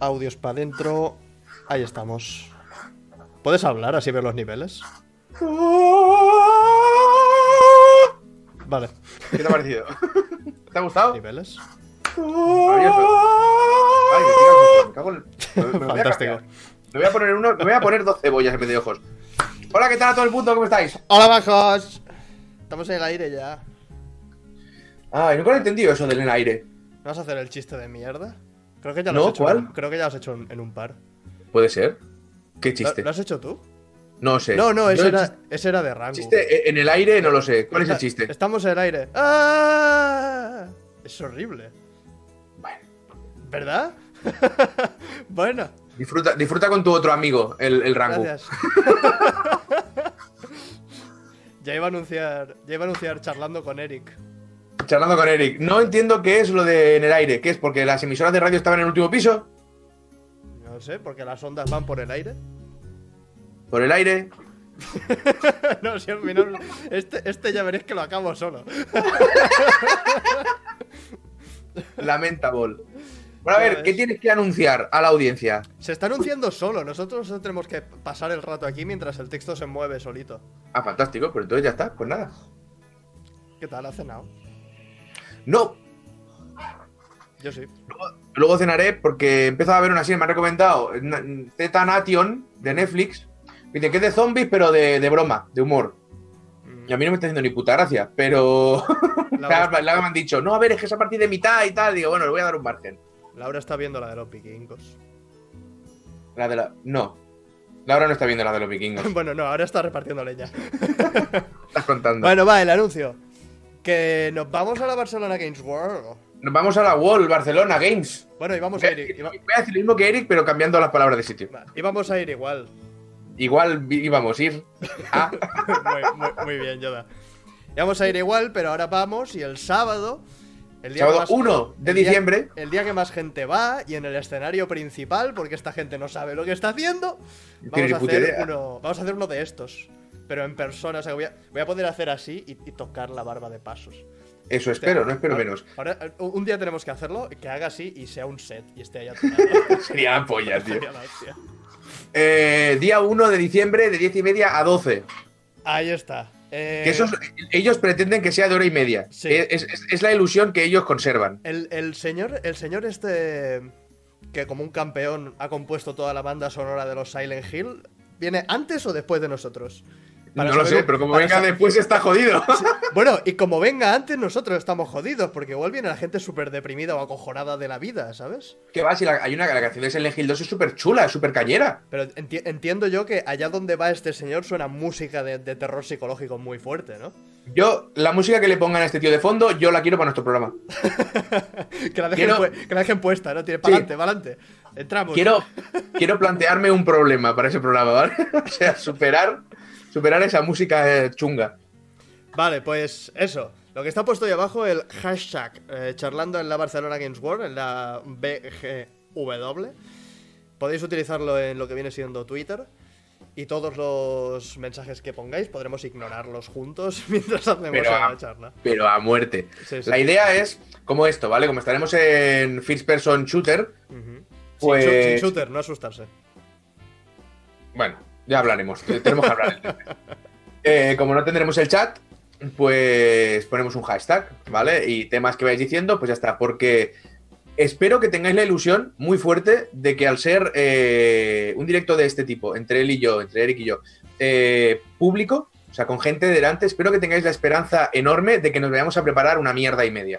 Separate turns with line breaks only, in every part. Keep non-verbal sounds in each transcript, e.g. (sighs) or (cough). audios para adentro. Ahí estamos. ¿Puedes hablar así ver los niveles? Vale,
¿Qué te ha parecido? ¿Te ha gustado?
niveles.
Maravilloso. Ay, me pica el ojo, me cago en el- me- me voy a
Fantástico.
cambiar. Me voy a poner uno, me voy a poner dos cebollas en vez de ojos. Hola, ¿qué tal a todo el mundo? ¿Cómo estáis?
¡Hola, bajos! Estamos en el aire ya.
Ay, nunca lo he entendido eso del en el aire.
¿No vas a hacer el chiste de mierda? Creo que ya lo
No,
has hecho.
¿cuál?
en- creo que ya lo has hecho en, en un par.
¿Puede ser? ¿Qué
¿Lo,
chiste?
lo has hecho tú?
No sé.
No, no,
Yo
ese
el
era, ese era de Rango.
Chiste en el aire, no lo sé. ¿Cuál es el
Está-
chiste?
Estamos en el aire. ¡Ah! Es horrible.
Bueno,
¿Verdad? (laughs) bueno,
disfruta, disfruta con tu otro amigo, el, el Rangu.
gracias. (laughs) ya iba a anunciar. Ya iba a anunciar charlando con Eric.
Charlando con Eric. No entiendo qué es lo de en el aire. ¿Qué es? ¿Porque las emisoras de radio estaban en el último piso?
No sé, porque las ondas van por el aire. (laughs)
¿Por el aire?
no, si al final. Este, este ya veréis que lo acabo solo.
Lamentable. Bueno, a
Ya
ver,
ves.
¿qué tienes que anunciar a la audiencia?
Se está anunciando solo. Nosotros no tenemos que pasar el rato aquí mientras el texto se mueve solito.
Ah, fantástico, pues entonces ya está, pues nada.
¿Qué tal? ¿Ha cenado?
No,
Yo sí.
luego cenaré porque empiezo a ver una serie, me han recomendado eh, Na- Zeta Nation de Netflix. Dice que es de zombies, pero de, de broma, de humor.
Mm,
Y a mí no me está haciendo ni puta gracia, pero (laughs)
Laura,
me han dicho, no, a ver, es que es a partir de mitad y tal. Digo, bueno, le voy a dar un margen.
Laura está viendo la de los vikingos.
La de la. No. Laura no está viendo la de
(laughs)
los
(laughs)
vikingos.
bueno, no, ahora está repartiendo leña.
Estás contando.
Bueno, va, el anuncio. Que nos vamos a la Barcelona Games World.
Nos vamos a la Wall, Barcelona Games. Eh,
Bueno, íbamos a ir, iba-
Voy a decir lo mismo que Eric, pero cambiando las palabras de sitio.
va, íbamos a ir igual.
Igual vi- íbamos a ir. Ah,
(laughs) muy, muy- muy bien, Yoda. Íbamos a ir igual, pero ahora vamos y el sábado. El que
Sábado 1 de
el día-
diciembre.
el día que más gente va y en el escenario principal, porque esta gente no sabe lo que está haciendo.
No
Vamos
tiene ni
a
puta
hacer
idea.
uno, vamos a hacer uno de estos. Pero en persona, o sea, voy a, voy a poder hacer así y, y tocar la barba de pasos. O
eso
sea,
espero, no espero
ahora-
menos.
Ahora, un día tenemos que hacerlo, que haga así y sea un set y esté ahí
(laughs)
atrás.
Sería la polla, tío.
Sería la hostia.
Eh, día 1 de diciembre de 10 y media a 12.
Ahí está. Eh,
Que esos- ellos pretenden que sea de hora y media. Eh,
Sí.
Es, es- es la ilusión que ellos conservan.
el, el señor, el señor este que como un campeón ha compuesto toda la banda sonora de los Silent Hill, ¿viene antes o después de nosotros? Para
no lo
saber-
sé, pero como
para
venga
sa-
después está jodido.
Bueno, y como venga antes, nosotros estamos jodidos, porque igual viene la gente súper deprimida o acojonada de la vida, ¿sabes?
(laughs) que va, si la, hay una la canción de Silent Hill 2 es súper chula, súper cañera.
Pero enti- entiendo yo que allá donde va este señor suena música de, de terror psicológico muy fuerte, ¿no? (laughs)
Yo, la música que le pongan a este tío de fondo, yo la quiero para nuestro programa.
Que la dejen,
Quiero-
pu- que la dejen puesta, ¿no? Tiene pa'lante, pa'lante. Entramos.
Quiero, quiero plantearme un problema para ese programa, ¿vale? (laughs) o sea, superar, superar esa música eh, chunga.
Vale, pues eso. Lo que está puesto ahí abajo, el hashtag eh, charlando en la Barcelona Games World, en la BGW. Podéis utilizarlo en lo que viene siendo Twitter. Y todos los mensajes que pongáis podremos ignorarlos juntos (laughs) mientras hacemos
Pero,
la
ah,
charla.
Pero a muerte.
Sí, sí.
La idea es como esto, ¿vale? Como estaremos en First Person Shooter,
Ujú. Sin
pues-
chu- sin shooter, no asustarse.
Bueno, ya hablaremos. eh, Tenemos que hablar. del tema. Eh, como no tendremos el chat, pues ponemos un hashtag, ¿vale? Y temas que vais diciendo, pues ya está. Porque espero que tengáis la ilusión muy fuerte de que al ser eh, un directo de este tipo, entre él y yo, entre Eric y yo, eh, público, o sea, con gente delante, espero que tengáis la esperanza enorme de que nos vayamos a preparar una mierda y media.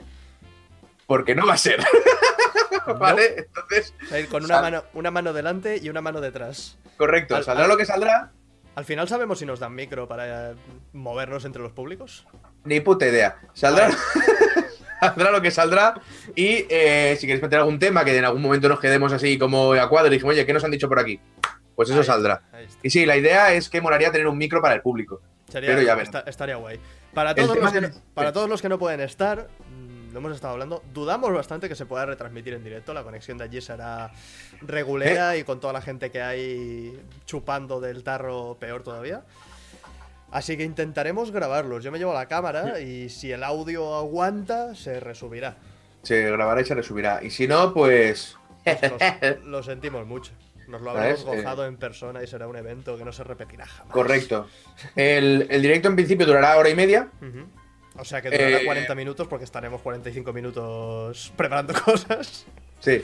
Porque no va a ser. (laughs) ¿Vale? Entonces,
O sea, ir con una
Sal-
mano, una mano delante y una mano detrás.
correcto,
Al-
saldrá
al-
lo que saldrá.
Al final sabemos si nos dan micro para eh, movernos entre los públicos.
Ni puta idea. Saldrá, (laughs) saldrá lo que saldrá. Y eh, si queréis meter algún tema que en algún momento nos quedemos así como a cuadro y dijimos, oye, ¿qué nos han dicho por aquí? Pues eso
Ahí.
saldrá.
Ahí está.
Y sí, la idea es que molaría tener un micro para el público.
Sería-
Pero ya veremos.
esta- estaría guay. Para
El
todos,
tema
los que,
es
no,
que-
para todos los que no pueden estar, mm, lo hemos estado hablando, dudamos bastante que se pueda retransmitir en directo. La conexión de allí será regulera
Eh.
y con toda la gente que hay chupando del tarro, peor todavía. Así que intentaremos grabarlos. Yo me llevo la cámara y si el audio aguanta, se resubirá.
Se grabará y se resubirá. Y si no, pues (laughs)
Los- lo sentimos mucho. Nos lo habremos
¿Sabes? Eh,
gozado en persona y será un evento que no se repetirá jamás.
Correcto. El, el directo en principio durará hora y media.
Ujú. O sea que durará
Eh,
40 minutos porque estaremos 45 minutos preparando (laughs) cosas.
Sí.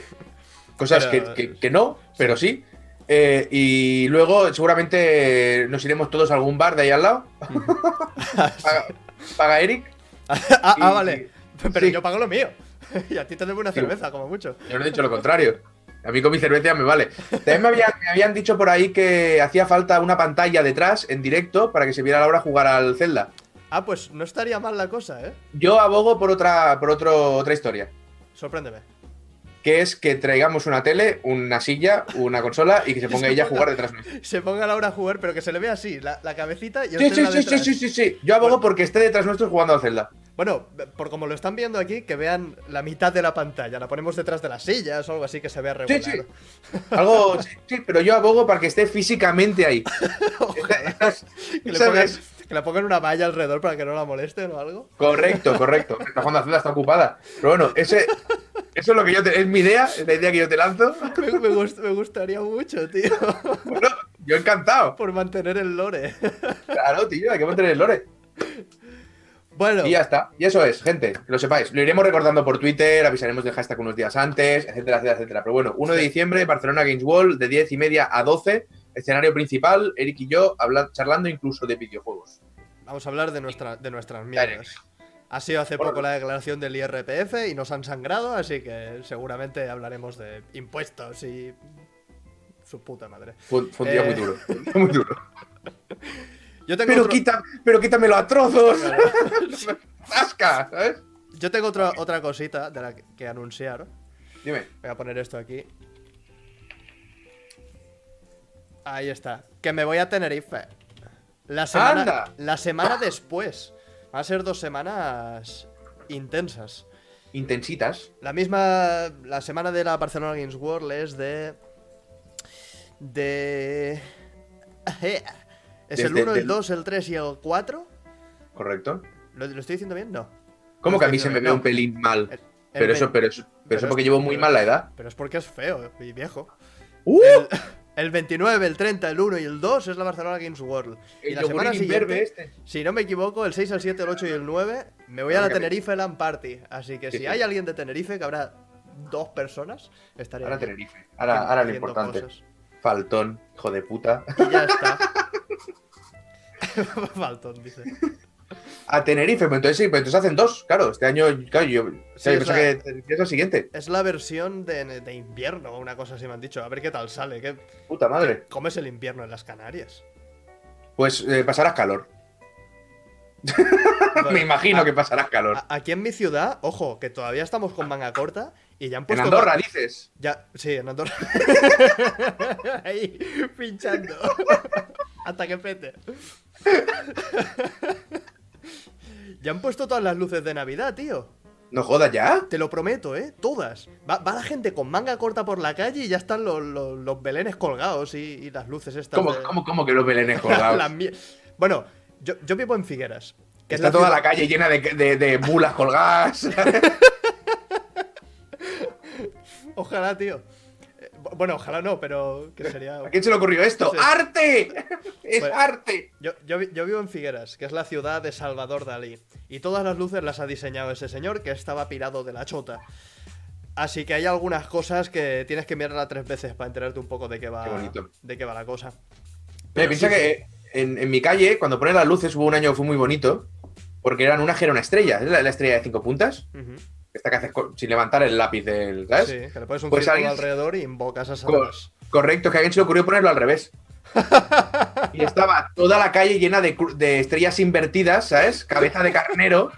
Cosas que-
Pero-
que, que no, pero sí. Eh, y luego seguramente nos iremos todos a algún bar de ahí al lado. (laughs) paga, paga Eric.
ah, ah,
Y-
vale. Pero
sí.
yo pago lo mío. (laughs) y a ti te debo una
Sí.
cerveza, como mucho.
Yo no he dicho lo contrario. A mí con mi cerveza ya me vale. También me habían, me habían dicho por ahí que hacía falta una pantalla detrás en directo para que se viera a la hora jugar al Zelda.
Ah, pues no estaría mal la cosa, ¿eh?
Yo abogo por otra, por otro, otra historia.
Sorpréndeme. (laughs)
Que es que traigamos una tele, una silla, una consola y que se ponga ella a jugar detrás nuestro.
Se ponga Laura a jugar, pero que se le vea así, la, la cabecita y
Sí,
usted
sí,
la
sí, sí,
detrás.
sí, sí, sí. Yo abogo porque esté detrás nuestro jugando al Zelda.
Bueno, por como lo están viendo aquí, que vean la mitad de la pantalla. La ponemos detrás de las sillas o algo así que se vea regular.
Sí, sí. Algo, sí, sí, pero yo abogo para que esté físicamente ahí. Esas-
Que, le
esas-
pongan, que la pongan una valla alrededor para que no la molesten o algo. (laughs)
Correcto, correcto. Está jugando al Zelda, está ocupada. Pero bueno, ese, eso es lo que yo te, es mi idea, es la idea que yo te lanzo.
Me, me gust- me gustaría mucho, tío. (laughs)
Bueno, yo encantado.
Por mantener el lore.
Claro, tío, hay que mantener el lore.
Bueno,
Y ya está. Y eso es, gente, que lo sepáis. Lo iremos recordando por Twitter, avisaremos del hashtag unos días antes, etcétera, etcétera, etcétera. Pero bueno, 1 de diciembre, Barcelona Games World, de 10 y media a 12, escenario principal, Eric y yo habla- charlando incluso de videojuegos.
vamos a hablar de, nuestra, de nuestras
Dale.
mierdas. Ha sido hace
Bueno.
poco la declaración del IRPF y nos han sangrado, así que seguramente hablaremos de impuestos y. su puta madre.
Fue, fue un día
Eh.
muy duro. fue un día Muy duro.
Yo tengo,
(laughs) Pero,
otro-
quita, pero quítamelo a (laughs) trozos. ¡Zasca! ¿Sabes?
yo tengo otra, otra cosita de la que, que anunciar.
Dime.
Voy a poner esto aquí. Ahí está. Que me voy a Tenerife. La semana,
Anda.
La semana después. Van a ser dos semanas intensas.
Intensitas.
La misma. La semana de la Barcelona Games World es de. De. eh, Es el
Desde-
1, el
del-
2, el 3 y el 4.
Correcto.
¿Lo, lo estoy diciendo bien? No.
¿Cómo que a mí
No,
se me
no.
ve un pelín mal?
El-
Pero
el
eso,
ve-
pero eso, pero eso
es-
porque llevo muy
pero-
mal la edad.
Pero es porque es feo y viejo.
¡Uh!
El, el 29, el 30, el 1 y el 2 es la Barcelona Games World. y
El
la semana
yogurín imberbe
siguiente,
este.
si no me equivoco, el 6, el 7, el 8 y el 9 me voy a la
Venga,
Tenerife Land Party. Así que
Sí,
si
sí.
hay alguien de Tenerife, que habrá dos personas, estaré
Ahora
aquí
Tenerife. Ahora, ahora lo
haciendo
importante.
cosas.
Faltón, hijo de puta.
Y ya está. (laughs) Faltón, dice.
A Tenerife, pues entonces sí, pues entonces hacen dos, claro. Este año, claro, yo,
Sí,
claro, yo
es
pensaba
la-
que es el siguiente.
Es la versión de, de invierno o una cosa así me han dicho. A ver qué tal sale. ¿Qué,
Puta madre.
¿Cómo es el invierno en las Canarias?
Pues eh, pasarás calor. (laughs) Me
Bueno,
imagino
a-
que pasarás calor.
a- Aquí en mi ciudad, ojo, que todavía estamos con manga corta y ya han
en
puesto.
Andorra, dices.
Ya, sí, en Andorra.
(laughs)
Ahí, pinchando. Hasta que
(laughs)
pete. ya han puesto todas las luces de Navidad, tío.
No jodas ya.
Te lo prometo, ¿eh? Todas. Va, va la gente con manga corta por la calle y ya están los, los- los belenes colgados y, y las luces estas.
¿Cómo,
de-
cómo, cómo que los belenes
(laughs) Las
colgados?
mier- bueno, yo, yo vivo en Figueras. que es
Está toda
ciudad-
la calle llena de, de, de mulas
(laughs)
colgadas.
Ojalá, tío. Eh, bu- Bueno, ojalá no, pero que sería...
(laughs) ¿A quién se le ocurrió esto?
Sí.
¡Arte! (laughs) ¡Es
Pues-
arte!
Yo, yo vi- yo vivo en Figueras, que es la ciudad de Salvador Dalí, y todas las luces las ha diseñado ese señor que estaba pirado de la chota. Así que hay algunas cosas que tienes que mirarla tres veces para enterarte un poco de qué va,
Qué bonito.
de qué va la cosa.
Mira,
Pero
piensa
sí,
que en, en mi calle, cuando ponen las luces, hubo un año que fue muy bonito, porque eran una que era una estrella, es la, la estrella de cinco puntas,
Ujú.
esta que haces co- sin levantar el lápiz del, ¿sabes?
Sí, que le pones un
Pues
círculo
alguien-
alrededor y invocas a
Co-
Satanás. (laughs)
correcto, que a alguien se le ocurrió ponerlo al revés. y estaba toda la calle llena de, cru- de estrellas invertidas, ¿sabes? Cabeza de carnero,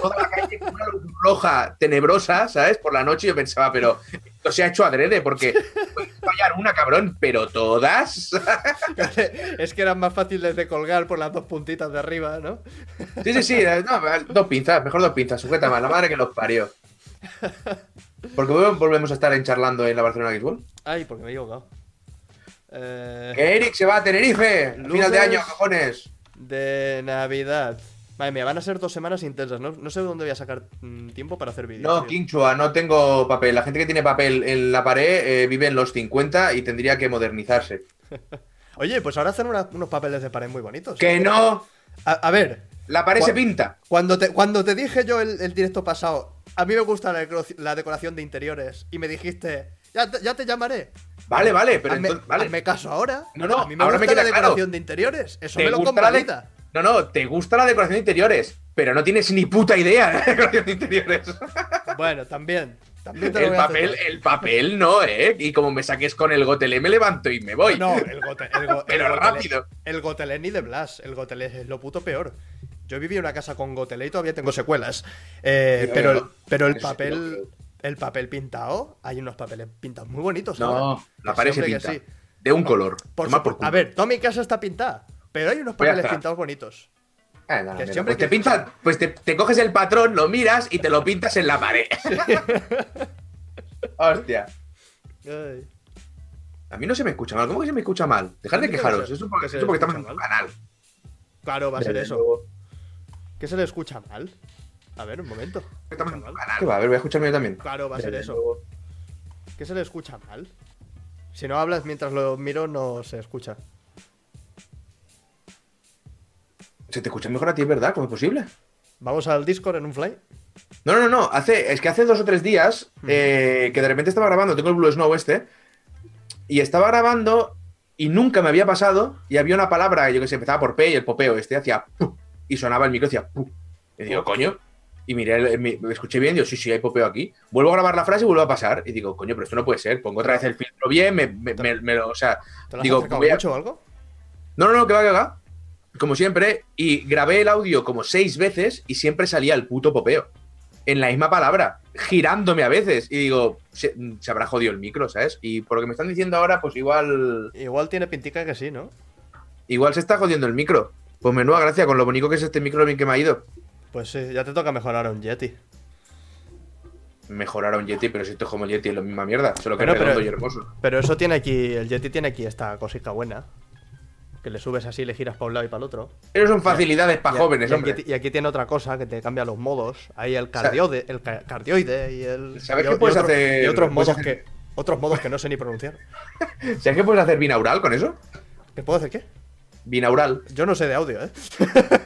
toda la calle con una luz roja tenebrosa, ¿sabes? Por la noche yo pensaba, pero esto se ha hecho adrede,
(laughs)
porque puedes fallar una, cabrón, pero todas.
es que eran más fáciles de colgar por las dos puntitas de arriba, ¿no?
Sí, sí, sí. eh, no, dos pinzas, mejor dos pinzas. Sujeta más, la madre que los parió. Porque vol- volvemos a estar en charlando en la Barcelona Games World.
Ay, porque me he equivocado. Eh,
Que Eric se va a Tenerife. a Final
Luces.
de año, cojones.
de Navidad. Madre mía, van a ser dos semanas intensas. No, no sé dónde voy a sacar mm, tiempo para hacer vídeos.
No,
tío.
Quinchua, no tengo papel. La gente que tiene papel en la pared eh, vive en los 50 y tendría que modernizarse.
Oye, pues ahora hacen una- unos papeles de pared muy bonitos.
¡Que no!
A, a ver,
La pared se
Cuan-
pinta.
cuando te, cuando te dije yo el, el directo pasado, a mí me gusta la, decoraci- la decoración de interiores, y me dijiste, ya te, ya te llamaré.
Vale, vale, pero
hazme,
entonces. Vale.
hazme caso ahora.
No, no,
a mí me
ahora me
gusta
queda
la
claro.
decoración de interiores. Eso
¿Te
me lo
gusta la de-
convalida.
No, no, te gusta la decoración de interiores, pero no tienes ni puta idea de la decoración de interiores.
Bueno, también. también te lo
El
voy a ¿eh?
papel,
aceptar.
el papel no, ¿eh? Y como me saques con el gotelé, me levanto y me voy.
No, el gote, el go- el
Pero
gotelé-
rápido.
El gotelé ni de Blas. El gotelé es lo puto peor. Yo viví en una casa con gotelé y todavía tengo secuelas. Eh,
Ya
pero, el-
veo.
pero el
Eso sí lo
papel.
creo.
El papel pintado, hay unos papeles pintados muy bonitos. ahora.
No, la
Que
pared
sí,
se
hombre,
pinta.
que sí.
De un
No,
color.
Por
Toma
supu-
por culo.
a ver, toda mi casa está pintada, pero hay unos
Voy a
papeles
estar.
pintados bonitos.
Ah, no,
que
no,
siempre
pues te
que-
pinta, pues te, te coges el patrón, lo miras y te lo pintas en la
(laughs)
pared. Hostia.
Ay.
A mí no se me escucha mal. ¿Cómo que se me escucha mal? Dejad de
¿Qué
quejaros.
puede ser?
Eso porque,
¿Que se
eso porque estamos en
escucha
un
mal?
canal.
Claro, va a ser
Desde
eso.
luego.
¿Qué se le escucha mal? A ver, un momento.
Estamos en
Escucha
un
mal.
canal. ¿Qué va? A ver, voy a escucharme yo también.
Claro, va a ser
Desde
eso.
luego.
¿Qué se le escucha mal? Si no hablas mientras lo miro, no se escucha.
Se te escucha mejor a ti, es ¿verdad? ¿Cómo es posible?
Vamos al Discord en un fly.
No, no, no. Hace, es que hace dos o tres días eh, que de repente estaba grabando. Tengo el Blue Snow este. Y estaba grabando y nunca me había pasado. Y había una palabra, yo que sé, empezaba por P y el popeo. Este hacía pu, Y sonaba el micro, hacía pu. Y digo, coño. Y miré, el- me, me escuché bien. Digo, sí, sí, hay popeo aquí. Vuelvo a grabar la frase y vuelvo a pasar. Y digo, coño, pero esto no puede ser. Pongo otra vez el filtro bien. Me, me- me- me lo, o sea,
¿Te lo has
Digo,
acercado
voy a-
mucho o algo?
no, no, no, que va, que va. Como siempre, y grabé el audio como seis veces y siempre salía el puto popeo. En la misma palabra, girándome a veces. Y digo, se, se habrá jodido el micro, ¿sabes? Y por lo que me están diciendo ahora, pues igual.
Igual tiene pintica que sí, ¿no?
Igual se está jodiendo el micro. Pues menuda gracia, con lo bonito que es este micro, lo bien que me ha ido.
Pues sí, ya te toca mejorar a un Yeti.
Mejoraron Yeti, pero si esto es como el Yeti, es la misma mierda. Solo que
Bueno,
es redondo
pero-
y hermoso.
Pero eso tiene aquí, el Yeti tiene aquí esta cosita buena. Que le subes así, le giras para un lado y para el otro.
Pero son facilidades para
Y a-
jóvenes,
y aquí,
hombre.
ti- Y aquí tiene otra cosa que te cambia los modos. Ahí el
sea,
cardioide, el ca- cardioide y el.
¿sabes
y
qué
o- y
puedes
otro-
hacer?
Y otros
Puedes
modos
hacer-
que. Otros modos que no sé ni pronunciar.
¿Sabes que puedes hacer binaural con eso?
¿Qué puedo hacer qué?
Binaural.
Yo no sé de audio, ¿eh? (laughs)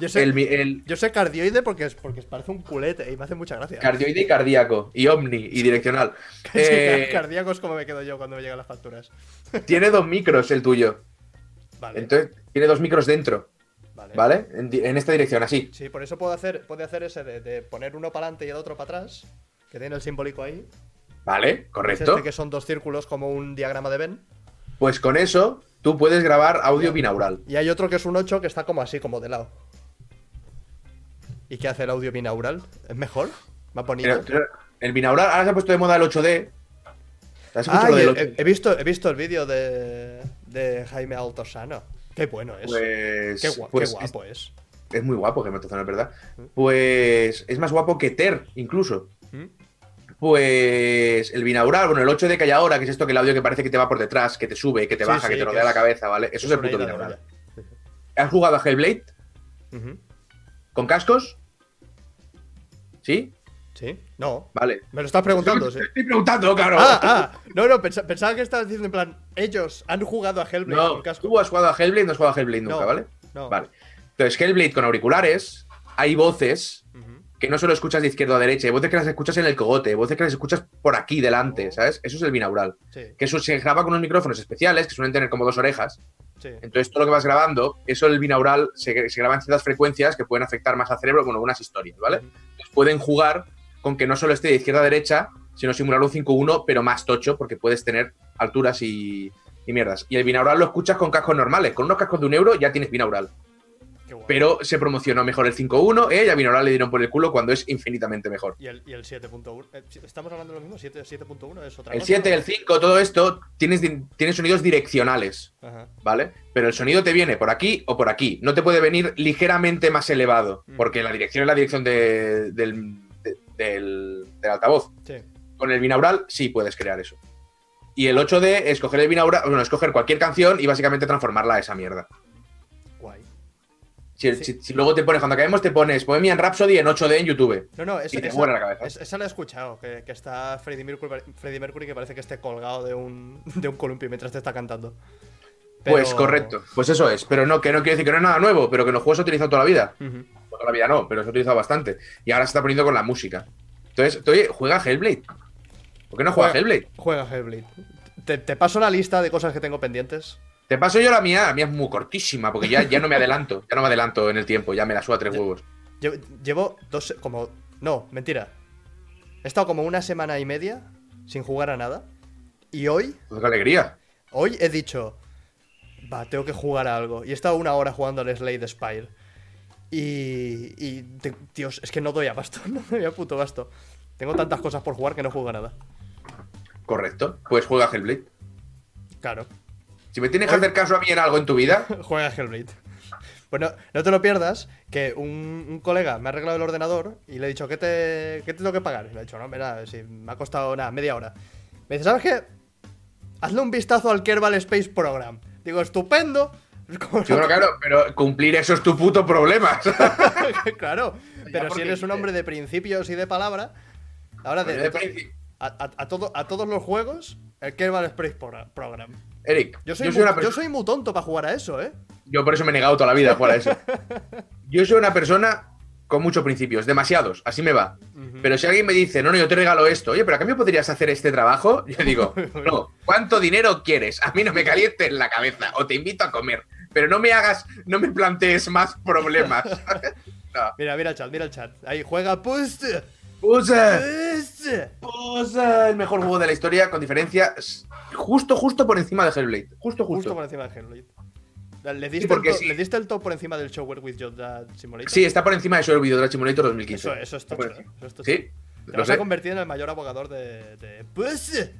yo, sé,
El, bi- el
yo sé cardioide porque, es, porque parece un culete y me hace mucha gracia. (laughs)
cardioide y cardíaco. Y omni y direccional.
Sí,
Eh,
cardíaco es como me quedo yo cuando me llegan las facturas.
Tiene dos micros el tuyo.
Vale.
Entonces, tiene dos micros dentro, ¿vale? En, di- en esta dirección, así.
Sí, por eso puedo hacer, puede hacer ese de, de poner uno para adelante y el otro para atrás, que tiene el simbólico ahí.
¿Vale?
Es
Correcto.
este que son dos círculos como un diagrama de Venn.
Pues con eso, tú puedes grabar audio binaural.
Y hay otro que es un 8 que está como así, como de lado. ¿Y qué hace el audio binaural? ¿Es mejor? ¿Más bonito?
Pero- pero el binaural, ahora se ha puesto de moda el 8D. ¿Te has
Ah,
escuchado lo
y
del
he,
8D?
he- he vivisto, he visto el vídeo de, de Jaime Altosano. Qué bueno es.
Pues,
qué, gua- qué
pues
guapo es.
Es, es muy guapo Jaime Altozano, es verdad. Pues es más guapo que Ter, incluso.
¿Mm?
Pues el binaural, bueno, el 8D que hay ahora, que es esto que el audio que parece que te va por detrás, que te sube, que te
Sí,
baja,
sí,
que te
que
rodea
es-
la cabeza, ¿vale? Eso es el
una
puto
ida de
binaural.
olla.
¿Has jugado a Hellblade
Ujú.
con cascos? ¿Sí?
¿Sí? No.
Vale.
Me lo estás preguntando,
(laughs)
sí.
Te estoy preguntando, cabrón.
Ah, ah, no, no, pensa- pensaba que estabas diciendo en plan, ellos han jugado a Hellblade
no,
con casco.
tú has jugado a Hellblade, no has jugado a Hellblade nunca,
No,
¿vale?
no.
Vale. Entonces, Hellblade con auriculares, hay voces
Ujú.
que no solo escuchas de izquierda a derecha, hay voces que las escuchas en el cogote, hay voces que las escuchas por aquí delante,
Oh.
¿sabes? Eso es el binaural.
Sí,
Que eso se graba con unos micrófonos especiales que suelen tener como dos orejas.
sí.
Entonces, todo lo que vas grabando, eso el binaural se, se graba en ciertas frecuencias que pueden afectar más al cerebro, bueno, unas historias, ¿vale?
Ujú.
Entonces, pueden jugar con que no solo esté de izquierda a derecha, sino simular un 5-1, pero más tocho, porque puedes tener alturas y, y mierdas. Y el binaural lo escuchas con cascos normales. Con unos cascos de un euro ya tienes binaural.
Qué guapo.
Pero se promocionó mejor el 5-1, ¿eh? Y a binaural le dieron por el culo cuando es infinitamente mejor.
Y el, y el 7.1. eh, si- ¿Estamos hablando de lo mismo? ¿Siete- 7.1 es otra
El
cosa.
7, el 5, todo esto, tienes, di- tienes sonidos direccionales.
Ajá.
¿vale? Pero el sonido te viene por aquí o por aquí. No te puede venir ligeramente más elevado,
Mm.
porque la dirección es la dirección de- del, de- del- del altavoz.
Sí.
Con el binaural sí puedes crear eso. Y el 8D es coger el binaural, bueno, escoger cualquier canción y básicamente transformarla a esa mierda.
Guay.
Si, si- si luego te pones, cuando acabemos, te pones Bohemian Rhapsody en 8D en YouTube.
No, no, esa,
Y te
esa-
muere la cabeza.
es- esa la he escuchado, que, que está Freddie Mercury, Freddie Mercury que parece que esté colgado de un, (laughs) de un columpio mientras te está cantando. Pero-
Pues correcto, pues eso es. Pero no, que no quiere decir que no es nada nuevo, pero que en los juegos se ha utilizado toda la vida.
Ujú.
Bueno, toda la vida no, pero se ha utilizado bastante. Y ahora se está poniendo con la música. Entonces, oye, juega Hellblade. ¿Por qué no juega
Juega-
Hellblade?
Juega Hellblade. Te, te paso la lista de cosas que tengo pendientes.
Te paso yo la mía, la mía es muy cortísima, porque ya, ya no me adelanto, ya no me adelanto en el tiempo, ya me la suba tres huevos.
Lle- Llevo dos. se- como. No, mentira. He estado como una semana y media sin jugar a nada. Y hoy,
Pues qué alegría.
hoy he dicho. Va, tengo que jugar a algo. Y he estado una hora jugando al Slade Spire. Y. Y. te- Dios, es que no doy abasto. (laughs) No doy a puto abasto. Tengo tantas cosas por jugar que no juego a nada.
Correcto. Pues juega Hellblade.
Claro.
Si me tienes que hacer caso a mí en algo en tu vida,
Juega Hellblade. (laughs) Bueno, no te lo pierdas, que un, un colega me ha arreglado el ordenador y le he dicho, ¿qué te, qué te tengo que pagar? Y le he dicho, no, mira, si me ha costado nada, media hora. Me dice, ¿sabes qué? Hazle un vistazo al Kerbal Space Program. Digo, estupendo. (laughs) Como-
sí, bueno, claro, pero cumplir eso es tu puto problema. (laughs)
(laughs) claro, pero si
porque-
eres un hombre de principios y de palabra, ahora de,
Yo
de
de
to-
princi-
a, a- a todo- a todos los juegos, el Kerbal Space Progra- Program.
Eric,
Yo soy,
una
muy, yo
persona.
soy muy tonto para jugar a eso, ¿eh?
Yo por eso me he negado toda la vida a jugar
(laughs)
a eso. Yo soy una persona con muchos principios, demasiados, así me va. Pero si alguien me dice, no, no, yo te regalo esto, oye, pero a cambio podrías hacer este trabajo,
(laughs)
yo digo, no, ¿cuánto dinero quieres? A mí no me calientes la cabeza o te invito a comer, pero no me hagas, no me plantees más problemas. (laughs) No.
Mira, mira el chat, mira el chat. Ahí juega Pust.
Usa,
Este.
usa el mejor juego de la historia, con diferencia, s- justo, justo por encima de Hellblade.
Justo
Justo, justo.
por encima de Hellblade. Le diste,
porque
el top,
sí.
le diste el top por encima del Shower with Yoda Simulator.
Sí, está por encima de Soul Video Drag Simulator 2015.
Eso, eso es
Está por
tocho, ¿eh?
encima.
Eso es tocho.
Sí,
Te
lo
vas
sé.
a convertir en el mayor abogador de. de... Pues,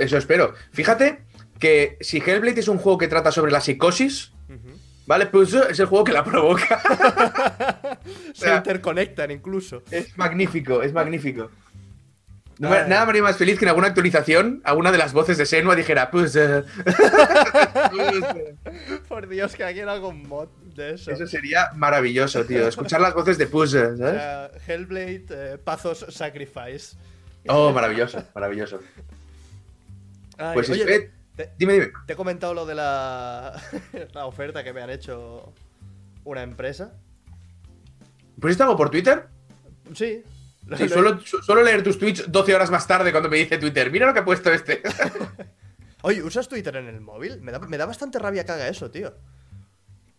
Eso espero. Fíjate que si Hellblade es un juego que trata sobre la psicosis,
ujú.
¿vale? Pues eso es el juego que la provoca. (laughs)
Se interconectan incluso.
es magnífico, es magnífico. No
Ay.
me- nada me haría más feliz que en alguna actualización alguna de las voces de Senua dijera, pues... eh". (laughs)
Por Dios, que alguien haga un mod de eso.
eso sería maravilloso, tío. Escuchar las voces de pues... eh,
O
¿sabes?
sea, Hellblade, eh, Pazos Sacrifice.
Oh, maravilloso, maravilloso.
Ay,
Pues
oye,
eh,
te,
dime, dime.
te he comentado lo de la, (laughs) la oferta que me han hecho una empresa.
¿Pusiste algo ¿pues por Twitter?
Sí. Lo- lo-
Sí, suelo, su- suelo leer tus tweets 12 horas más tarde cuando me dice Twitter, mira lo que ha puesto este.
Oye, ¿usas Twitter en el móvil? Me da, me da bastante rabia que haga eso, tío.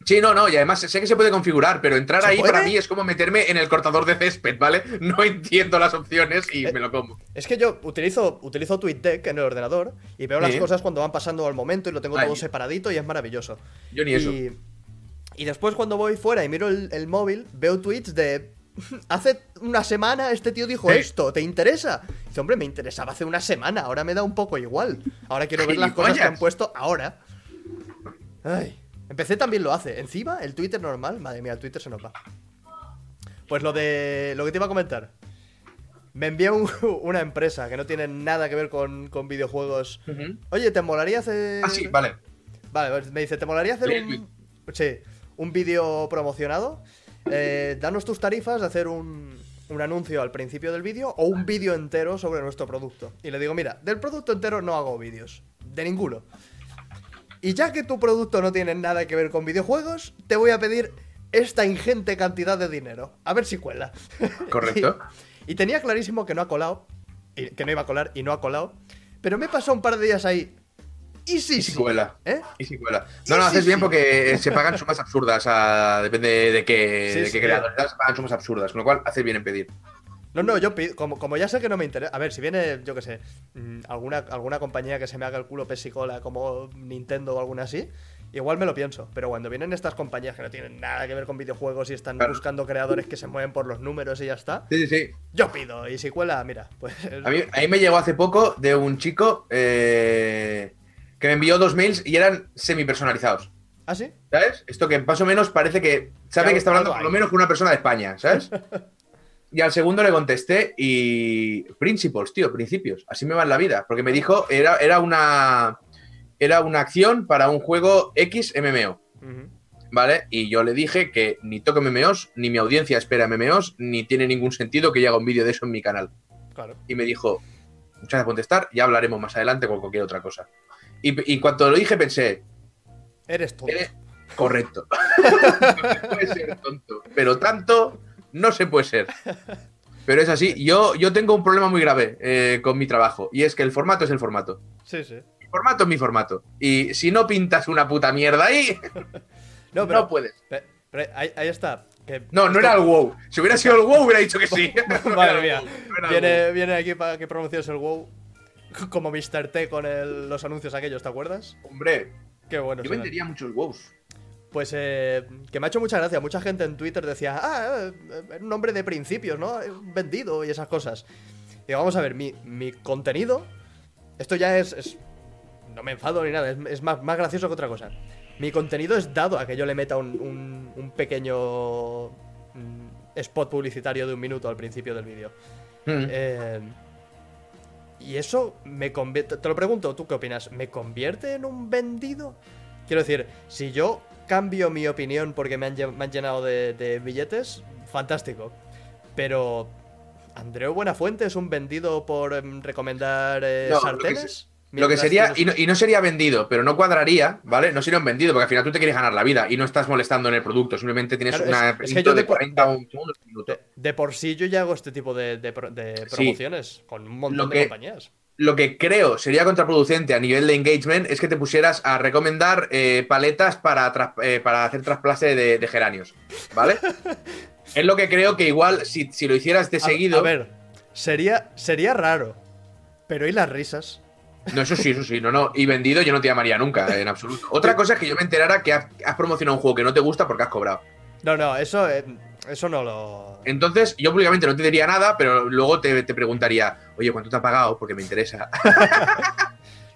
Sí, no, no, y además sé que se puede configurar, pero entrar
¿Se
ahí
puede?
para mí es como meterme en el cortador de césped, ¿vale? (laughs) No entiendo las opciones y
Eh,
me lo como.
Es que yo utilizo, utilizo TweetDeck en el ordenador y veo las
Sí.
cosas cuando van pasando al momento y lo tengo
Ay.
todo separadito y es maravilloso.
Yo ni eso.
Y, y después cuando voy fuera y miro el, el móvil, veo tweets de... (laughs) Hace una semana este tío dijo
Sí.
esto, ¿te interesa? Dice, hombre, me interesaba hace una semana, ahora me da un poco igual. Ahora quiero ver las cosas que
Gilipollas.
han puesto ahora. Ay. Empecé también lo hace. Encima, el Twitter normal. Madre mía, el Twitter se nos va. Pues lo de. Lo que te iba a comentar. Me envió un- (laughs) una empresa que no tiene nada que ver con, con videojuegos.
Ujú.
Oye, ¿te molaría hacer.
Ah, sí, vale.
Vale, pues me dice, ¿te molaría hacer
Leí el
un, sí, un vídeo promocionado? Eh, danos tus tarifas, de hacer un, un anuncio al principio del vídeo o un vídeo entero sobre nuestro producto. Y le digo, mira, del producto entero no hago vídeos, de ninguno. Y ya que tu producto no tiene nada que ver con videojuegos, te voy a pedir esta ingente cantidad de dinero. A ver si cuela.
Correcto.
(laughs) y, y tenía clarísimo que no ha colado, y- que no iba a colar y no ha colado. Pero me he pasado un par de días ahí. Y sí,
Y si cuela.
¿Eh?
Y si cuela. No, no,
Sí, sí,
haces bien
sí.
porque eh, se pagan sumas absurdas. a- depende de qué,
Sí,
de
sí,
qué
tío.
creador. Se pagan sumas absurdas, con lo cual haces bien en pedir.
No, no, yo pido, como, como ya sé que no me interesa. A ver, si viene, yo que sé, mm, alguna, alguna compañía que se me haga el culo pesicola como Nintendo o alguna así, igual me lo pienso. Pero cuando vienen estas compañías que no tienen nada que ver con videojuegos y están
Claro.
buscando creadores que se mueven por los números y ya está,
Sí, sí, sí.
yo pido. Y si cuela, mira, pues.
A mí, a mí me llegó hace poco de un chico eh, que me envió dos mails y eran semi-personalizados.
¿Ah, sí?
¿Sabes? Esto que más o menos parece que sabe
Claro,
que está hablando
claro,
por lo
ahí.
menos con una persona de España, ¿sabes? Y al segundo le contesté y. Principles, tío, principios. Así me va en la vida. Porque me dijo, era, era una. Era una acción para un juego X MMO.
Ujú.
¿vale? Y yo le dije que ni toco MMOs, ni mi audiencia espera MMOs, ni tiene ningún sentido que yo haga un vídeo de eso en mi canal.
Claro.
Y me dijo, muchas gracias por contestar, ya hablaremos más adelante con cualquier otra cosa. Y, y cuando lo dije pensé,
Eres tonto.
eres correcto. (laughs) no puede ser tonto, pero tanto no se puede ser. Pero es así, yo, yo tengo un problema muy grave eh, con mi trabajo, y es que el formato es el formato.
Sí, sí.
Mi formato es mi formato. Y si no pintas una puta mierda ahí,
No,
(laughs) no,
pero,
puedes.
pe- pero ahí, ahí está. que-
No, no era el wow. Si hubiera sido el wow, hubiera dicho que
(laughs)
sí. No era
Madre
el
mía.
WoW, no era el WoW.
Viene, viene aquí para que pronuncias el WoW. (laughs) Como Mr. T con el- los anuncios aquellos, ¿te acuerdas?
Hombre,
Qué bueno.
yo
será.
vendería muchos wows.
Pues eh, que me ha hecho mucha gracia. Mucha gente en Twitter decía, ah, eh, eh, un hombre de principios, ¿no? Eh, Vendido y esas cosas. Digo, vamos a ver, mi, mi contenido. Esto ya es. es- no me enfado ni nada, es, es más, más gracioso que otra cosa. Mi contenido es dado a que yo le meta un, un- un pequeño mm, spot publicitario de un minuto al principio del vídeo.
Mm.
Eh, y eso me convierte. Te lo pregunto, ¿tú qué opinas? ¿Me convierte en un vendido? Quiero decir, si yo cambio mi opinión porque me han, lle- me han llenado de, de billetes, fantástico. Pero. ¿Andreu Buenafuente es un vendido por em, recomendar eh,
No, lo que
sartenes?
Lo que
Mientras
sería,
tienes-
y no, y no sería vendido, pero no cuadraría, ¿vale? No sería un vendido, porque al final tú te quieres ganar la vida y no estás molestando en el producto, simplemente tienes
Claro,
una
es- es que
producto
yo
de
te-
40 o un segundos, un minuto.
De, de por sí yo ya hago este tipo de, de pro- de
Sí.
promociones con un montón
Lo
de
que-
compañías.
Lo que creo sería contraproducente a nivel de engagement es que te pusieras a recomendar eh, paletas para, tras- eh, para hacer trasplase de, de geranios,
(laughs)
¿vale? es lo que creo que igual si, si lo hicieras de
A-
seguido...
A, ver, sería, sería raro. Pero ¿y las risas?
No, eso sí, eso sí, no, no. Y vendido yo no te llamaría nunca,
(laughs)
en absoluto. Otra cosa es que yo me enterara que has, has promocionado un juego que no te gusta porque has cobrado.
No, no, eso, eh, eso no lo.
Eh, Entonces, yo públicamente no te diría nada, pero luego te, te preguntaría, oye, ¿cuánto te ha pagado? Porque me interesa.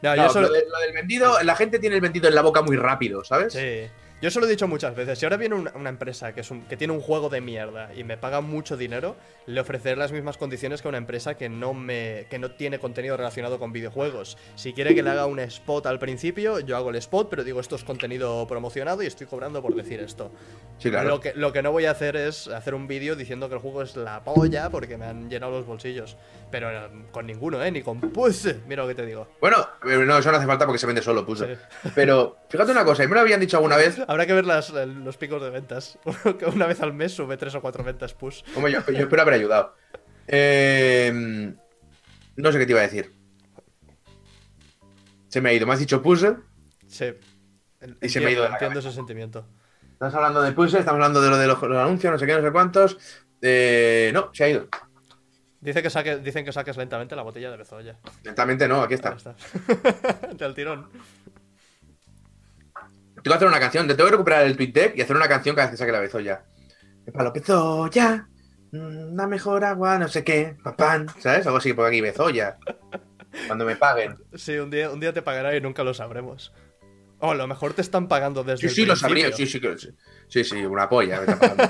No,
No,
Ah, yo solo.
lo, de- lo del vendido, la gente tiene el vendido en la boca muy rápido, ¿sabes?
Sí. Yo se lo he dicho muchas veces. Si ahora viene una, una empresa que, es un- que tiene un juego de mierda y me paga mucho dinero, le ofreceré las mismas condiciones que a una empresa que no me que no tiene contenido relacionado con videojuegos. Si quiere que le haga un spot al principio, yo hago el spot, pero digo esto es contenido promocionado y estoy cobrando por decir esto.
Sí,
Lo, que, lo que no voy a hacer es hacer un vídeo diciendo que el juego es la polla porque me han llenado los bolsillos. Pero eh, con ninguno, ¿eh? Ni con pues. Mira lo que te digo.
Bueno, eh, no, eso no hace falta porque se vende solo, puso.
Sí.
Pero fíjate una cosa, y me lo habían dicho
(laughs)
alguna vez.
Habrá que ver las- los picos de ventas. (laughs) Que Una vez al mes sube tres o cuatro ventas push.
Hombre, yo, yo espero haber ayudado. Eh, no sé qué te iba a decir. Se me ha ido. Me has dicho puzzle.
Sí.
Y se me ha ido de la
Entiendo ese sentimiento.
Estás hablando de puzzle, estamos hablando de lo de los, los anuncios, no sé qué, no sé cuántos. Eh, no, se ha ido.
Dice que saque- dicen que saques lentamente la botella de bezoya.
Ah. Lentamente no,
Ahí
aquí está.
está. (laughs) Del tirón.
Tengo que hacer una canción, te tengo que recuperar el tweet deck y hacer una canción cada vez que saque la bezoya. Palo bezoya, mm, la mejor agua, no sé qué, papán, ¿sabes? Algo así, por aquí bezoya. Cuando me paguen.
Sí, un día, un día te pagará y nunca lo sabremos. O a lo mejor te están pagando desde
Sí,
el
sí, lo
principio.
sabría,
(laughs)
sí, sí, que- sí, sí, sí, una polla. me está pagando.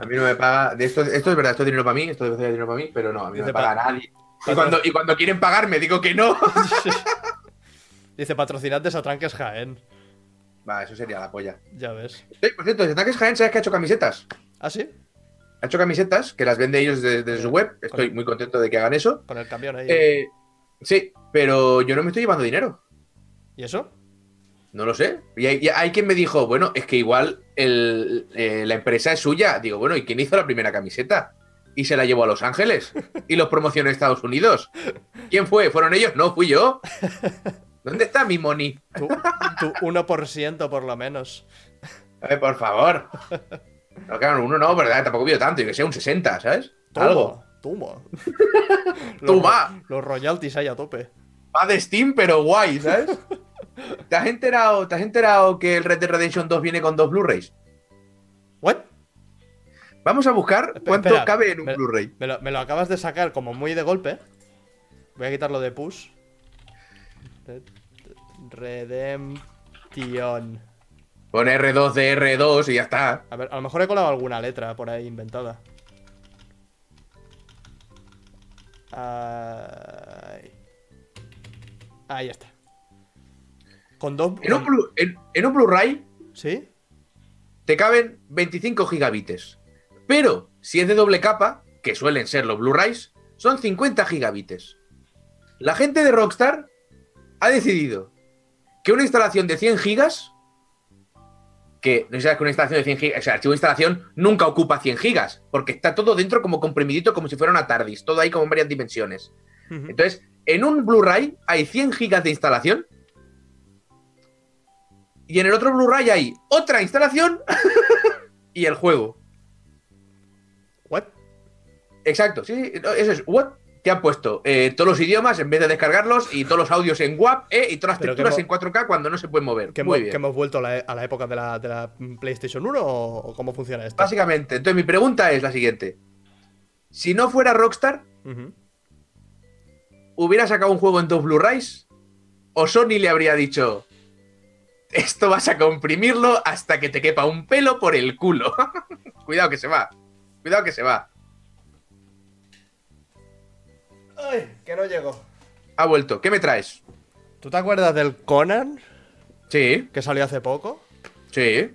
A mí no me paga, de esto, esto es verdad, esto es dinero para mí, esto es dinero para mí, pero no, a mí no me
Dice
paga
pa-
nadie. Y cuando, y cuando quieren pagarme, digo que no. (laughs)
Dice patrocinantes a Tranques Jaén.
Va, eso sería la polla.
Ya ves.
Sí, por cierto, Snackers Jaén, ¿sabes que ha hecho camisetas?
¿Ah, sí?
Ha hecho camisetas que las vende ellos desde desde su web. Estoy muy contento de que hagan eso.
Con el camión ahí.
Eh, sí, pero yo no me estoy llevando dinero.
¿Y eso?
No lo sé. Y hay, y hay quien me dijo, bueno, es que igual el- eh, la empresa es suya. Digo, bueno, ¿y quién hizo la primera camiseta? Y se la llevó a Los Ángeles y los promocionó a Estados Unidos. ¿Quién fue? ¿Fueron ellos? No, fui yo. ¿Dónde está mi money?
Tu, tu 1% por lo menos.
A ver, por favor. No, claro, uno no, ¿verdad? Tampoco pido tanto. Yo que sé, un 60, ¿sabes?
Toma,
Algo.
Toma.
(laughs)
Los-
Toma.
Los royalties ahí a tope.
Va de Steam, pero guay, ¿sabes? ¿Te has enterado, ¿te has enterado que el Red Dead Redemption 2 viene con dos Blu-rays?
¿What?
Vamos a buscar
Espe-
cuánto
espera,
cabe en un
espera.
Blu-ray.
Me lo, me lo acabas de sacar como muy de golpe. Voy a quitarlo de push. Red- Redemption.
Pon R2 de R2 y ya está.
A ver, a lo mejor he colado alguna letra por ahí inventada. Ay. Ahí está. Con dos. Mm.
En un, Blu- en- en un Blu-ray
¿Sí?
te caben 25 gigabytes. Pero si es de doble capa, que suelen ser los Blu-rays, son 50 gigabytes. La gente de Rockstar ha decidido que una instalación de 100 gigas, que no sabes que una instalación de 100 gigas, o sea, el archivo de instalación nunca ocupa 100 gigas, porque está todo dentro como comprimidito, como si fuera una TARDIS, todo ahí como en varias dimensiones. Uh -huh. Entonces, en un Blu-ray hay 100 gigas de instalación y en el otro Blu-ray hay otra instalación (laughs) y el juego.
¿What?
Exacto, sí, sí, eso es. ¿What? Te han puesto eh, todos los idiomas en vez de descargarlos y todos los audios en WAP eh, y todas las texturas en 4K cuando no se pueden mover.
¿Que,
Muy
hemos,
bien.
¿que hemos vuelto a la, e, a la época de la, de la, PlayStation 1 o, o cómo funciona esto?
Básicamente, entonces mi pregunta es la siguiente. Si no fuera Rockstar, uh -huh. ¿hubiera sacado un juego en dos Blu-rays? ¿O Sony le habría dicho, esto vas a comprimirlo hasta que te quepa un pelo por el culo. (laughs) Cuidado que se va. Cuidado que se va.
Ay, que no llego.
Ha vuelto. ¿Qué me traes?
¿Tú te acuerdas del Conan?
Sí.
Que salió hace poco.
Sí.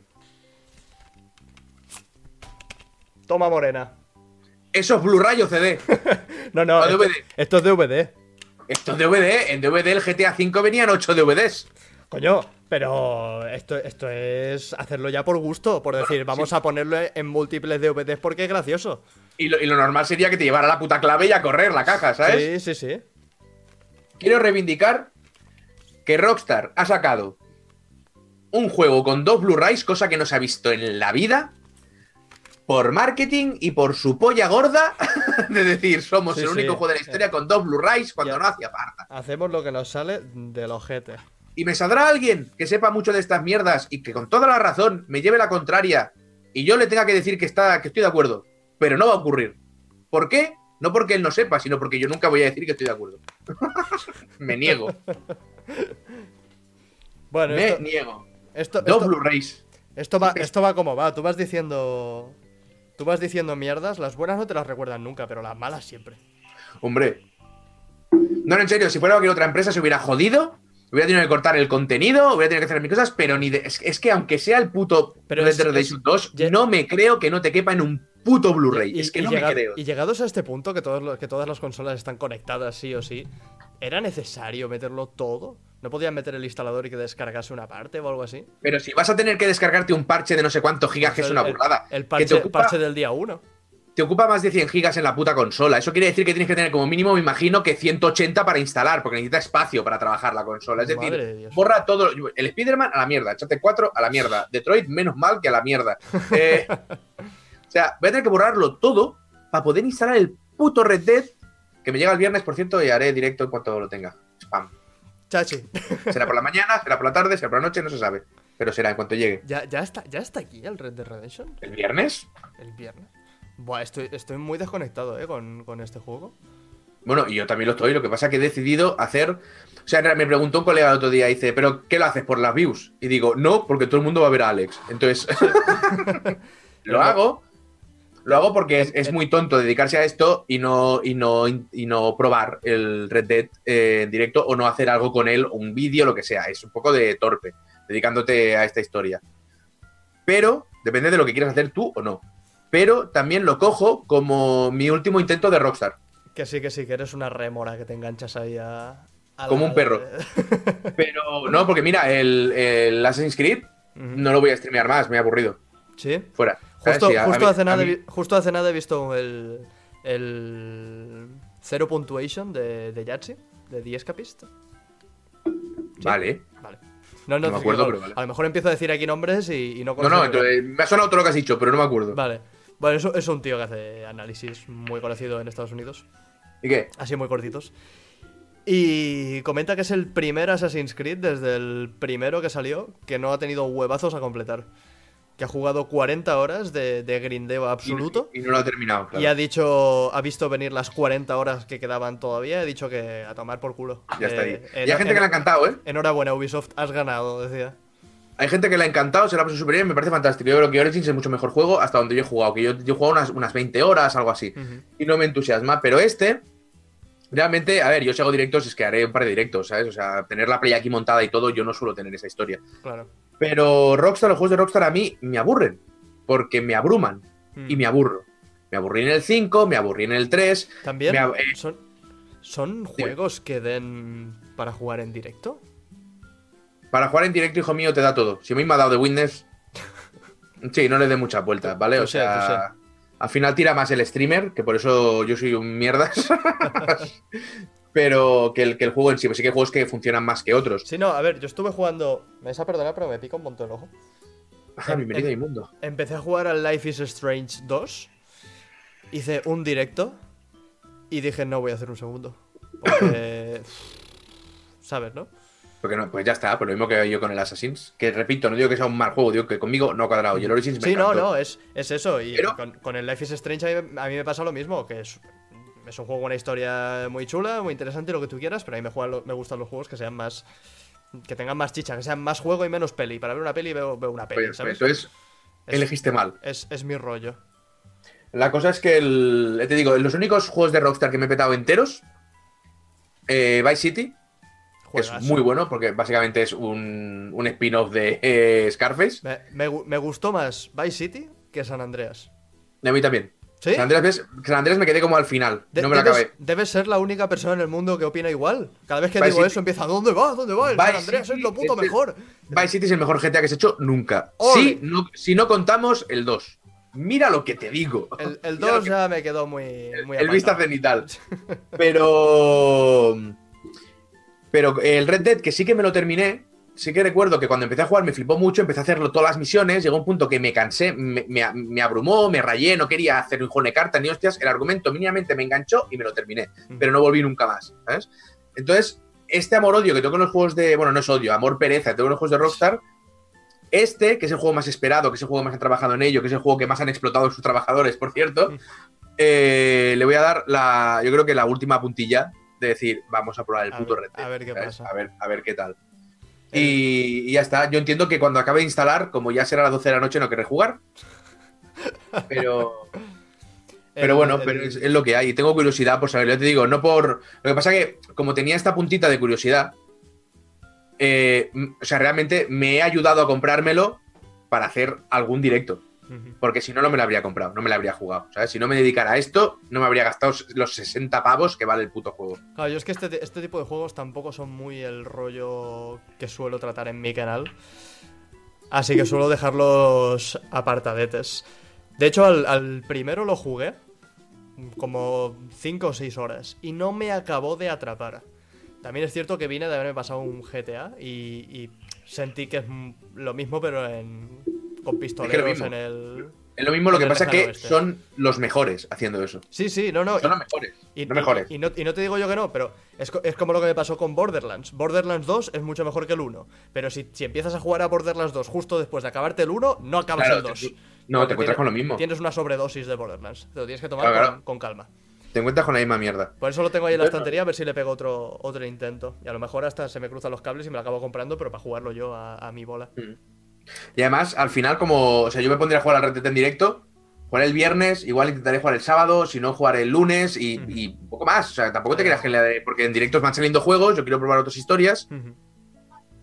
Toma morena.
Eso es Blu-ray o CD.
no, no. Esto, esto, es DVD.
Esto es DVD. En DVD el GTA V venían 8 DVDs.
Coño, pero esto, esto es hacerlo ya por gusto, por decir, bueno, vamos sí. a ponerlo en múltiples DVDs porque es gracioso.
Y lo, y lo, normal sería que te llevara la puta clave y a correr la caja, ¿sabes?
Sí, sí, sí.
Quiero reivindicar que Rockstar ha sacado un juego con dos Blu-rays, cosa que no se ha visto en la vida, por marketing y por su polla gorda (laughs) de decir somos sí, el único sí. juego de la historia con dos Blu-rays cuando ya. no hacía falta.
Hacemos lo que nos sale del ojete.
Y me saldrá alguien que sepa mucho de estas mierdas y que con toda la razón me lleve la contraria y yo le tenga que decir que, está, que estoy de acuerdo. Pero no va a ocurrir. ¿Por qué? No porque él no sepa, sino porque yo nunca voy a decir que estoy de acuerdo. (laughs) me niego.
Bueno,
me
esto,
niego.
Esto,
Dos Blu-rays.
Esto va, esto va como va. Tú vas diciendo. Tú vas diciendo mierdas. Las buenas no te las recuerdan nunca, pero las malas siempre.
Hombre. No, en serio, si fuera cualquier otra empresa se hubiera jodido voy a tener que cortar el contenido, voy a tener que hacer mis cosas, pero ni de, es, es, que aunque sea el puto pero Red Dead Redemption 2, ya, no me creo que no te quepa en un puto Blu-ray. Es que no
llegado,
me creo.
Y llegados a este punto, que, todos los, que todas las consolas están conectadas sí o sí, ¿era necesario meterlo todo? ¿No podían meter el instalador y que descargase una parte o algo así?
Pero si vas a tener que descargarte un parche de no sé cuántos gigas, que es una burrada.
El, el parche,
que te
ocupa, parche del día 1.
Te ocupa más de 100 gigas en la puta consola. Eso quiere decir que tienes que tener como mínimo, me imagino, que 180 para instalar, porque necesita espacio para trabajar la consola. Es Madre decir, de borra todo. El Spider-Man a la mierda, Chate 4 a la mierda, Detroit menos mal que a la mierda. (laughs) Eh, o sea, voy a tener que borrarlo todo para poder instalar el puto Red Dead, que me llega el viernes, por cierto, y haré directo en cuanto lo tenga. Spam.
Chachi.
Será por la mañana, será por la tarde, será por la noche, no se sabe. Pero será en cuanto llegue.
¿Ya, ya, está, ya está aquí el Red Dead Redemption?
¿El viernes?
El viernes. Buah, estoy, estoy muy desconectado, ¿eh? Con, con, este juego.
Bueno, y yo también lo estoy. Lo que pasa es que he decidido hacer. O sea, me preguntó un colega el otro día, dice, ¿pero qué lo haces? ¿Por las views? Y digo, no, porque todo el mundo va a ver a Alex. Entonces, (laughs) lo hago. Lo hago porque es, es, muy tonto dedicarse a esto y no, y no, y no probar el Red Dead eh, en directo o no hacer algo con él, un vídeo, lo que sea. Es un poco de torpe, dedicándote a esta historia. Pero depende de lo que quieras hacer tú o no pero también lo cojo como mi último intento de Rockstar.
Que sí, que sí, que eres una rémora que te enganchas ahí a. a
como
la... (laughs)
un perro. pero no, porque mira, el, el Assassin's Creed uh -huh. no lo voy a streamear más, me he aburrido.
Sí.
Fuera.
Justo,
sí, a,
justo,
a
hace
mí,
nada,
a mí...
justo hace nada he visto el. el. Zero Punctuation de, de Yatsi, de The Escapist.
¿Sí? Vale.
Vale. No, no,
No me acuerdo,
digo,
pero vale.
A lo mejor empiezo a decir aquí nombres y, y no
No,
conozco.
no, entonces, me ha sonado todo lo que has dicho, pero no me acuerdo.
Vale. Bueno, es, es un tío que hace análisis muy conocido en Estados Unidos.
¿Y qué?
Así muy cortitos. Y comenta que es el primer Assassin's Creed desde el primero que salió que no ha tenido huevazos a completar. Que ha jugado 40 horas de, de grindeo absoluto.
Y, y no lo ha terminado, claro.
Y ha dicho, ha visto venir las 40 horas que quedaban todavía. He dicho que a tomar por culo.
Ya está ahí.
Eh,
y hay gente que le ha encantado, ¿eh?
Enhorabuena, Ubisoft, has ganado, decía.
Hay gente que le ha encantado, se la ha puesto superior y me parece fantástico. Yo creo que Origins es mucho mejor juego hasta donde yo he jugado, que yo, yo he jugado unas, unas 20 horas, algo así,
Ujú.
y no me entusiasma. Pero este, realmente, a ver, yo si hago directos es que haré un par de directos, ¿sabes? O sea, tener la play aquí montada y todo, yo no suelo tener esa historia.
Claro.
Pero Rockstar, los juegos de Rockstar a mí me aburren, porque me abruman
Hmm.
y me aburro. Me aburrí en el 5, me aburrí en el 3.
También
me ab- eh,
son, son juegos que den para jugar en directo.
Para jugar en directo, hijo mío, te da todo. Si a mí me ha dado
(laughs)
de Witness, sí, no le dé muchas vueltas, ¿vale?
Tú
O
sé,
sea,
tú sé.
al final tira más el streamer, que por eso yo soy un
(laughs)
mierdas. Pero que el, que el juego en sí, pues sí que hay juegos que funcionan más que otros.
Sí, no, a ver, yo estuve jugando. Me vas a perdonar, pero me pica un montón el ojo.
Ah,
eh,
bienvenido a mi mundo.
Empecé a jugar al Life is Strange 2. Hice un directo. Y dije, no voy a hacer un segundo.
(coughs)
Porque. ¿Sabes, no?
Porque no, pues ya está, por lo mismo que yo con el Assassin's. Que repito, no digo que sea un mal juego, digo que conmigo no ha cuadrado. Y el Origins me
Sí, no,
encantó.
no, es, es eso. Y
Pero-
con, con el Life is Strange a mí, a mí me pasa lo mismo, que es, es un juego con una historia muy chula, muy interesante, lo que tú quieras, pero a mí me, juegan lo- me gustan los juegos que sean más... Que tengan más chicha, que sean más juego y menos peli. Para ver una peli veo, veo una peli,
Pues,
¿sabes?
entonces,
Es-
elegiste mal.
Es, es mi rollo.
La cosa es que, el, te digo, los únicos juegos de Rockstar que me he petado enteros, eh, Vice City, que es
Juegas.
muy bueno porque básicamente es un, un spin-off de eh, Scarface.
Me, me gu- me gustó más Vice City que San Andreas.
Y a mí también.
¿Sí?
San, Andrés, ves- San Andrés me quedé como al final,
De-
no me lo
debes,
acabé.
debes ser la única persona en el mundo que opina igual. Cada vez que
Vice
digo
City-
eso empieza, ¿dónde va? ¿Dónde va? El
Vice
San Andreas es
City
lo puto
es el-
mejor.
Vice City es el mejor GTA que se ha hecho nunca.
¡Ole!
Si no, si no contamos el 2. Mira lo que te digo. (laughs)
El, el
Mira lo
2
que-
ya me quedó muy... muy
el
apagado.
vista cenital. Pero. Pero el Red Dead, que sí que me lo terminé, sí que recuerdo que cuando empecé a jugar me flipó mucho, empecé a hacerlo todas las misiones, llegó un punto que me cansé, me, me- me abrumó, me rayé, no quería hacer un juego de carta ni hostias, el argumento mínimamente me enganchó y me lo terminé,
Ujú.
pero no volví nunca más, ¿sabes? Entonces, este amor-odio que tengo en los juegos de. Bueno, no es odio, amor-pereza que tengo en los juegos de Rockstar. Este, que es el juego más esperado, que es el juego que más han trabajado en ello, que es el juego que más han explotado sus trabajadores, por cierto,
Mm.
eh, le voy a dar la. Yo creo que la última puntilla de decir, vamos a probar el
A
puto
ver-
Red Dead,
a ver qué
¿sabes?
pasa. Eh.
A ver, a ver qué tal.
El-
Y, y ya está. Yo entiendo que cuando acabe de instalar, como ya será las 12 de la noche, no
(laughs)
querré jugar. Pero.
El-
Pero bueno,
el-
pero es, es lo que hay. Y tengo curiosidad por saberlo. Yo te digo, no por. Lo que pasa que, como tenía esta puntita de curiosidad, eh, m- o sea, realmente me he ayudado a comprármelo para hacer algún directo.
Ujú.
Porque si no, no me lo habría comprado, no me lo habría jugado. ¿sabes? Si no me dedicara a esto, no me habría gastado los 60 pavos que vale el puto juego.
Claro, yo es que este, este tipo de juegos tampoco son muy el rollo que suelo tratar en mi canal. Así que suelo dejarlos apartadetes. De hecho, al, al primero lo jugué como 5 o 6 horas y no me acabó de atrapar. También es cierto que vine de haberme pasado un GTA y, y sentí que es m- lo mismo, pero en, con pistoleros
mismo.
en el.
Es lo mismo, lo este.
En el
que pasa
lejano
que
oeste.
son los mejores haciendo eso.
Sí, sí, no, no. y-
Son los mejores.
Y,
los
y-
mejores.
y no, y no te digo yo que no, pero es, co- es como lo que me pasó con Borderlands. Borderlands 2 es mucho mejor que el 1. Pero si, si empiezas a jugar a Borderlands 2 justo después de acabarte el 1, no acabas
Claro,
el 2.
te- no,
Porque
te encuentras con lo mismo.
Tienes una sobredosis de Borderlands. Te lo tienes que tomar
Claro,
con,
claro.
con calma.
Te encuentras con la misma mierda.
Por eso lo tengo ahí en la
Bueno.
estantería, a ver si le pego otro, otro intento. Y a lo mejor hasta se me cruzan los cables y me lo acabo comprando, pero para jugarlo yo a, a mi bola.
Y además, al final, como. O sea, yo me pondría a jugar al Red Dead en directo. Jugaré el viernes, igual intentaré jugar el sábado, si no, jugaré el lunes y,
Ujú.
y poco más. O sea, tampoco te
Claro.
creas que la de- Porque en directos van saliendo juegos, yo quiero probar otras historias.
Ujú.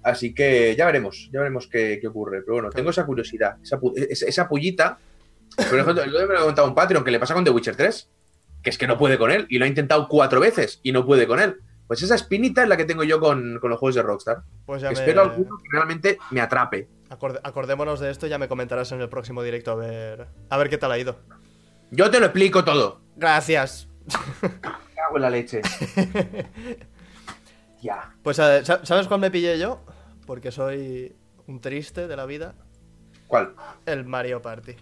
Así que ya veremos, ya veremos qué, qué ocurre. Pero bueno, tengo esa curiosidad, esa, pu- e, es- esa pullita. Por ejemplo, yo me lo he contado a un Patreon que le pasa con The Witcher 3, que es que no puede con él, y lo ha intentado cuatro veces y no puede con él. Pues esa espinita es la que tengo yo con, con los juegos de Rockstar.
Pues ya me-
Espero alguno que realmente me atrape.
acorde- acordémonos de esto y ya me comentarás en el próximo directo a ver, a ver qué tal ha ido.
Yo te lo explico todo.
Gracias.
Cago en
(laughs)
la leche. ya.
Pues eh, sa- ¿sabes cuál me pillé yo? Porque soy un triste de la vida.
¿Cuál?
El Mario Party.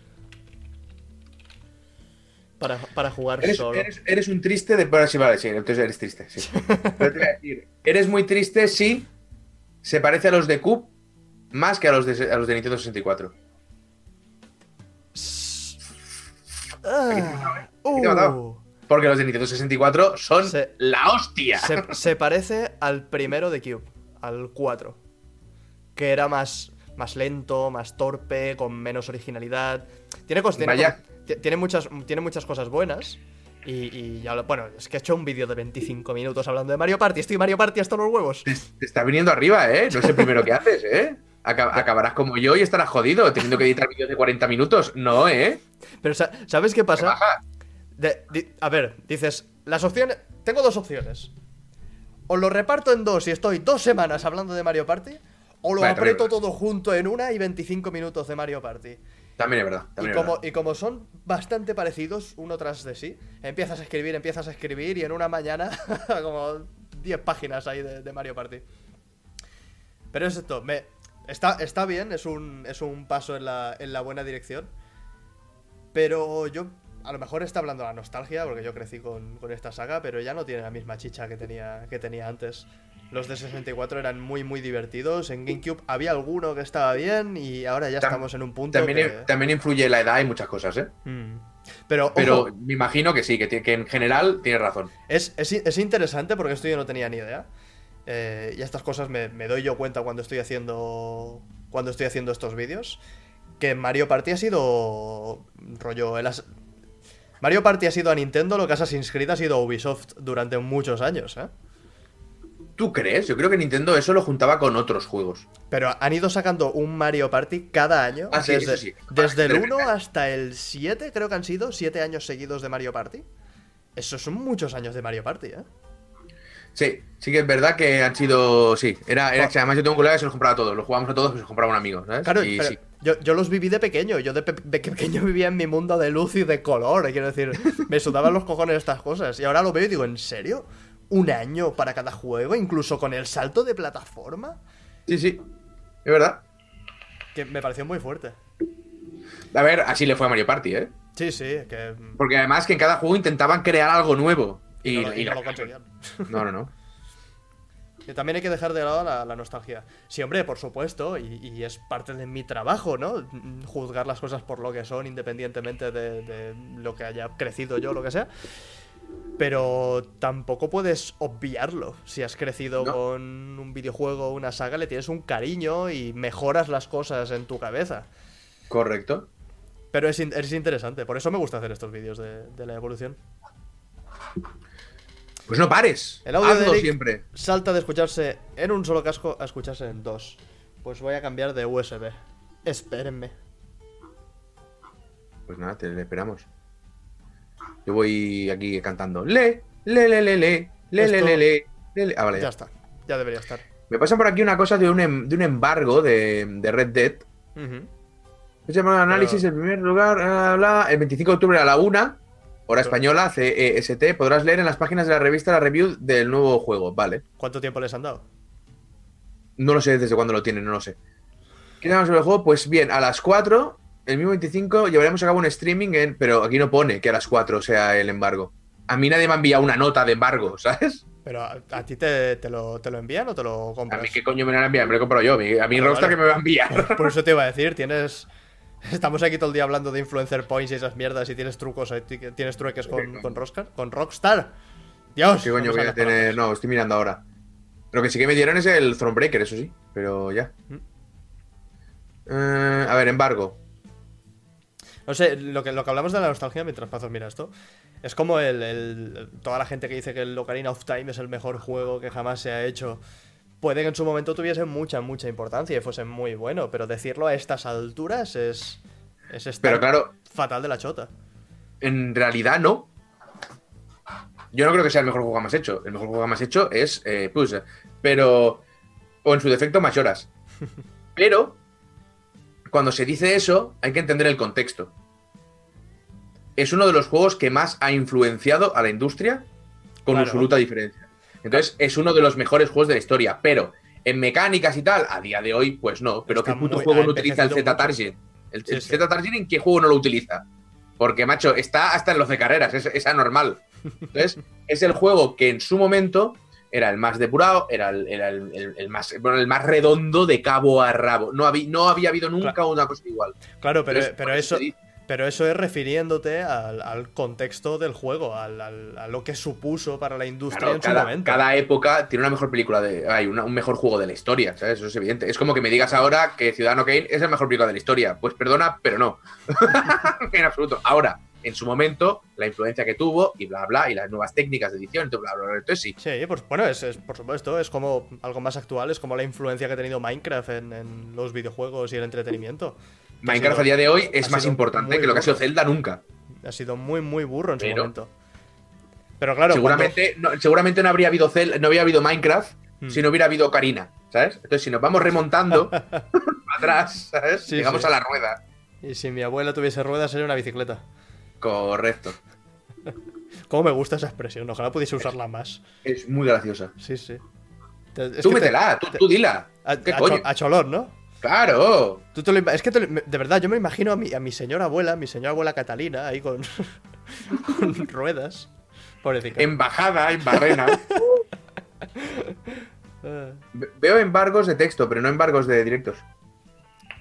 Para, para jugar
Eres,
Pues solo.
eres- eres un triste de. Bueno, sí, vale, sí, entonces eres
(laughs)
triste. sí. Pero te voy a decir, eres muy triste si se parece a los de Cube más que a los de, a los de Nintendo 64.
Ah,
Aquí te he matado.
uh,
Porque los de Nintendo 64 son
Sí.
la hostia.
se, se parece al primero de Cube, al 4. Que era más, más lento, más torpe, con menos originalidad. Tiene, cos- tiene,
Vaya.
cos- ti- tiene muchas, tiene muchas cosas buenas. Y, y ya lo- bueno, es que he hecho un vídeo de 25 minutos hablando de Mario Party. Estoy Mario Party hasta los huevos.
Te está viniendo arriba, ¿eh? No es el primero que haces, ¿eh?
(laughs)
Acab- acabarás como yo y estarás jodido teniendo que editar vídeos de 40 minutos. No, ¿eh?
Pero sa- ¿sabes qué
¿Qué
pasa?
baja?
De- di- a ver, dices, las opciones. Tengo dos opciones. O lo reparto en dos y estoy dos semanas hablando de Mario Party, o lo
Vale, también
aprieto
es verdad.
todo junto en una y 25 minutos de Mario Party.
También es verdad.
Y
también es
como,
verdad.
y como son bastante parecidos uno tras de sí, empiezas a escribir, empiezas a escribir y en una mañana (laughs) como 10 páginas ahí de, de Mario Party. Pero es esto, me, está, está bien, es un, es un paso en la, en la buena dirección. Pero yo, a lo mejor está hablando la nostalgia, porque yo crecí con, con esta saga, pero ya no tiene la misma chicha que tenía, que tenía antes. Los de 64 eran muy, muy divertidos. En GameCube había alguno que estaba bien y ahora ya
Tam-
estamos en un punto.
También,
que-
también influye la edad y muchas cosas, ¿eh?
Mm. Pero,
Pero
ojo,
me imagino que sí, que, ti- que en general tienes razón.
es, es, es interesante porque esto yo no tenía ni idea. Eh, y estas cosas me, me doy yo cuenta cuando estoy haciendo. Cuando estoy haciendo estos vídeos. Que Mario Party ha sido. rollo. el as- Mario Party ha sido a Nintendo, lo que Assassin's Creed ha sido Ubisoft durante muchos años, ¿eh?
¿Tú crees? Yo creo que Nintendo eso lo juntaba con otros juegos.
Pero han ido sacando un Mario Party cada año.
Ah, sí,
desde,
eso sí.
desde el 1
Tremendo.
hasta el 7, creo que han sido 7 años seguidos de Mario Party. Esos son muchos años de Mario Party, ¿eh?
Sí, sí que es verdad que han sido. Sí, era, era además yo tengo un colega que se los compraba a todos, los jugábamos a todos y se los compraba un amigo, ¿sabes?
Oh. Claro,
y
pero
sí.
yo, yo los viví de pequeño. Yo de, pe- de pequeño vivía en mi mundo de luz y de color. Quiero decir, me sudaban los cojones estas cosas. Y ahora lo veo y digo, ¿en serio? ¿Un año para cada juego? Incluso con el salto de plataforma.
sí, sí. Es verdad.
Que me pareció muy fuerte.
A ver, así le fue a Mario Party, ¿eh?
Sí, sí, que. mm,
Porque además que en cada juego intentaban crear algo nuevo. Y,
no, lo-
y
no
la-
lo conseguían.
no, no, no.
Que también hay que dejar de lado la, la nostalgia. Sí, hombre, por supuesto, y, y es parte de mi trabajo, ¿no? Mm, Juzgar las cosas por lo que son, independientemente de, de lo que haya crecido yo, lo que sea. Pero tampoco puedes obviarlo. Si has crecido
No.
con un videojuego o una saga, le tienes un cariño y mejoras las cosas en tu cabeza.
Correcto.
Pero es, in- es interesante, por eso me gusta hacer estos vídeos de, de la evolución.
Pues no pares.
El audio de
Hazlo
Eric
siempre.
salta de escucharse en un solo casco a escucharse en dos. Pues voy a cambiar de USB. Espérenme.
Pues nada, te le esperamos. Yo voy aquí cantando. Le, le, le, le, le, le, le,
Esto-
le, le, le, le. Ah, vale.
Ya está. Ya debería estar.
Me pasan por aquí una cosa de un, em- de un embargo de, de Red Dead. Se llama análisis en primer lugar. bla, bla, bla. el 25 de octubre a la 1, hora española, CEST. Podrás leer en las páginas de la revista la review del nuevo juego. Vale.
¿Cuánto tiempo les han dado?
No lo sé desde cuándo lo tienen, no lo sé. ¿Qué tenemos sobre el juego? Pues bien, a las 4, el mismo 25, llevaremos a cabo un streaming en. Pero aquí no pone que a las 4 sea el embargo. A mí nadie me ha enviado una nota de embargo, (laughs) ¿sabes?
¿Pero a, a ti te, te lo, te lo envían o te lo
A
compras?
mí, ¿qué coño me lo han enviado? Me lo he comprado yo. A mí, a mí
Ah,
Rockstar
vale.
que me va a enviar.
Por eso te iba a decir, tienes... Estamos aquí todo el día hablando de influencer points y esas mierdas y tienes trucos, eh, ti- tienes trueques con, con Rockstar. ¿Con Rockstar? Dios.
¿Qué
no
coño
me
voy
salen
a
las
tener?
palabras.
No, estoy mirando ahora. Lo que sí que me dieron es el Thronebreaker, eso sí. Pero ya.
¿Mm?
Eh, a ver, embargo.
No sé, lo que, lo que hablamos de la nostalgia mientras Pazos mira esto, es como el, el- toda la gente que dice que el Ocarina of Time es el mejor juego que jamás se ha hecho. Puede que en su momento tuviese mucha, mucha importancia y fuese muy bueno, pero decirlo a estas alturas es. Es estar
Pero claro,
fatal de la chota.
en realidad no. Yo no creo que sea el mejor juego más hecho. El mejor juego más hecho es eh, Plus. Pero. O en su
(laughs)
defecto, Mayoras. Pero. Cuando se dice eso, hay que entender el contexto. Es uno de los juegos que más ha influenciado a la industria con
Claro.
absoluta diferencia. Entonces, es uno de los mejores juegos de la historia. Pero en mecánicas y tal, a día de hoy, pues no. Pero
Está
¿qué puto
muy-
juego
ha
no utiliza el
envejecido mucho.
Z-Target? El,
Sí,
el
sí.
Z-Target, ¿en qué juego no lo utiliza? Porque, macho, está hasta en los de carreras, es, es anormal.
(laughs)
Entonces, es el juego que en su momento era el más depurado, era el, era el- el- el más, bueno, el más redondo de cabo a rabo. No, habí- no había habido nunca una cosa igual.
Claro, pero,
Entonces,
pero
por
eso.
se dice-
Pero eso es refiriéndote al, al contexto del juego, al- al- a lo que supuso para la industria
claro,
en su
cada,
momento.
cada época tiene una mejor película, de, hay una- un mejor juego de la historia, ¿sabes? Eso es evidente. Es como que me digas ahora que Ciudadano Kane es la mejor película de la historia. Pues perdona, pero no. (laughs) en absoluto. Ahora, en su momento, la influencia que tuvo y bla, bla, y las nuevas técnicas de edición, bla, bla, bla. Entonces sí.
Sí, pues bueno, es, es- por supuesto, es como algo más actual, es como la influencia que ha tenido Minecraft en, en los videojuegos y el entretenimiento. Ha
Minecraft
sido-
a día de hoy es
ha
más
sido
importante
muy
que lo que ha sido
burro.
Zelda nunca.
Ha sido muy, muy burro en su
Pero-
momento. Pero claro,
seguramente, no, seguramente no habría habido Zelda, no habría habido Minecraft
Hmm.
si no hubiera habido Karina, ¿sabes? Entonces, si nos
(laughs)
vamos remontando (laughs) para atrás, ¿sabes?
Sí,
Llegamos
sí.
a la rueda.
cuando- Y si mi abuela tuviese ruedas sería una bicicleta.
Correcto.
Cómo me gusta esa expresión, ojalá pudiese usarla más.
Es muy graciosa.
Sí, sí. Te- es
tú
que te-
métela, tú,
te-
tú dila.
A,
¿Qué
a
coño?
cho- a cholón, ¿no?
Claro.
Tú te lo ima- es que te lo- de verdad, yo me imagino a mi, a mi señora abuela, mi señora abuela Catalina, ahí con, (laughs) con ruedas. Pobrecita.
Em, Embajada, en Barrena.
Eh,
Ve- Veo embargos de texto, pero no embargos de directos.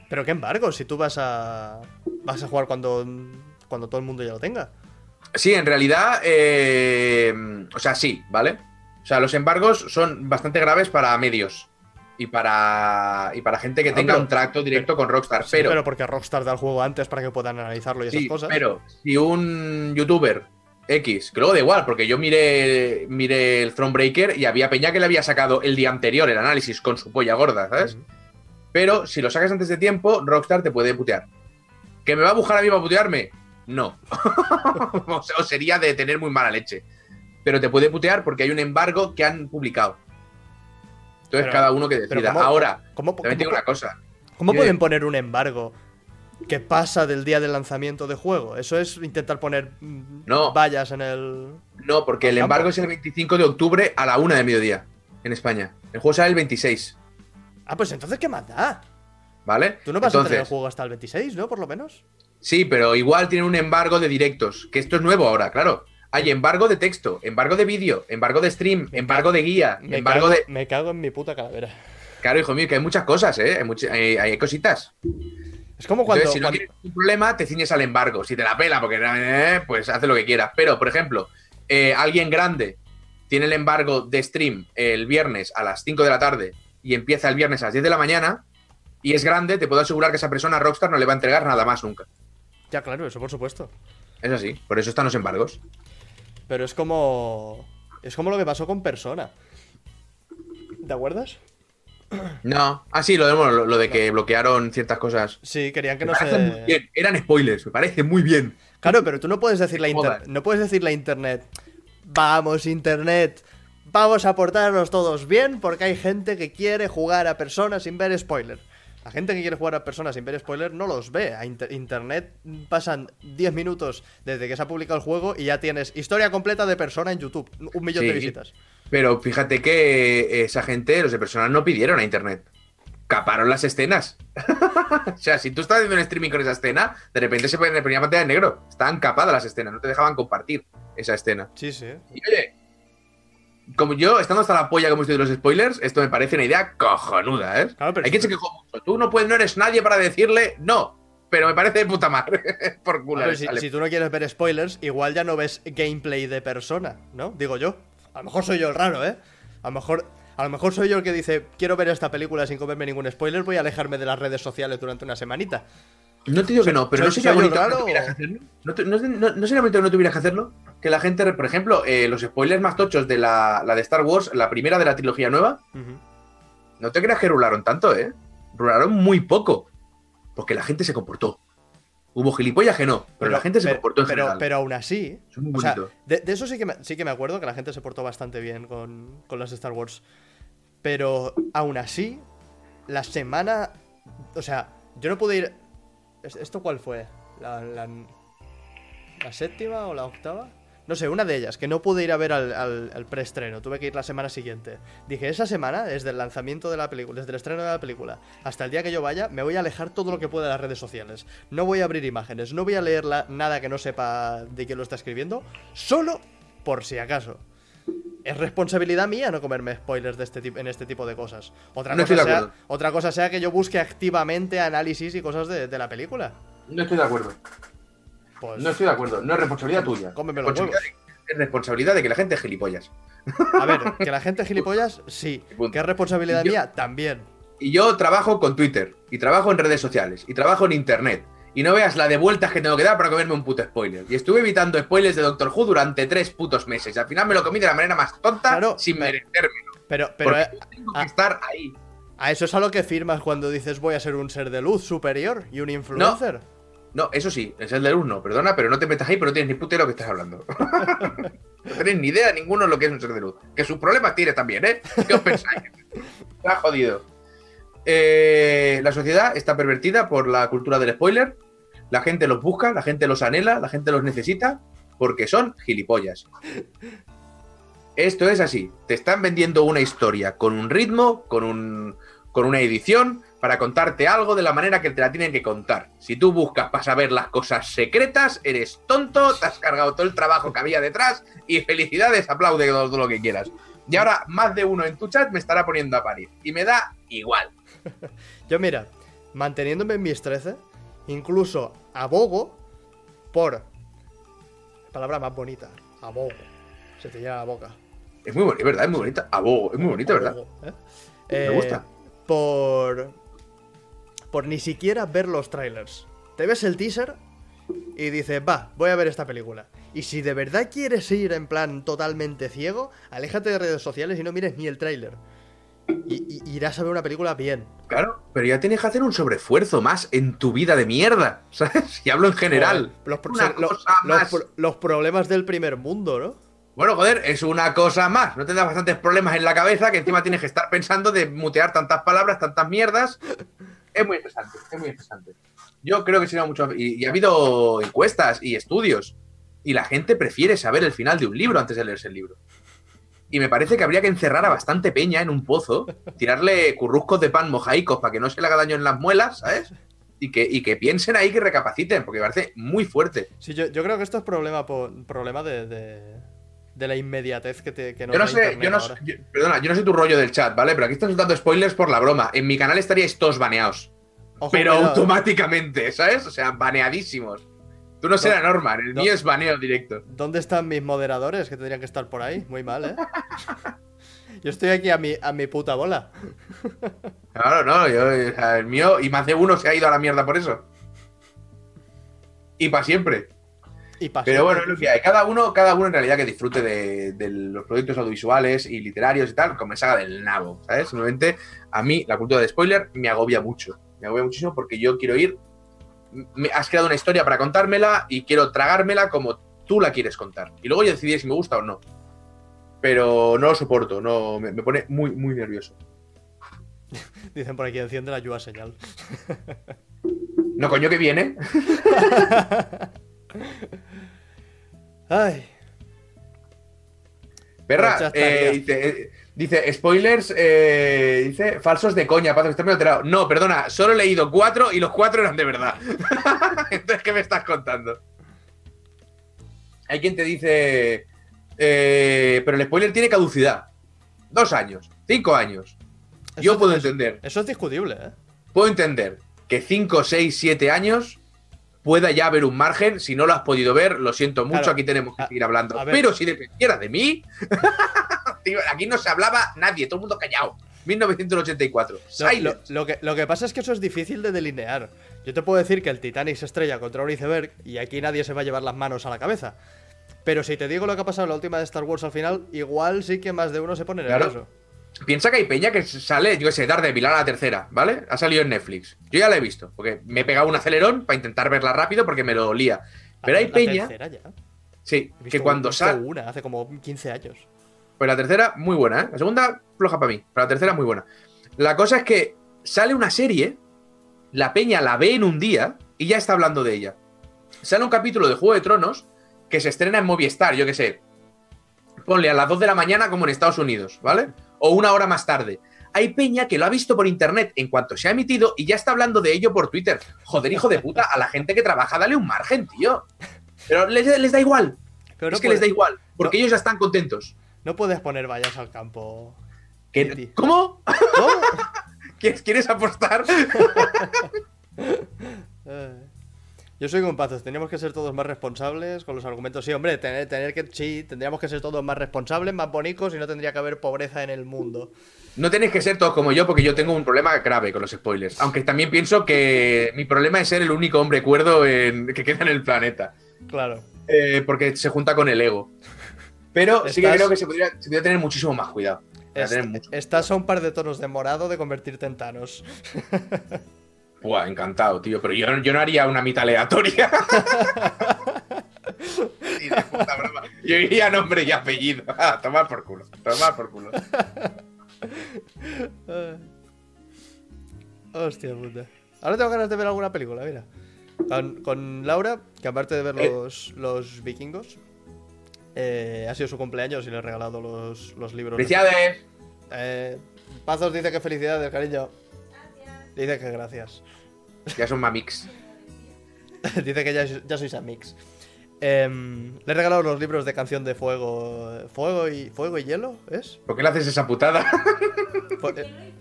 Pero qué embargo, si tú vas a. vas a jugar cuando. cuando todo el mundo ya lo tenga.
Sí, en realidad, eh, o sea, sí, ¿vale? O sea, los embargos son bastante graves para medios y para y para gente que
No,
tenga
Ah, pero-
un tracto directo con Rockstar.
Sí,
pero,
porque Rockstar da el juego antes para que puedan analizarlo y esas
sí,
cosas.
pero si un youtuber X, que luego da igual, porque yo miré, miré el Thronebreaker y había Peña que le había sacado el día anterior el análisis con su polla gorda, ¿sabes?
Ujú.
Pero si lo sacas antes de tiempo, Rockstar te puede putear. ¿Que me va a buscar a mí para putearme? No. (laughs) o, sea, o sería de tener muy mala leche. Pero te puede putear porque hay un embargo que han publicado. Entonces
Pero-
cada uno que
pero
decida.
¿cómo-
Ahora,
¿Cómo, cómo-
también tengo una cosa.
cómo
que-
pueden poner un embargo que pasa del día del lanzamiento de juego? Eso es intentar poner mm,
No.
vallas en el.
No, porque el
Tampoco.
embargo es el 25 de octubre a la una de mediodía en España. El juego sale el 26,
Ah, pues entonces, ¿qué más da?
¿vale?
Tú no vas a tener el
Entonces,
juego hasta el 26, ¿no? Por lo menos.
sí, pero igual tiene un embargo de directos, que esto es nuevo ahora, claro. Hay embargo de texto, embargo de vídeo, embargo de stream, embargo de guía,
Me,
embargo
cago,
de...
me cago en mi puta calavera.
Claro, hijo mío, que hay muchas cosas, ¿eh? Hay, much- hay- hay cositas.
Es como cuando.
Entonces, si no
cuando-
tienes un problema, te ciñes al embargo. Si te la pela, porque eh, pues hace lo que quieras. Pero, por ejemplo, eh, alguien grande tiene el embargo de stream el viernes a las 5 de la tarde y empieza el viernes a las 10 de la mañana y es grande, te puedo asegurar que esa persona a Rockstar no le va a entregar nada más nunca.
Ya, claro, eso por supuesto.
Es así, por eso están los embargos.
Pero es como. Es como lo que pasó con Persona. ¿Te acuerdas?
No, ah, sí, lo de, bueno, lo- lo de que bloquearon ciertas cosas.
Sí, querían que
Me
no
parece muy
se.
bien, eran spoilers, me parece muy bien.
Claro, pero tú no puedes decir la
Joder.
internet. No puedes decir la internet. Vamos, internet. Vamos a portarnos todos bien porque hay gente que quiere jugar a personas sin ver spoiler. La gente que quiere jugar a personas sin ver spoiler no los ve. A inter- internet pasan 10 minutos desde que se ha publicado el juego y ya tienes historia completa de persona en YouTube. Un millón de
Sí.
visitas.
Pero fíjate que esa gente, los de personal, no pidieron a internet. Caparon las escenas. (laughs) o sea, si tú estás haciendo un streaming con esa escena, de repente se pone- ponía pantalla en negro. Estaban capadas las escenas, no te dejaban compartir esa escena.
Sí, sí.
Y oye, como yo, estando hasta la polla como estoy de los spoilers, esto me parece una idea cojonuda, ¿eh?
Claro, pero
Hay quien
si-
se quejó mucho. Tú no, puedes, no eres nadie para decirle no. Pero me parece de puta madre. (laughs) Por culo.
A ver,
les
si,
sale.
si tú no quieres ver spoilers, igual ya no ves gameplay de persona, ¿no? Digo yo. A lo mejor soy yo el raro, ¿eh? A lo mejor, a lo mejor soy yo el que dice, quiero ver esta película sin comerme ningún spoiler, voy a alejarme de las redes sociales durante una semanita.
No te digo que no, pero
soy-
no
soy
sería
yo
bonito que no
raro
tuvieras
o-
que hacerlo. ¿No, te- no- no- no sería bonito que no tuvieras que hacerlo? Que la gente, por ejemplo, eh, los spoilers más tochos de la, la de Star Wars, la primera de la trilogía nueva, no te creas que rularon tanto, ¿eh? Rularon muy poco. Porque la gente se comportó. Hubo gilipollas que no, pero, la gente se comportó en
pero,
general.
pero aún así.
Es muy
o sea,
bonito.
de, de eso sí que, me, sí que me acuerdo, que la gente se portó bastante bien con, con las Star Wars. Pero aún así, la semana. O sea, yo no pude ir. ¿Es- ¿Esto cuál fue? ¿La, la, la séptima o la octava? No sé, una de ellas, que no pude ir a ver al, al- al preestreno, tuve que ir la semana siguiente. Dije, esa semana, desde el lanzamiento de la película, desde el estreno de la película, hasta el día que yo vaya, me voy a alejar todo lo que pueda de las redes sociales. No voy a abrir imágenes, no voy a leer la- nada que no sepa de quién lo está escribiendo, solo por si acaso. Es responsabilidad mía no comerme spoilers de este tipo, en este tipo de cosas. Otra,
No estoy
cosa
de
sea,
acuerdo.
otra cosa sea que yo busque activamente análisis y cosas de, de la película.
No estoy de acuerdo.
Pues
de acuerdo. No es responsabilidad tuya.
Cómeme los huevos.
Es responsabilidad de que la gente es gilipollas.
A ver, que la gente es gilipollas, sí.
Punto.
Que es responsabilidad
Yo-
mía, también.
Y yo trabajo con Twitter, y trabajo en redes sociales, y trabajo en Internet, Y no veas la de vueltas que tengo que dar para comerme un puto spoiler. Y estuve evitando spoilers de Doctor Who durante tres putos meses. Y al final me lo comí de la manera más tonta
Claro, Ah.
sin
pero-
merecérmelo.
Pero, pero
Pero
a,
tengo
a-
que estar ahí.
a eso es a lo que firmas cuando dices voy a ser un ser de luz superior y un influencer.
No, eso sí, en Zelda 1, perdona, pero no te metas ahí, pero no tienes ni putero que estás hablando. no tenéis ni idea ninguno de lo que es un ser de luz. Que sus problemas tiene también, ¿eh? ¿Qué os pensáis? Está jodido. Eh, la sociedad está pervertida por la cultura del spoiler. La gente los busca, la gente los anhela, la gente los necesita, porque son gilipollas. Esto es así. Te están vendiendo una historia con un ritmo, con un con una edición para contarte algo de la manera que te la tienen que contar. Si tú buscas para saber las cosas secretas, eres tonto, te has cargado todo el trabajo que había detrás y felicidades, aplaude todo todo lo que quieras. Y ahora más de uno en tu chat me estará poniendo a parir. Y me da igual.
Yo mira, manteniéndome en mis 13, incluso abogo por... Palabra más bonita, abogo. Se te llena la boca.
Es muy bonito, ¿verdad? Es muy bonita. Abogo, es muy bonito, ¿verdad?
Abogo, ¿eh?
Me
Eh,
gusta.
Por... Por ni siquiera ver los trailers. Te ves el teaser y dices, va, voy a ver esta película. Y si de verdad quieres ir en plan totalmente ciego, aléjate de redes sociales y no mires ni el tráiler. Y, y- irás a ver una película bien.
Claro, pero ya tienes que hacer un sobreesfuerzo más en tu vida de mierda, (laughs) ¿sabes? Y hablo en general.
Joder, Los, pro-
Una
lo-
cosa
los
más.
pro- los problemas del primer mundo, ¿no?
Bueno, joder, es una cosa más. No tendrás bastantes problemas en la cabeza que encima tienes que estar pensando de mutear tantas palabras, tantas mierdas. Es muy interesante, es muy interesante. Yo creo que será mucho. Y, y ha habido encuestas y estudios. Y la gente prefiere saber el final de un libro antes de leerse el libro. Y me parece que habría que encerrar a bastante peña en un pozo, tirarle curruscos de pan mojaicos para que no se le haga daño en las muelas, ¿sabes? Y que, y que piensen ahí, que recapaciten, porque me parece muy fuerte.
Sí, yo, yo creo que esto es problema, po- problema de, de- de la inmediatez que, te, que nos
Yo no
da
sé,
Internet
yo no sé,
ahora.
yo- perdona, yo no sé tu rollo del chat, ¿vale? Pero aquí están soltando spoilers por la broma. En mi canal estaríais todos baneados.
Ojo,
pero
cuidado. ¿eh?
automáticamente, ¿sabes? O sea, baneadísimos. Tú no serás normal, el
no.
mío es baneo directo.
¿Dónde están mis moderadores que tendrían que estar por ahí? Muy mal, ¿eh? Yo estoy aquí a mi, a mi puta bola.
Claro, no, yo, o sea, el mío y más de uno se ha ido a la mierda por eso. Y para siempre.
Y pasó.
Pero bueno, es lo que hay. Cada uno, cada uno en realidad que disfrute de, de los productos audiovisuales y literarios y tal, como me salga del nabo, ¿sabes? Simplemente a mí la cultura de spoiler me agobia mucho. Me agobia muchísimo porque yo quiero ir. me- has creado una historia para contármela y quiero tragármela como tú la quieres contar. Y luego yo decidiré si me gusta o no. Pero no lo soporto, no, me, me pone muy, muy nervioso.
Dicen por aquí, enciende la lluvia señal.
No, coño, que viene.
Ay, Pues ya
Perra,
estaría.
eh, dice, eh, dice, spoilers, eh, dice, falsos de coña, Pazo, que estás medio alterado. No, perdona, solo he leído cuatro y los cuatro eran de verdad. (laughs) Entonces, ¿qué me estás contando? Hay quien te dice, eh, pero el spoiler tiene caducidad. Dos años, cinco años.
Eso
Yo
es-
puedo
es-
entender,
eso es discutible, ¿eh?
puedo entender que cinco, seis, siete años pueda ya haber un margen. Si no lo has podido ver, lo siento mucho,
Claro.
aquí tenemos que
A-
seguir hablando.
a ver.
Pero si dependiera de mí, (laughs) tío, aquí no se hablaba nadie, todo el mundo callado. 1984.
Lo,
Silence.
lo- lo que, lo que pasa es que eso es difícil de delinear. Yo te puedo decir que el Titanic se estrella contra un iceberg y aquí nadie se va a llevar las manos a la cabeza. Pero si te digo lo que ha pasado en la última de Star Wars al final, igual sí que más de uno se pone
Claro.
nervioso.
Piensa que hay peña que sale, yo qué sé, Daredevil a la tercera, ¿vale? Ha salido en Netflix. Yo ya la he visto, porque me he pegado un acelerón para intentar verla rápido porque me lo olía. Pero
La-
hay
la
peña,
tercera ya.
sí,
He visto
que cuando
un- he visto
sale...
una hace como 15 años.
Pues la tercera, muy buena, ¿eh? La segunda, floja para mí. Pero la tercera, muy buena. La cosa es que sale una serie, la peña la ve en un día y ya está hablando de ella. Sale un capítulo de Juego de Tronos que se estrena en Movistar, yo qué sé. Ponle a las 2 de la mañana como en Estados Unidos, ¿vale? O una hora más tarde. Hay peña que lo ha visto por internet en cuanto se ha emitido y ya está hablando de ello por Twitter. Joder, hijo de puta, a la gente que trabaja, dale un margen, tío. Pero les, les da igual.
Pero pues, no,
es que les da
puede-
igual, porque ellos ya están contentos.
no puedes poner vallas al campo.
¿Qué-
Titi.
¿Cómo? (laughs)
¿No?
¿Quieres, quieres apostar?
(laughs) Eh. Yo soy con Pazos, tenemos que ser todos más responsables con los argumentos. Sí, hombre, tener, tener que, sí, tendríamos que ser todos más responsables, más bonitos y no tendría que haber pobreza en el mundo.
No tenéis que ser todos como yo, porque yo tengo un problema grave con los spoilers. Aunque también pienso que mi problema es ser el único hombre cuerdo en- que queda en el planeta.
Claro.
Eh, porque se junta con el ego. Pero sí que
Estás-
creo que se podría, se podría tener muchísimo más cuidado. Podría
Est-
tener mucho-
estás a un par de tonos de morado de convertirte en Thanos.
Buah, encantado, tío. Pero yo, yo no haría una
(laughs)
mitad aleatoria. (laughs) Ni de puta broma. Yo iría nombre y apellido. (laughs) Ah, tomar por culo. Tomar por (laughs) culo.
Ah. Hostia puta. Ahora tengo ganas de ver alguna película, mira. Con, con Laura, que aparte de ver
Eh.
los, los vikingos, eh, ha sido su cumpleaños y le he regalado los, los libros.
Felicidades.
Eh, Pazos dice que felicidades, cariño. Dice que gracias. (laughs)
Ya son mamix.
dice que ya, ya sois amix. Em, le he regalado los libros de canción de fuego. eh, ¿Fuego y, fuego y hielo? ¿Es?
¿Por qué le haces esa putada?
Fu- eh,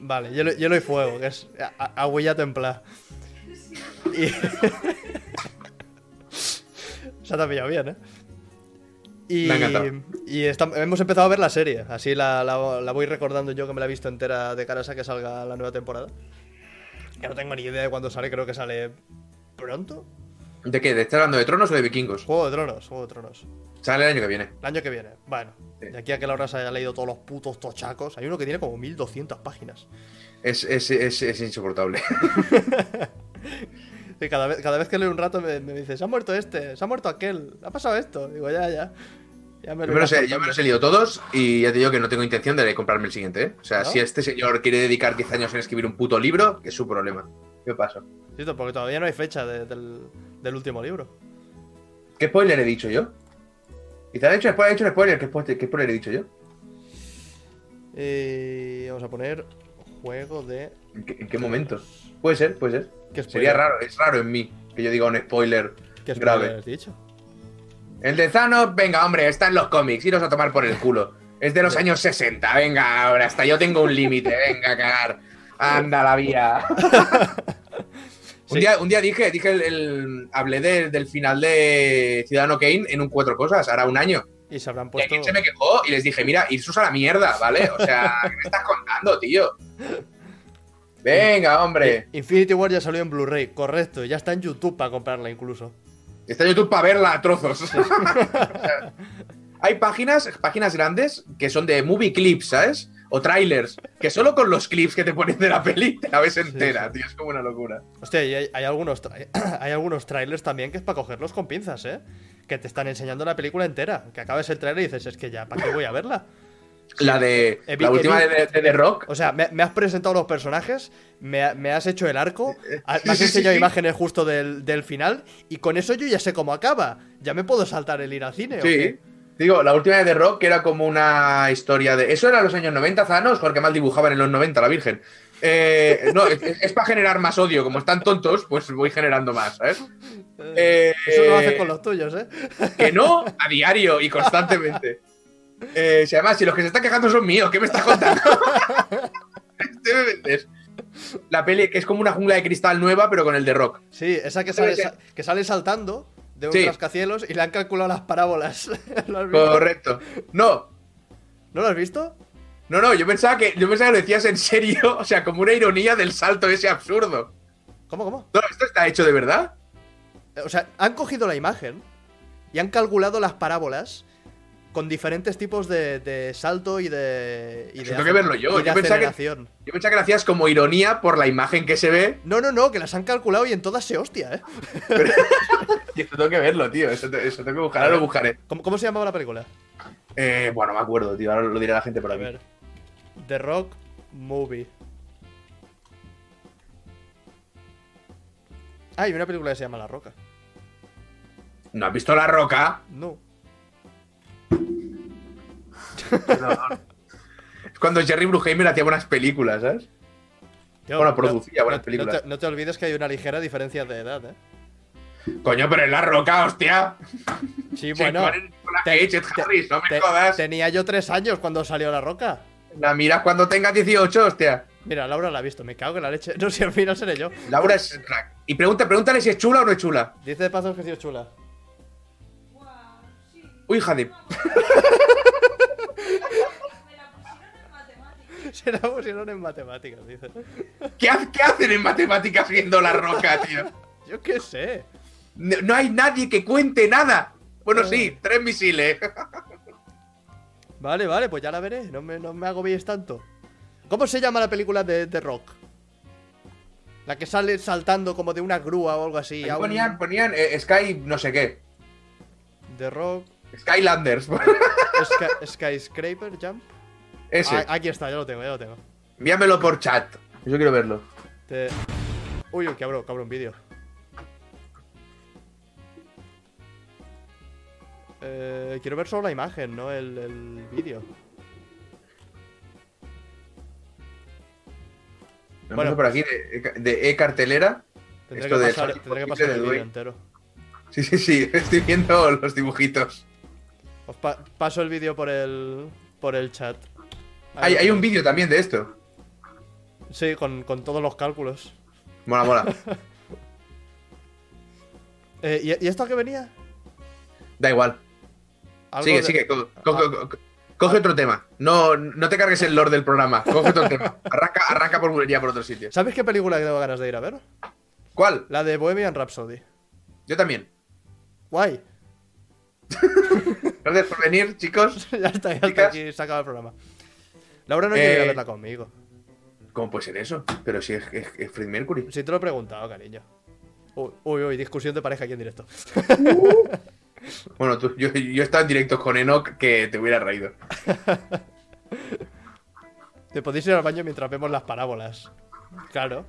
Vale, hielo, hielo y fuego, que es a- a- agüilla templada. Y... (laughs) Se te ha pillado bien, ¿eh? Y,
Me ha encantado.
y estam- hemos empezado a ver la serie, así la, la- la voy recordando yo que me la he visto entera de cara a que salga la nueva temporada. Que no tengo ni idea de cuándo sale, creo que sale pronto.
¿De qué? ¿De estar hablando de tronos o de vikingos?
Juego de Tronos, Juego de Tronos.
Sale el año que viene.
El año que viene, bueno.
Sí.
De aquí a que Laura se haya leído todos los putos tochacos. Hay uno que tiene como 1200 páginas.
Es, es, es, es insoportable.
Sí, cada vez, cada vez que leo un rato me, me dice, se ha muerto este, se ha muerto aquel, ha pasado esto. Digo, ya, ya. Ya me
Yo me, los
irás
he, yo
contando.
me los he liado todos y ya te digo que no tengo intención de comprarme el siguiente. ¿eh? O sea,
¿No?
si este señor quiere dedicar 10 años en escribir un puto libro, que es su problema. ¿Qué pasa?
Sí, porque todavía no hay fecha de- del, del último libro.
¿Qué spoiler he dicho yo? Quizás he hecho, he hecho un spoiler. ¿Qué spo- ¿Qué spoiler he dicho yo?
Y vamos a poner juego de...
¿En qué, en qué momento? Puede ser, puede ser.
¿Qué
Sería
spoiler?
raro, es raro en mí que yo diga un spoiler
¿Qué spoiler
grave.
has dicho?
El de Thanos, venga, hombre, está en los cómics, iros a tomar por el culo. Es de los
Sí.
años 60, venga, ahora hasta yo tengo un límite, venga, a cagar. Anda la vía.
Sí.
un, día, un día dije, dije el, el- hablé de- del final de Ciudadano Kane en un cuatro cosas, hará un año.
Y se habrán
Y
puesto...
alguien se me quejó y les dije, mira, irsus a la mierda, ¿vale? O sea, ¿qué me estás contando, tío? Venga, hombre.
Infinity War ya salió en Blu-ray, correcto, ya está en YouTube para comprarla incluso.
Está en YouTube para verla a trozos. (laughs) O sea, Hay páginas, páginas grandes que son de movie clips, ¿sabes? O trailers, que solo con los clips que te ponen de la peli te la ves entera, tío. Es como una locura.
Hostia, y hay, hay algunos tra- (clears throat) hay algunos trailers también que es para cogerlos con pinzas, ¿eh? Que te están enseñando la película entera. Que acabas el trailer y dices, es que ya, ¿para qué voy a verla?
La de.
He vi-
la
he
última
vi-
de, de- de The Rock.
O sea, me, me has presentado los personajes, me, ha- me has hecho el arco, ha-
(laughs) sí,
me has
sí, sí,
enseñado
sí.
imágenes justo del, del final, y con eso yo ya sé cómo acaba. Ya me puedo saltar el ir al cine, ¿o
Sí.
qué?
Digo, la última de The Rock, que era como una historia de. Eso era los años 90, Zanos, porque mal dibujaban en los 90, la Virgen. Eh, no, es, para generar más odio. Como están tontos, pues voy generando más, ¿sabes? Eh,
Eso lo haces con los tuyos, ¿eh?
Que no, a diario y constantemente. Eh, si además, si los que se están quejando son míos, ¿qué me estás contando? (laughs) Te me vendes. La peli que es como una jungla de cristal nueva, pero con el de rock.
Sí, esa que sale,
Pero
sa- que sale saltando de un
Sí.
rascacielos y le han calculado las parábolas. (laughs) ¿Lo has visto?
Correcto. No,
¿No lo has visto?
no, no, yo pensaba que yo pensaba que lo decías en serio, o sea, como una ironía del salto ese absurdo.
¿Cómo, cómo?
No, esto está hecho de verdad.
O sea, han cogido la imagen y han calculado las parábolas con diferentes tipos de, de salto y de. Y de
Eso tengo que
ace-
verlo yo.
y de
Yo pensaba que-
aceleración.
Yo pensaba que lo hacías como ironía por la imagen que se ve.
No, no, no, que las han calculado y en todas se hostia, ¿eh?
Y esto tengo que verlo, tío. Eso, te- eso tengo que buscar, ahora lo buscaré.
¿Cómo, cómo se llamaba la película?
Eh, bueno, me acuerdo, tío. Ahora lo dirá la gente por
A
aquí.
ver. The Rock Movie. Ah, hay una película que se llama La Roca.
¿No has visto la roca?
No.
Es cuando Jerry Bruheimer hacía buenas películas, ¿sabes?
Tío,
Bueno, producía buenas
no-
películas.
No te, no te olvides que hay una ligera diferencia de edad, ¿eh?
Coño, pero es la roca, hostia.
Sí,
Si
bueno.
tú eres Nicolas
te-
Cage, Ed Harris, no me
te-
jodas.
tenía yo tres años cuando salió La Roca.
La miras cuando tengas 18, hostia.
Mira, Laura la ha visto, me cago en la leche. No sé, al final seré yo.
Laura es crack. Y pregunta, pregúntale si es chula o no es chula.
Dice de paso que sí es chula. (laughs)
Uy, hija de.
Se la pusieron en matemáticas, dice.
¿Qué, ha- qué hacen en matemáticas viendo la roca, tío?
Yo qué sé.
No, no hay nadie que cuente nada. Bueno,
Eh.
sí, tres misiles.
Vale, vale, pues ya la veré. No me, no me agobies tanto. ¿Cómo se llama la película de, de Rock? La que sale saltando como de una grúa o algo así. a
Ahí
un-
ponían, ponían eh, Sky, no sé qué.
The Rock.
Skylanders. (laughs)
Sky- skyscraper Jump.
Ese.
Ah, aquí está, ya lo tengo, ya lo tengo.
Envíamelo por chat. Yo quiero verlo.
Te- Uy, uy, que abro, que abro un vídeo. Eh, quiero ver solo la imagen, no el, el vídeo.
Lo
Bueno.
bueno, por aquí de, de E e-cartelera.
Tendré
Esto
que
de
pasar,
Sonic
tendré que
Boom
pasar
de
el vídeo
Dwayne.
entero.
Sí, sí, sí. (laughs) Estoy viendo los dibujitos.
Os pa- paso el vídeo por el, por el chat.
Hay, hay un vídeo también de esto.
Sí, con, con todos los cálculos.
Mola, mola.
Eh, ¿y, y esto a qué venía?
Da igual.
Algo
Sigue,
de- Ah.
sigue. co- co- co- co- coge otro tema. No, no te cargues el lore del programa. Coge otro tema. Arranca, arranca por bulería por otro sitio.
¿Sabes qué película tengo ganas de ir a ver?
¿Cuál?
La de Bohemian Rhapsody.
Yo también.
Guay. (laughs)
Gracias por venir, chicos.
ya está, ya está
Chicas.
aquí, se acaba el programa. Laura no quiere ir a
Eh,
verla conmigo.
¿Cómo puede ser eso? Pero si es, es- es Fred Mercury.
Si te lo he preguntado, cariño. Uy, uy, uy, discusión de pareja aquí en directo.
Bueno, tú, yo, yo estaba en directo con Enoch que te hubiera reído.
Te podéis ir al baño mientras vemos las parábolas. Claro.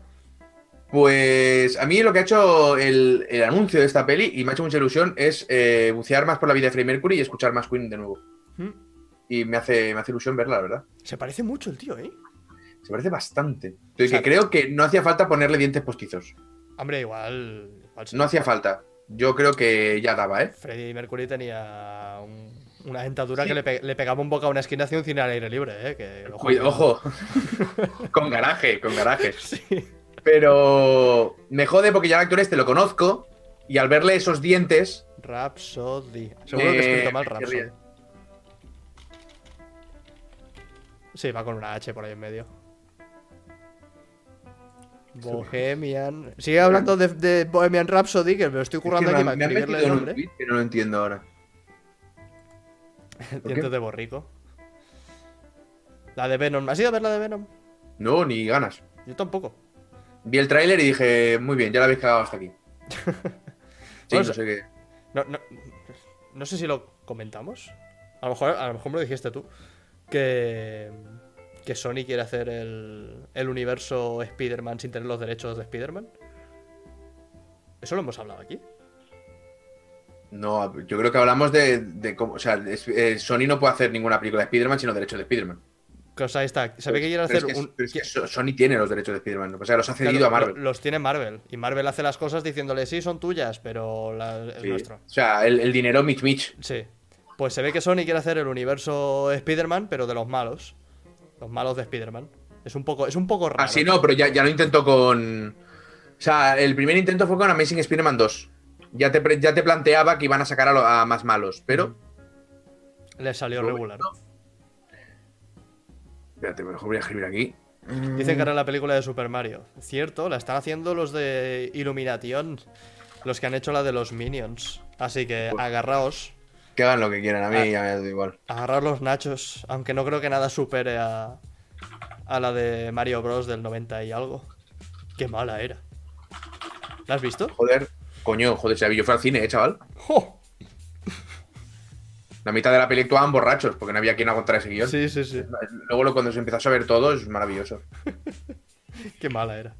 Pues a mí lo que ha hecho el, el anuncio de esta peli, y me ha hecho mucha ilusión, es eh, bucear más por la vida de Freddie Mercury y escuchar más Queen de nuevo.
Mm.
Y me hace, me hace ilusión verla, la verdad.
Se parece mucho el tío, ¿eh?
Se parece bastante. Y
sea-
que creo que no hacía falta ponerle dientes postizos.
Hombre, igual. igual sí.
No hacía falta. Yo creo que ya daba, ¿eh?
Freddie Mercury tenía un- una dentadura
Sí.
que le, pe- le pegaba un boca a una esquina hacia un cine al aire libre, ¿eh? Que, ojo.
Cuida- ojo. con garaje, con
(laughs)
garaje.
Sí.
Pero me jode porque ya el actor este lo conozco y al verle esos dientes,
Rhapsody. Seguro que he
Eh,
escrito mal
qué
Rhapsody.
bien.
Sí, va con una H por ahí en medio. Bohemian. Sigue hablando de, de Bohemian Rhapsody, que me lo estoy currando
Es que
aquí
me
para
han- me han
escribirle el
metido en un
nombre.
tuit que no lo entiendo ahora. ¿Por qué?
Dientes de borrico. La de Venom. ¿Has ido a ver la de Venom?
No, ni ganas.
Yo tampoco.
Vi el tráiler y dije, muy bien, ya la habéis cagado
(laughs)
hasta aquí. Sí,
Pues-
no sé qué.
No, no, no sé si lo comentamos. A lo mejor, a lo mejor me lo dijiste tú. Que, que Sony quiere hacer el, el universo Spider-Man sin tener los derechos de Spider-Man. Eso lo hemos hablado aquí.
No, yo creo que hablamos de, de cómo. O sea, es- eh, Sony no puede hacer ninguna película de Spider-Man sin los derechos de Spider-Man.
Que, o sea, está. Se ve que quieren
Pero
hacer
es que-
un.
pero es que
que-
So- Sony tiene los derechos de Spider-Man. O sea, los ha
claro,
cedido a Marvel.
lo- Los tiene Marvel. Y Marvel hace las cosas diciéndole, sí, son tuyas, pero la- es
Sí.
nuestro.
O sea, el, el dinero Mitch Mitch.
Sí. Pues se ve que Sony quiere hacer el universo Spider-Man, pero de los malos. Los malos de Spider-Man. Es un poco, es un poco raro.
Así Ah, no, pero ya, ya lo intentó con. O sea, el primer intento fue con Amazing Spider-Man 2. Ya te, pre- ya te planteaba que iban a sacar a, lo- a más malos, pero.
Le salió
Lo
regular.
Espérate, mejor voy a escribir aquí.
Dicen que
Mm.
harán la película de Super Mario. Cierto, la están haciendo los de Illumination. Los que han hecho la de los Minions. Así que agarraos.
Que hagan lo que quieran, a
Ah.
mí ya me da igual.
Agarraos los nachos. Aunque no creo que nada supere a, a la de Mario Bros. del 90 y algo. Qué mala era. ¿La has visto?
Joder, coño, joder, si la vi yo fue al cine, eh, chaval.
¡Jo!
La mitad de la peli actuaban borrachos, porque no había quien aguantara ese guión.
Sí, sí, sí.
Luego lo- cuando se empezó a saber todo es maravilloso.
Qué mala era.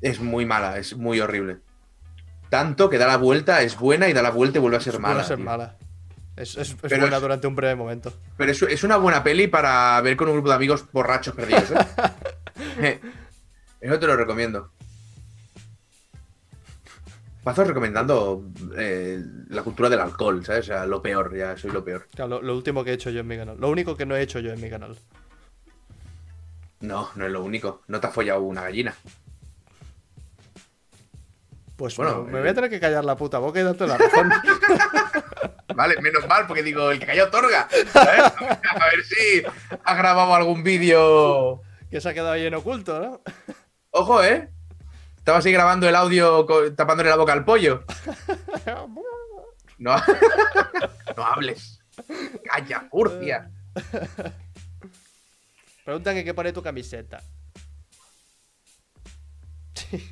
Es muy mala, es muy horrible. Tanto que da la vuelta, es buena y da la vuelta y vuelve a ser mala.
Vuelve a ser
tío.
mala. Es, es- es
Pero
buena
es-
durante un breve momento.
Pero es, es una buena peli para ver con un grupo de amigos borrachos perdidos.
(laughs)
¿eh? Eso te lo recomiendo. Paso recomendando eh, la cultura del alcohol, ¿sabes? O sea, lo peor, ya soy lo peor.
Claro, lo, lo último que he hecho yo en mi canal. Lo único que no he hecho yo en mi canal.
No, no es lo único. No te ha follado una gallina.
Pues
Bueno,
bueno, me
eh,
voy a tener que callar la puta boca y darte la
(laughs)
razón.
Vale, menos mal, porque digo, el que cayó otorga. ¿sabes? A ver si ha grabado algún vídeo.
que se ha quedado ahí en oculto, ¿no?
Ojo, ¿eh? Estaba así grabando el audio co- tapándole la boca al pollo.
(laughs)
No, (laughs) no hables. Calla, Murcia.
Preguntan que qué pone tu camiseta. (laughs) Sí.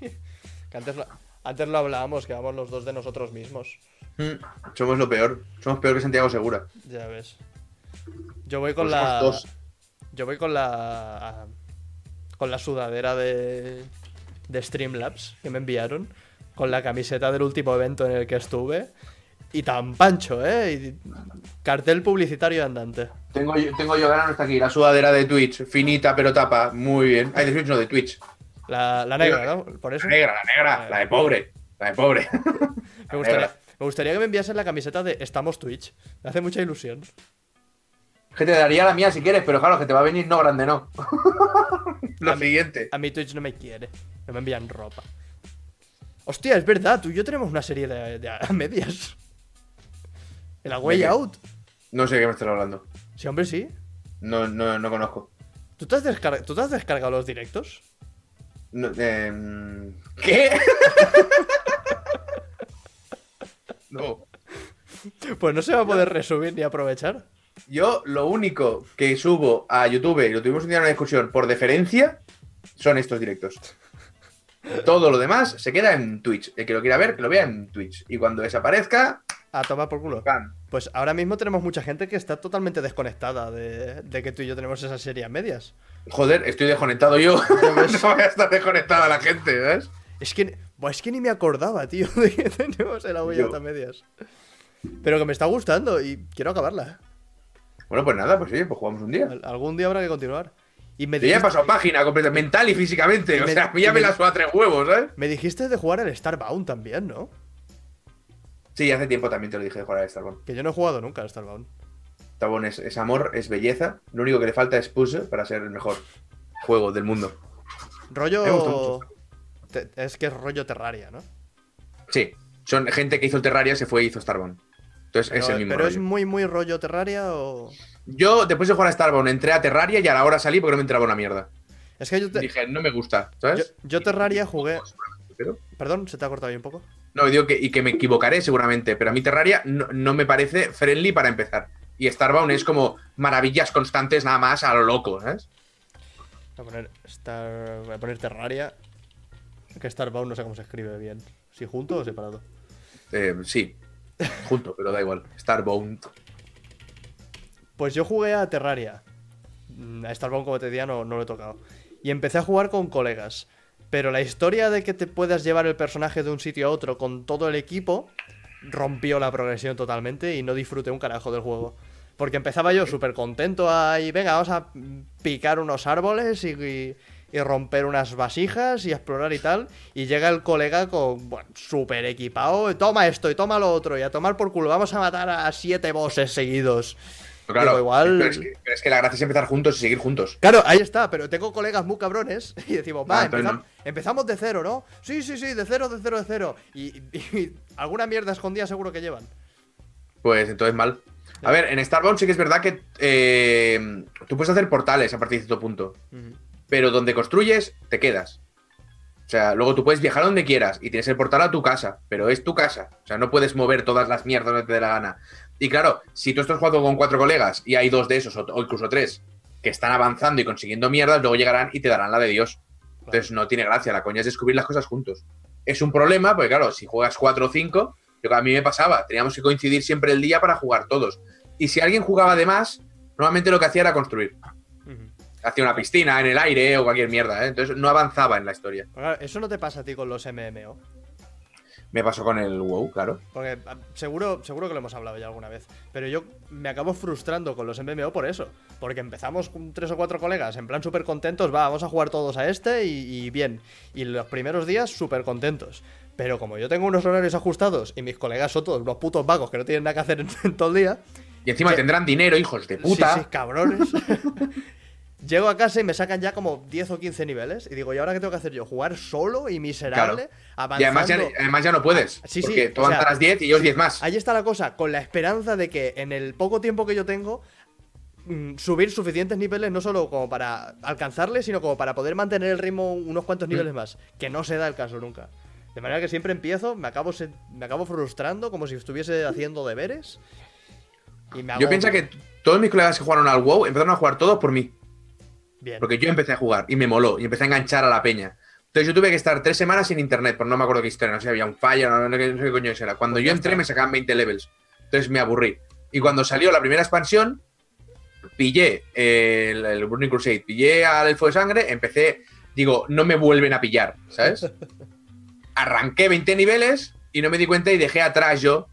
Que antes lo, antes lo hablábamos, que vamos los dos de nosotros mismos.
Mm, Somos lo peor. Somos peor que Santiago Segura.
Ya ves. Yo voy con
Pues
la.
somos dos.
Yo voy con la. Con la sudadera de. De Streamlabs que me enviaron. Con la camiseta del último evento en el que estuve. Y tan pancho, ¿eh? Y cartel publicitario andante.
Tengo, yo- tengo yo ganas hasta aquí. La sudadera de Twitch, finita pero tapa. Muy bien. Ay, de Twitch no, de Twitch.
La, la negra, ¿no? Por eso.
La negra, la negra, la de pobre. La de pobre. (laughs)
Me gustaría,
negra.
me gustaría que me enviasen la camiseta de Estamos Twitch. Me hace mucha ilusión.
Que te daría la mía si quieres, pero claro, que te va a venir no grande, no. (laughs) Lo siguiente.
A mí Twitch no me quiere. No me envían ropa. Hostia, es verdad, tú y yo tenemos una serie de, de a medias. El A Way
¿De qué?
Out.
No sé de qué me estás hablando.
Sí, hombre, sí.
No, no, no conozco.
¿Tú te, has descarga- ¿Tú te has descargado los directos?
No, em, ¿Qué? (laughs) no.
Pues no se va a poder resumir ni aprovechar.
Yo lo único que subo a YouTube, y lo tuvimos un día en una discusión, por deferencia, son estos directos. Todo lo demás se queda en Twitch. El que lo quiera ver, que lo vea en Twitch. Y cuando desaparezca,
A tomar por culo.
¡pam!
Pues ahora mismo tenemos mucha gente que está totalmente desconectada de, de que tú y yo tenemos esa serie a medias.
Joder, estoy desconectado yo. (laughs) no voy a estar desconectada la gente, ¿ves?
Es que, buah, es que ni me acordaba, tío, (laughs) de que tenemos el Away
Yo.
Out a medias. Pero que me está gustando y quiero acabarla.
Bueno, pues nada, pues oye, pues jugamos un día.
Al- algún día habrá que continuar. Y me
Yo ya he
dijiste,
pasado página completa, mental y físicamente.
Y
o
me-
sea, ya
y
me
me-
la suba tres huevos, ¿eh? ¿sabes?
me dijiste de jugar el Starbound también, ¿no?
Sí, hace tiempo también te lo dije de jugar a Starbound.
Que yo no he jugado nunca al Starbound.
Starbound es, es amor, es belleza. Lo único que le falta es pulse para ser el mejor juego del mundo. Me gusta
Rollo...
mucho.
te- es que es rollo Terraria, ¿no?
Sí, son gente que hizo el Terraria, se fue y hizo Starbound. Entonces
Pero,
es el mismo
pero es
rollo.
muy, muy rollo Terraria o...
Yo, después de jugar a Starbound, entré a Terraria y a la hora salí porque no me entraba una mierda.
Es que yo, te-
Dije, no me gusta,
yo,
¿sabes?
yo Terraria jugué...
Pero-
Perdón, se te ha cortado ahí un poco.
No, digo que, y que me equivocaré seguramente, pero a mí Terraria no, no me parece friendly para empezar. Y Starbound es como maravillas constantes nada más a lo loco, ¿sabes?
Voy a poner, Star... Voy a poner Terraria. Que Starbound no sé cómo se escribe bien. Si junto o separado.
Eh, sí, junto, pero da igual. Starbound.
Pues yo jugué a Terraria. Mm, A Starbound, como te decía, no, no lo he tocado. Y empecé a jugar con colegas. Pero la historia de que te puedas llevar el personaje de un sitio a otro con todo el equipo rompió la progresión totalmente y no disfruté un carajo del juego. Porque empezaba yo súper contento ahí, venga, vamos a picar unos árboles y, y- y romper unas vasijas y explorar y tal. Y llega el colega con, bueno, súper equipado, toma esto y toma lo otro y a tomar por culo, vamos a matar a siete bosses seguidos.
Pero claro,
Digo, igual-
pero, es que, pero es que la gracia es empezar juntos y seguir juntos.
Claro, ahí está, pero tengo colegas muy cabrones y decimos, va,
Ah, entonces
empezam- empezamos de cero, ¿no? Sí, sí, sí, de cero, de cero, de cero. Y, y alguna mierda escondida seguro que llevan.
Pues entonces mal. A ver, en Starbound sí que es verdad que eh, tú puedes hacer portales a partir de cierto punto, pero donde construyes te quedas. O sea, luego tú puedes viajar donde quieras y tienes el portal a tu casa, pero es tu casa. O sea, no puedes mover todas las mierdas donde te dé la gana. Y claro, si tú estás jugando con cuatro colegas y hay dos de esos, o, o incluso tres, que están avanzando y consiguiendo mierdas, luego llegarán y te darán la de Dios. Entonces no tiene gracia, la coña es descubrir las cosas juntos. Es un problema, porque claro, si juegas cuatro o cinco, yo, a mí me pasaba, teníamos que coincidir siempre el día para jugar todos. Y si alguien jugaba de más, normalmente lo que hacía era construir.
Ujú.
Hacía una piscina en el aire o cualquier mierda, ¿eh? entonces no avanzaba en la historia.
Pero claro, eso no te pasa a ti con los MMO.
Me pasó con el WoW, claro.
Porque ah, seguro, seguro que lo hemos hablado ya alguna vez. Pero yo me acabo frustrando con los MMO por eso. Porque empezamos con tres o cuatro colegas en plan súper contentos. Va, vamos a jugar todos a este y, y bien. Y los primeros días súper contentos. Pero como yo tengo unos horarios ajustados y mis colegas son todos unos putos vagos que no tienen nada que hacer en, en todo el día.
Y encima
Sí.
tendrán dinero, hijos de puta.
Sí, sí, cabrones. (laughs) Llego a casa y me sacan ya como 10 o 15 niveles. Y digo, ¿y ahora qué tengo que hacer yo? ¿Jugar solo y miserable?
Claro.
Avanzando.
Y además ya, además ya no puedes.
Ah, sí, sí,
porque tú
o sea,
avanzarás 10 y ellos 10 más.
Ahí está la cosa, con la esperanza de que en el poco tiempo que yo tengo, mm, subir suficientes niveles no solo como para alcanzarles, sino como para poder mantener el ritmo unos cuantos niveles
Mm.
más, que no se da el caso nunca. De manera que siempre empiezo, me acabo, se- me acabo frustrando como si estuviese haciendo deberes. Y me hago
Yo pienso que t- todos mis colegas que jugaron al WoW empezaron a jugar todos por mí.
Bien.
Porque yo empecé a jugar y me moló y empecé a enganchar a la peña. Entonces yo tuve que estar tres semanas sin internet, pero no me acuerdo qué historia, no sé si había un fallo, no, no- no sé qué coño eso era. Cuando
Pues
yo
ya
entré
está.
me sacaban 20 levels, entonces me aburrí. Y cuando salió la primera expansión, pillé eh, el, el Burning Crusade, pillé al Elfo de Sangre, empecé, digo, no me vuelven a pillar,
(laughs)
¿sabes? Arranqué 20 niveles y no me di cuenta y dejé atrás yo,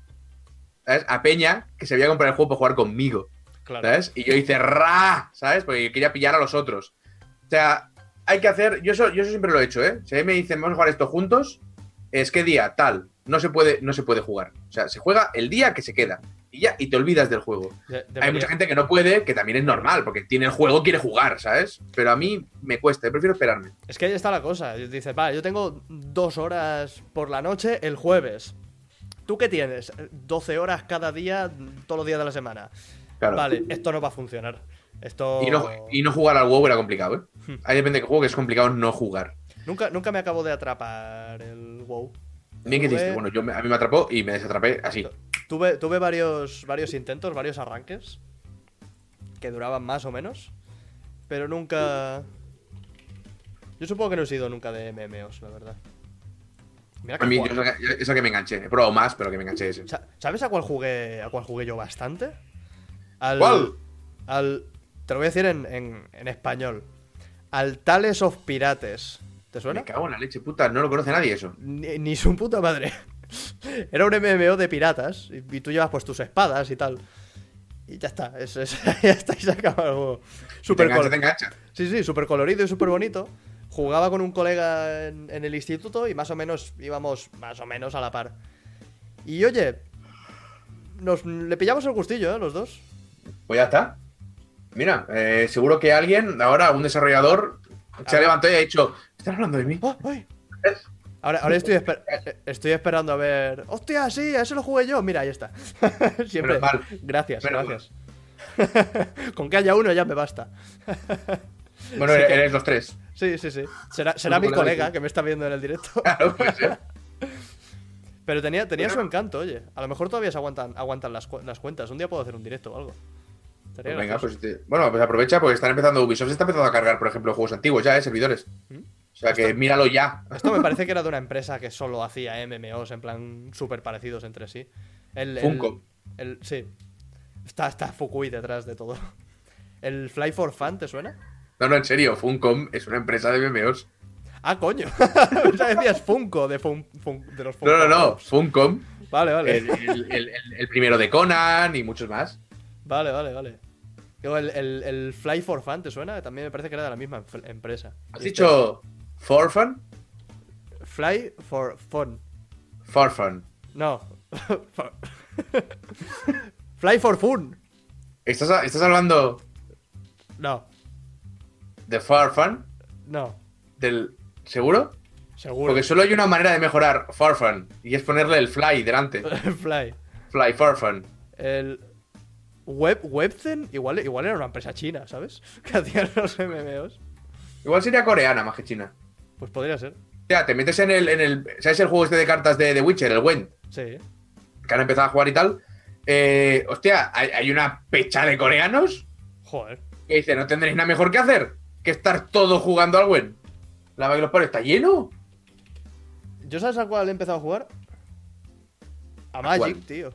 ¿sabes? A Peña, que se había comprado el juego para jugar conmigo.
Claro.
¿sabes? Y yo hice ra, ¿sabes? Porque yo quería pillar a los otros. O sea, hay que hacer. Yo eso, yo eso siempre lo he hecho, ¿eh? Si a mí me dicen, vamos a jugar esto juntos, es que día, tal. No se puede, no se puede jugar. O sea, se juega el día que se queda. Y ya, y te olvidas del juego.
De-
Hay
debería.
mucha gente que no puede, que también es normal, porque tiene el juego, quiere jugar, ¿sabes? Pero a mí me cuesta, yo prefiero esperarme.
Es que ahí está la cosa. Dices, vale, yo tengo dos horas por la noche el jueves. ¿Tú qué tienes? 12 horas cada día, todos los días de la semana.
Claro.
Vale, esto no va a funcionar. Esto.
Y no, y no jugar al WoW era complicado,
Hmm.
¿eh? Ahí depende de qué juego, que es complicado no jugar.
Nunca, nunca me acabo de atrapar el WoW.
Bien que
Pues-
hiciste, bueno, yo me- a mí me atrapó y me desatrapé así.
Tuve, tuve varios, varios intentos, varios arranques. Que duraban más o menos. Pero nunca. Yo supongo que no he sido nunca de MMOs, la verdad. Mira que
A mí, yo
juego-
es la que- es la que me enganché. He probado más, pero la que me enganché es ese.
Sa- ¿Sabes a cuál jugué a cuál jugué yo bastante? Al,
¿Cuál?
Al. Te lo voy a decir en, en- en español. Al Tales of Pirates. ¿Te suena?
Me cago en la leche, puta, no lo conoce nadie eso.
Ni, ni su puta madre. Era un MMO de piratas. Y, y tú llevas pues tus espadas y tal. Y ya está. es- es- (laughs) ya está y se acaba el juego.
Te
Super
engancha, te engancha.
Sí, sí, súper colorido y súper bonito. Jugaba con un colega en, en el instituto y más o menos íbamos más o menos a la par. Y oye, nos le pillamos el gustillo, ¿eh? Los dos.
Pues ya está. Mira, eh, seguro que alguien, ahora un desarrollador, se ha levantado y ha dicho, ¿están hablando de mí?
¡Ah, ay! Ahora, ahora estoy, esper- eh, estoy esperando a ver. ¡Hostia, sí! A ese lo jugué yo. Mira, ahí está. (laughs) Siempre.
Menos mal.
Gracias,
Menos
gracias. (laughs) con que haya uno ya me basta.
Bueno, eres, eres los tres. (laughs)
Sí, sí, sí. Será, será mi
colega
colega
dice.
que me está viendo en el directo.
Claro, puede ser.
Pero tenía, tenía su encanto, oye. A lo mejor todavía se aguantan, aguantan las, cu- las cuentas. Un día puedo hacer un directo o algo. Estaría
Pues venga,
gracioso.
pues este- bueno, pues aprovecha porque están empezando Ubisoft, se está empezando a cargar, por ejemplo, juegos antiguos ya, ¿eh? Servidores.
¿Mm?
O sea que míralo ya. (laughs)
Esto me parece que era de una empresa que solo hacía MMOs en plan súper parecidos entre sí. El, el-
Funko.
El, sí. Está, está Fukui detrás de todo. ¿El Fly for Fun te suena?
No, no, en serio, Funcom es una empresa de MMOs.
Ah, coño. (laughs) o sea, decías Funko de, fun- fun- de los Funko.
No, no, no,
Pops.
Funcom,
Vale, vale.
el, el- el- el- el primero de Conan y muchos más.
Vale, vale, vale. Digo, el, el- el Fly for Fun te suena? También me parece que era de la misma em- empresa.
¿Has dicho Forfun?
Fly for Fun.
Forfun.
No. (laughs) For- Fly for fun.
¿Estás, estás hablando
No,
de Farfun?
no.
Del, ¿Seguro?
Seguro.
Porque solo hay una manera de mejorar Farfun y es ponerle el fly
(laughs)
delante.
Fly.
Fly Farfun.
El Web Webzen igual, igual era una empresa china, ¿sabes? (laughs) Que hacían los MMOs.
Igual sería coreana más que china.
Pues podría ser.
O sea, te metes en el, en el. ¿Sabes el juego este de cartas de The Witcher, el Wend?
Sí.
Que han empezado a jugar y tal. Eh, hostia, hay, hay una pecha de coreanos
Joder.
que dice: No tendréis nada mejor que hacer que estar todos jugando al Wend. La vaga de los palos está lleno.
¿Yo sabes a cuál he empezado a jugar? A
cuál?
Magic, tío.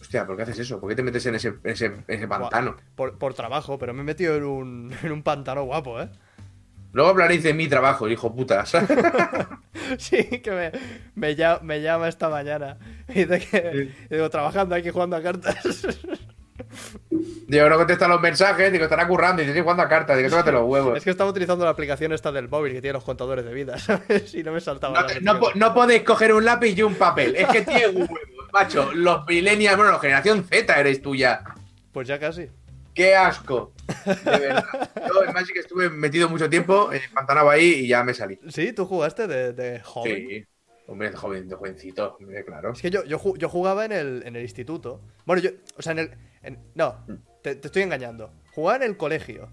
Hostia, ¿por qué haces eso? ¿Por qué te metes en ese, en ese, en ese pantano?
Por, por trabajo, pero me he metido en un, (laughs) en un pantano guapo, ¿eh? (laughs)
Luego hablaréis de mi trabajo, hijo puta. (laughs)
Sí, que me, me, llama, me llama esta mañana. (laughs) Y dice que. y digo, trabajando aquí jugando a cartas. (laughs)
Digo, no contesta los mensajes, digo, estará currando y dices, jugando a cartas, digo, tómate los huevos.
Es que estaba utilizando la aplicación esta del móvil que tiene los contadores de vida, (laughs) ¿sabes? Y no me saltaba
No,
la
no po-
mención.
no podéis coger un lápiz y un papel. Es que (laughs) tiene huevos, macho. Los millennials, bueno, la generación Z eres tuya.
Pues ya casi.
¡Qué asco! De verdad. Yo en Magic estuve metido mucho tiempo, empantanado ahí y ya me salí.
Sí, tú jugaste de, de joven.
Sí. Hombre, de joven, de jovencito, hombre, claro.
Es que yo, yo, ju- yo jugaba en el, en el instituto. Bueno, yo. O sea, en el. en- no,
Mm.
te, te estoy engañando. Jugaba en el colegio.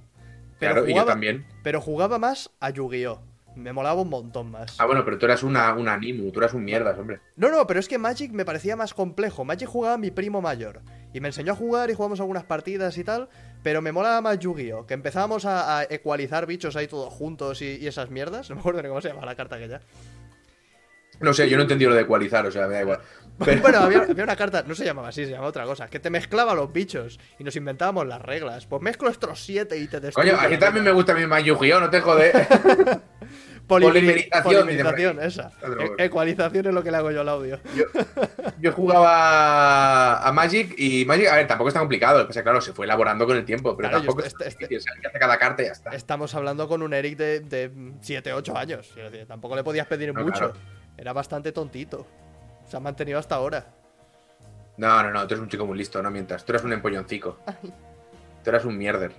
Pero
Claro, y yo
jugaba,
también.
Pero jugaba más a Yu-Gi-Oh! Me molaba un montón más.
Ah, bueno, pero tú eras una, un animu, tú eras un mierdas, hombre.
No, no, pero es que Magic me parecía más complejo. Magic jugaba mi primo mayor. Y me enseñó a jugar y jugamos algunas partidas y tal. Pero me molaba más Yu-Gi-Oh! Que empezábamos a, a ecualizar bichos ahí todos juntos y, y esas mierdas. (laughs) No me acuerdo ni cómo se llama la carta aquella.
No sé, yo no entendí lo de ecualizar, o sea, me da igual. Pero,
Bueno,
(laughs)
había, había una carta, no se llamaba así, se llamaba otra cosa, que te mezclaba los bichos y nos inventábamos las reglas. Pues mezclo estos siete y te destruyo.
coño, a mí también me gusta mi más Yu-Gi-Oh, no
(laughs)
te jode. polimerización,
Polimerización,
dice
esa.
Otra
E-
vez.
ecualización es lo que le hago yo al audio.
Yo, yo jugaba a Magic y Magic, a ver, tampoco es tan complicado. Lo que pasa es que, claro, se fue elaborando con el tiempo, pero
Claro, yo
tampoco es
este-
tan
este-
difícil, o sea, hay que hacer cada carta y ya está.
Estamos hablando con un Eric de- de 7, 8 años. quiero decir, tampoco le podías pedir
No,
mucho.
Ah, claro.
Era bastante tontito. Se ha mantenido hasta ahora.
No, no, no, tú eres un chico muy listo, no mientras. Tú eras un empolloncico. Tú eras un mierder.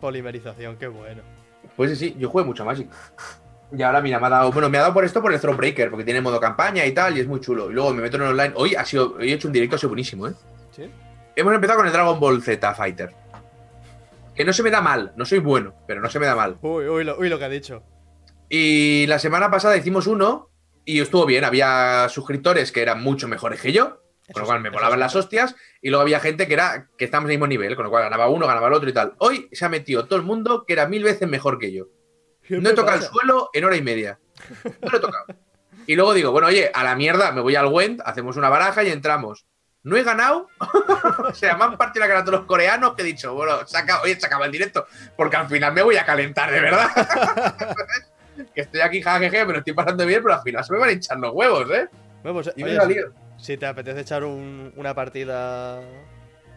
Polimerización, qué bueno.
Pues sí, sí, yo jugué mucho a Magic. Y ahora, mira, me ha dado. Bueno, me ha dado por esto por el Thronebreaker, porque tiene modo campaña y tal, y es muy chulo. Y luego me meto en el online. Hoy ha sido, hoy he hecho un directo, ha sido buenísimo, ¿eh?
¿Sí?
Hemos empezado con el Dragon Ball Z Fighter. Que no se me da mal, no soy bueno, pero no se me da mal.
Uy, uy, lo, uy, lo que ha dicho.
Y la semana pasada hicimos uno y estuvo bien. Había suscriptores que eran mucho mejores que yo,
Eso
con lo cual
sí,
me
eso
volaban
sí.
las hostias. Y luego había gente que era que estábamos en el mismo nivel, con lo cual ganaba uno, ganaba el otro y tal. Hoy se ha metido todo el mundo que era mil veces mejor que yo. No he
Siempre
tocado el
pasa.
suelo en hora y media. No lo he tocado. Y luego digo, bueno, oye, a la mierda, me voy al Wend, hacemos una baraja y entramos. No he ganado. (laughs) o sea, me han partido la cara a todos los coreanos que he dicho, bueno, saca, oye, se acaba el directo. Porque al final me voy a calentar, de verdad.
(laughs)
que estoy aquí, jajeje, me lo estoy pasando bien, pero al final se me van a hinchar los huevos, ¿eh?
Bueno, pues,
Y
oye,
me la lío.
Si te apetece echar un- una partida a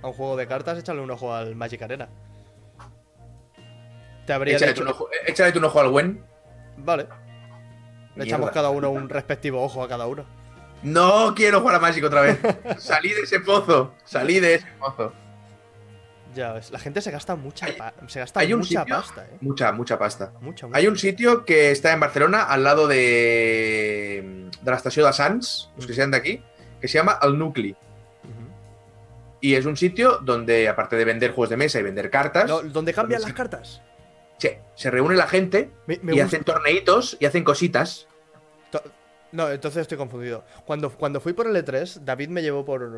un juego de cartas, échale un ojo al Magic Arena. Te habría
Échale tú
dicho.
un ojo- échale tú un ojo al Wend.
Vale, le echamos
Mierda.
cada uno un respectivo ojo a cada uno.
No quiero jugar a Magic
(laughs)
otra vez. salí de ese pozo. Salí de ese pozo.
Ya ves, la gente se gasta mucha,
Hay-
pa- se gasta
hay un
mucha
sitio-
pasta, eh.
Mucha, mucha pasta.
Mucha, mucha.
Hay un sitio que está en Barcelona, al lado de, mm, de la estación de Sants, los
Mm.
que sean de aquí, que se llama El Nucli.
Ujú.
Y es un sitio donde, aparte de vender juegos de mesa y vender cartas,
No, ¿Dónde cambian las
Donde se-
cartas?
che, se reúne la gente
Me- me
y
gusta.
hacen torneitos y hacen cositas.
To- No, entonces estoy confundido. Cuando, cuando fui por el E3, David me llevó por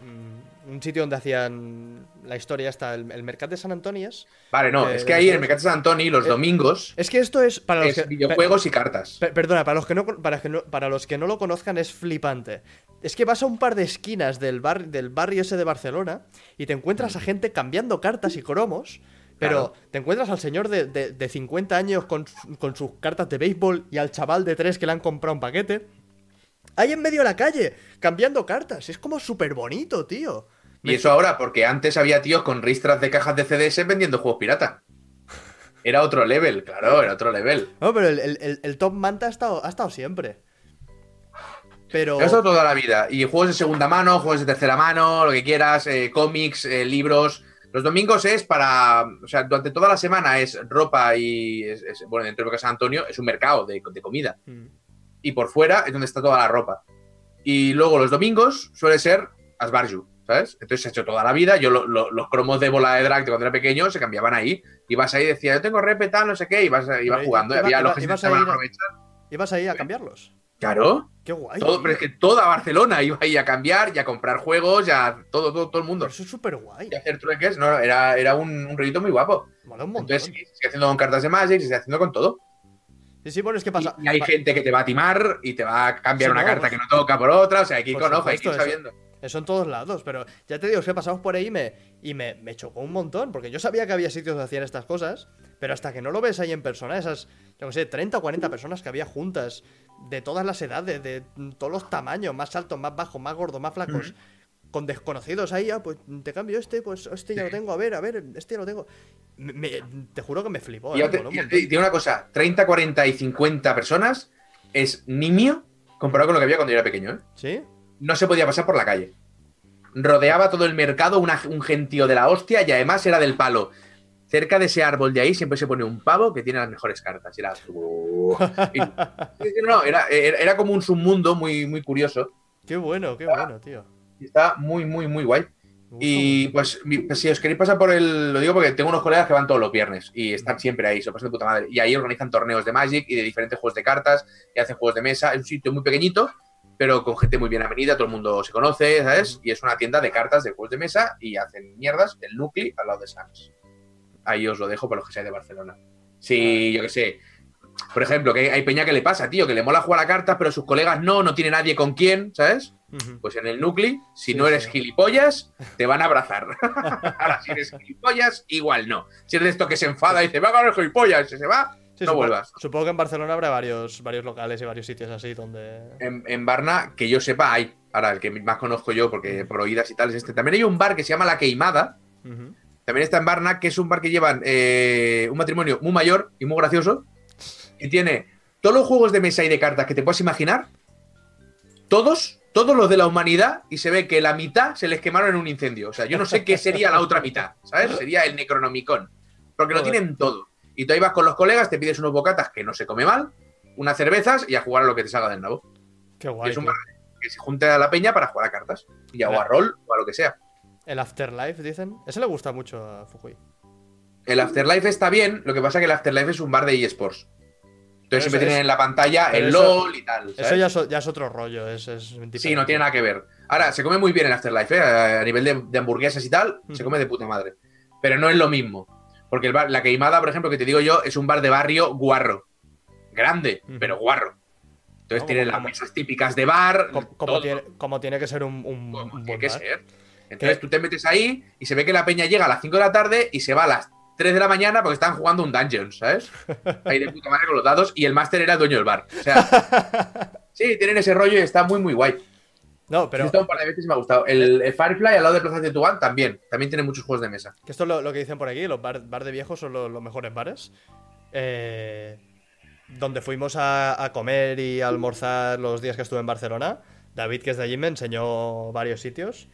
mm, un sitio donde hacían la historia hasta el, el mercado de San Antonio.
Vale, no,
Eh,
es que ahí en el
videojuegos.
Mercado de San Antoni, los
Eh,
domingos,
Es que esto es para los
es
que,
videojuegos y cartas.
Per- perdona, para los, que no, con- para, que no- para los que no lo conozcan es flipante. Es que vas a un par de esquinas del, bar- del barrio ese de Barcelona y te encuentras a gente cambiando cartas y cromos, pero
Claro.
te encuentras al señor de, de- de 50 años con, su- con sus cartas de béisbol y al chaval de 3 que le han comprado un paquete. Ahí en medio de la calle, cambiando cartas. Es como súper bonito, tío.
Y eso ahora, porque antes había tíos con ristras de cajas de CDS vendiendo juegos pirata. Era otro level, claro, era otro level.
No, pero el, el- el- el Top Manta ha estado, ha estado siempre. Pero...
He gastado toda la vida. Y juegos de segunda mano, juegos de tercera mano, lo que quieras, eh, cómics, eh, libros. Los domingos es para. O sea, durante toda la semana es ropa y. es- es- bueno, dentro de lo que es San Antonio es un mercado de, de comida.
Mm.
Y por fuera es donde está toda la ropa. Y luego los domingos suele ser Asbarju, ¿sabes? Entonces se ha hecho toda la vida. Yo lo- lo- los cromos de bola de drag de cuando era pequeño se cambiaban ahí. Ibas ahí y decía, yo tengo repeta, no sé qué, y vas, ibas
Pero
jugando. y
iba-
había
iba-
los que se
ibas a
estaban
ir a-
aprovechando.
Ibas ahí a cambiarlos.
Claro.
Qué guay.
Todo-
tío.
pero es que toda Barcelona iba ahí a cambiar y a comprar juegos, ya todo, todo, todo el mundo.
Pero eso es súper guay.
Y hacer trueques, no, era, era un, un rollito muy guapo.
Mola un montón.
Entonces, sí, se sigue haciendo con cartas de Magic, se sigue haciendo con todo.
Sí, sí, bueno, es que
Y,
pasa.
y hay
pa-
gente que te va a timar y te va a cambiar
Sí,
una
no,
carta
pues-
que no toca por otra, o sea, hay que ir
por
con ojo, hay que ir
supuesto, eso.
sabiendo.
Eso en todos lados, pero ya te digo, es que pasamos por ahí y me, y me, me chocó un montón, porque yo sabía que había sitios donde hacían estas cosas, pero hasta que no lo ves ahí en persona, esas, yo no sé, 30 o 40 personas que había juntas, de todas las edades, de todos los tamaños, más altos, más bajos, más gordos, más flacos, con desconocidos ahí, ah, pues te cambio este, pues este ya lo tengo, a ver, a ver, este ya lo tengo. Me- me- te juro que me flipó.
Y
eh,
yo te,
moló un
yo
montón.
te digo una cosa, 30, 40 y 50 personas es nimio comparado con lo que había cuando yo era pequeño. ¿eh?
¿Sí?
No se podía pasar por la calle. rodeaba todo el mercado una- un gentío de la hostia y además era del palo. Cerca de ese árbol de ahí siempre se pone un pavo que tiene las mejores cartas. Y era. y- y- no, era, era- era como un submundo muy, muy curioso.
Qué bueno, qué bueno, tío.
Y Está muy, muy, muy guay.
Me gusta
Y
mucho.
pues, mi- pues, si os queréis pasar por el. Lo digo porque tengo unos colegas que van todos los viernes y están siempre ahí, se lo pasan de puta madre. Y ahí organizan torneos de Magic y de diferentes juegos de cartas y hacen juegos de mesa. Es un sitio muy pequeñito, pero con gente muy bien avenida, todo el mundo se conoce, ¿sabes? Y es una tienda de cartas de juegos de mesa y hacen mierdas el Nucli al lado de Sams. Ahí os lo dejo para los que seáis de Barcelona. Si, yo qué sé. Por ejemplo, que hay- hay peña que le pasa, tío, que le mola jugar a cartas, pero sus colegas no, no tiene nadie con quien, ¿sabes?
Ujú.
Pues en el núcleo, si
Sí,
no eres
sí.
gilipollas, te van a abrazar. (laughs) Ahora, si eres gilipollas, igual no. Si eres de esto que se enfada y dice, va a ganar el gilipollas, y se va.
Sí,
no
supo-
vuelvas.
Supongo que en Barcelona habrá varios, varios locales y varios sitios así donde.
En, en Barna, que yo sepa, hay. Ahora, el que más conozco yo, porque por oídas y tal, es este. También hay un bar que se llama La Queimada.
Ujú.
También está en Barna, que es un bar que llevan eh, un matrimonio muy mayor y muy gracioso. Y tiene todos los juegos de mesa y de cartas que te puedas imaginar. Todos, todos los de la humanidad. Y se ve que la mitad se les quemaron en un incendio. O sea, yo no sé qué sería la otra mitad. ¿Sabes? Sería el Necronomicon. Porque lo
Joder.
tienen todo. Y tú ahí vas con los colegas, te pides unos bocatas que no se come mal, unas cervezas y a jugar a lo que te salga del nabo.
Qué guay.
es un
tío.
Que se junta a la peña para jugar a cartas. Y a, o a rol o a lo que sea.
El Afterlife, dicen. Ese le gusta mucho a Fujui.
El Afterlife está bien, lo que pasa es que el Afterlife es un bar de eSports.
Pero
Entonces
eso
siempre
es-
tienen en la pantalla
pero
el
eso-
LOL y tal. ¿sabes?
Eso ya es, o- ya es otro rollo. Es, es diferente.
Sí, no tiene nada que ver. Ahora, se come muy bien el Afterlife, ¿eh? a nivel de, de hamburguesas y tal,
Ujú.
se come de puta madre. Pero no es lo mismo. Porque el bar- la queimada, por ejemplo, que te digo yo, es un bar de barrio guarro. Grande,
Ujú.
pero guarro. Entonces
Como-
tiene las
como-
mesas típicas de bar.
Co- Como,
todo.
tiene, como tiene que ser un, un-
Como
un
Pues, tiene
buen
que
bar.
ser. Entonces tú te metes ahí y se ve que la peña llega a las 5 de la tarde y se va a las 3 de la mañana porque están jugando un dungeon, ¿sabes? Ahí de puta madre con los dados y el máster era el dueño del bar. O sea, sí, tienen ese rollo y está muy, muy guay.
No,
Pero,
pero
un par de veces y me ha gustado. El, el Firefly al lado de Plaza de Tetuán también. También tiene muchos juegos de mesa.
que esto es lo, lo que dicen por aquí. Los bar, bar de viejos son lo- los mejores bares. Eh, donde fuimos a, a comer y a almorzar los días que estuve en Barcelona. David, que es de allí, me enseñó varios sitios.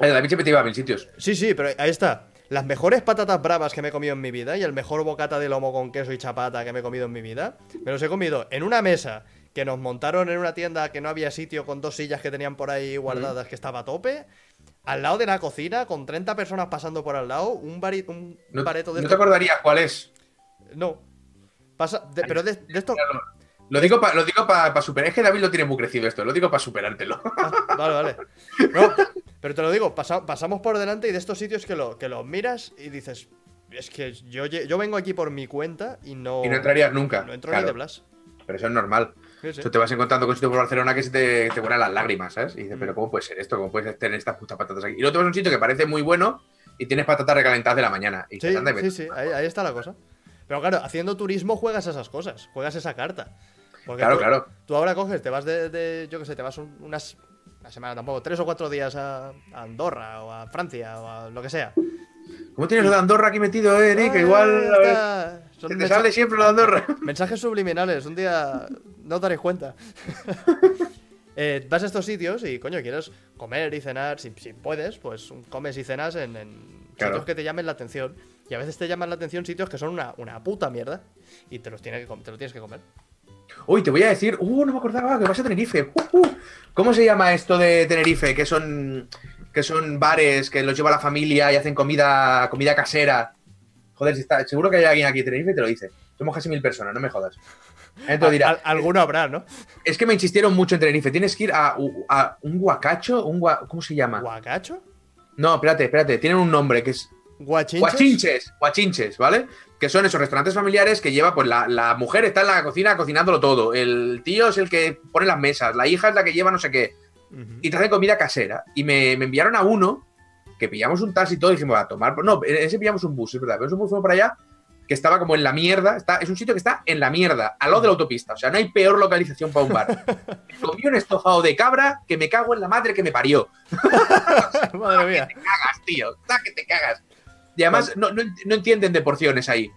El Eh, David siempre te iba a mil sitios.
Sí, sí, pero ahí está. Las mejores patatas bravas que me he comido en mi vida y el mejor bocata de lomo con queso y chapata que me he comido en mi vida, me los he comido en una mesa que nos montaron en una tienda que no había sitio con dos sillas que tenían por ahí guardadas que estaba a tope, al lado de la cocina con 30 personas pasando por al lado, un, bari- un
No,
bareto de
no te acordarías cuál es.
estos- No. Pasa, de- pero de, de esto...
Claro. Lo digo para lo digo pa- pa superar. Es que David lo tiene muy crecido esto. Lo digo para superártelo. (laughs)
Ah, (laughs) vale, vale. No, pero te lo digo, pasa- pasamos por delante y de estos sitios que lo, que los miras y dices, es que yo, lle- yo vengo aquí por mi cuenta y no...
Y no entrarías nunca.
No entro
Claro.
ni de Blas.
Pero eso es normal.
Sí, sí.
Tú te vas encontrando con sitios por Barcelona que se te, te cuelan las lágrimas, ¿sabes?
Mm.
Y dices, pero ¿cómo puede ser esto? ¿Cómo puedes tener estas putas patatas aquí? Y luego te vas a un sitio que parece muy bueno y tienes patatas recalentadas de la mañana. Y
Sí,
dices, anda,
sí,
vete.
sí, ahí, ahí está la cosa. Pero claro, haciendo turismo juegas esas cosas, juegas esa carta. Porque
Claro,
tú,
claro.
Tú ahora coges, te vas de, de- yo qué sé, te vas un- unas, una semana tampoco, tres o cuatro días a, a Andorra o a Francia o a lo que sea.
¿Cómo tienes lo de Andorra aquí metido, eh, Nick?
Ah,
Igual
ya
a ver,
está. Son
se te
mensa-
sale siempre lo de Andorra. (laughs)
Mensajes subliminales, un día no os daréis cuenta. Eh, vas a estos sitios y, coño, quieres comer y cenar, si, si puedes, pues comes y cenas en, en
Claro.
sitios que te llamen la atención. Y a veces te llaman la atención sitios que son una, una puta mierda y te los, tiene que, com- te los tienes que comer.
Uy, te voy a decir, uh, no me acordaba que vas a Tenerife. Uh, uh. ¿Cómo se llama esto de Tenerife? Que son que son bares que los lleva la familia y hacen comida comida casera. Joder, si está, seguro que hay alguien aquí en Tenerife y te lo dice. Somos casi mil personas, no me jodas. Entonces dirá,
Al- alguno habrá, ¿no?
es que me insistieron mucho en Tenerife. Tienes que ir a, a un guacacho, un gua- ¿cómo se llama?
¿Guacacho?
No, espérate, espérate. Tienen un nombre que es
¿Guachinches?
Guachinches, guachinches, ¿vale? Que son esos restaurantes familiares que lleva, pues la, la mujer está en la cocina cocinándolo todo, el tío es el que pone las mesas, la hija es la que lleva no sé qué,
Ujú. (laughs)
y te hacen comida casera. Y me, me enviaron a uno, que pillamos un taxi y todo, y dijimos, a tomar, no, ese pillamos un bus, es verdad, pero un bus fuimos para allá, que estaba como en la mierda, está, es un sitio que está en la mierda, al lado de la autopista, o sea, no hay peor localización para un bar. Me Comí un estofado de cabra que me cago en la madre que me parió
Madre mía.
cagas, tío. Da que te cagas. Y además no, no ent- no entienden de porciones ahí.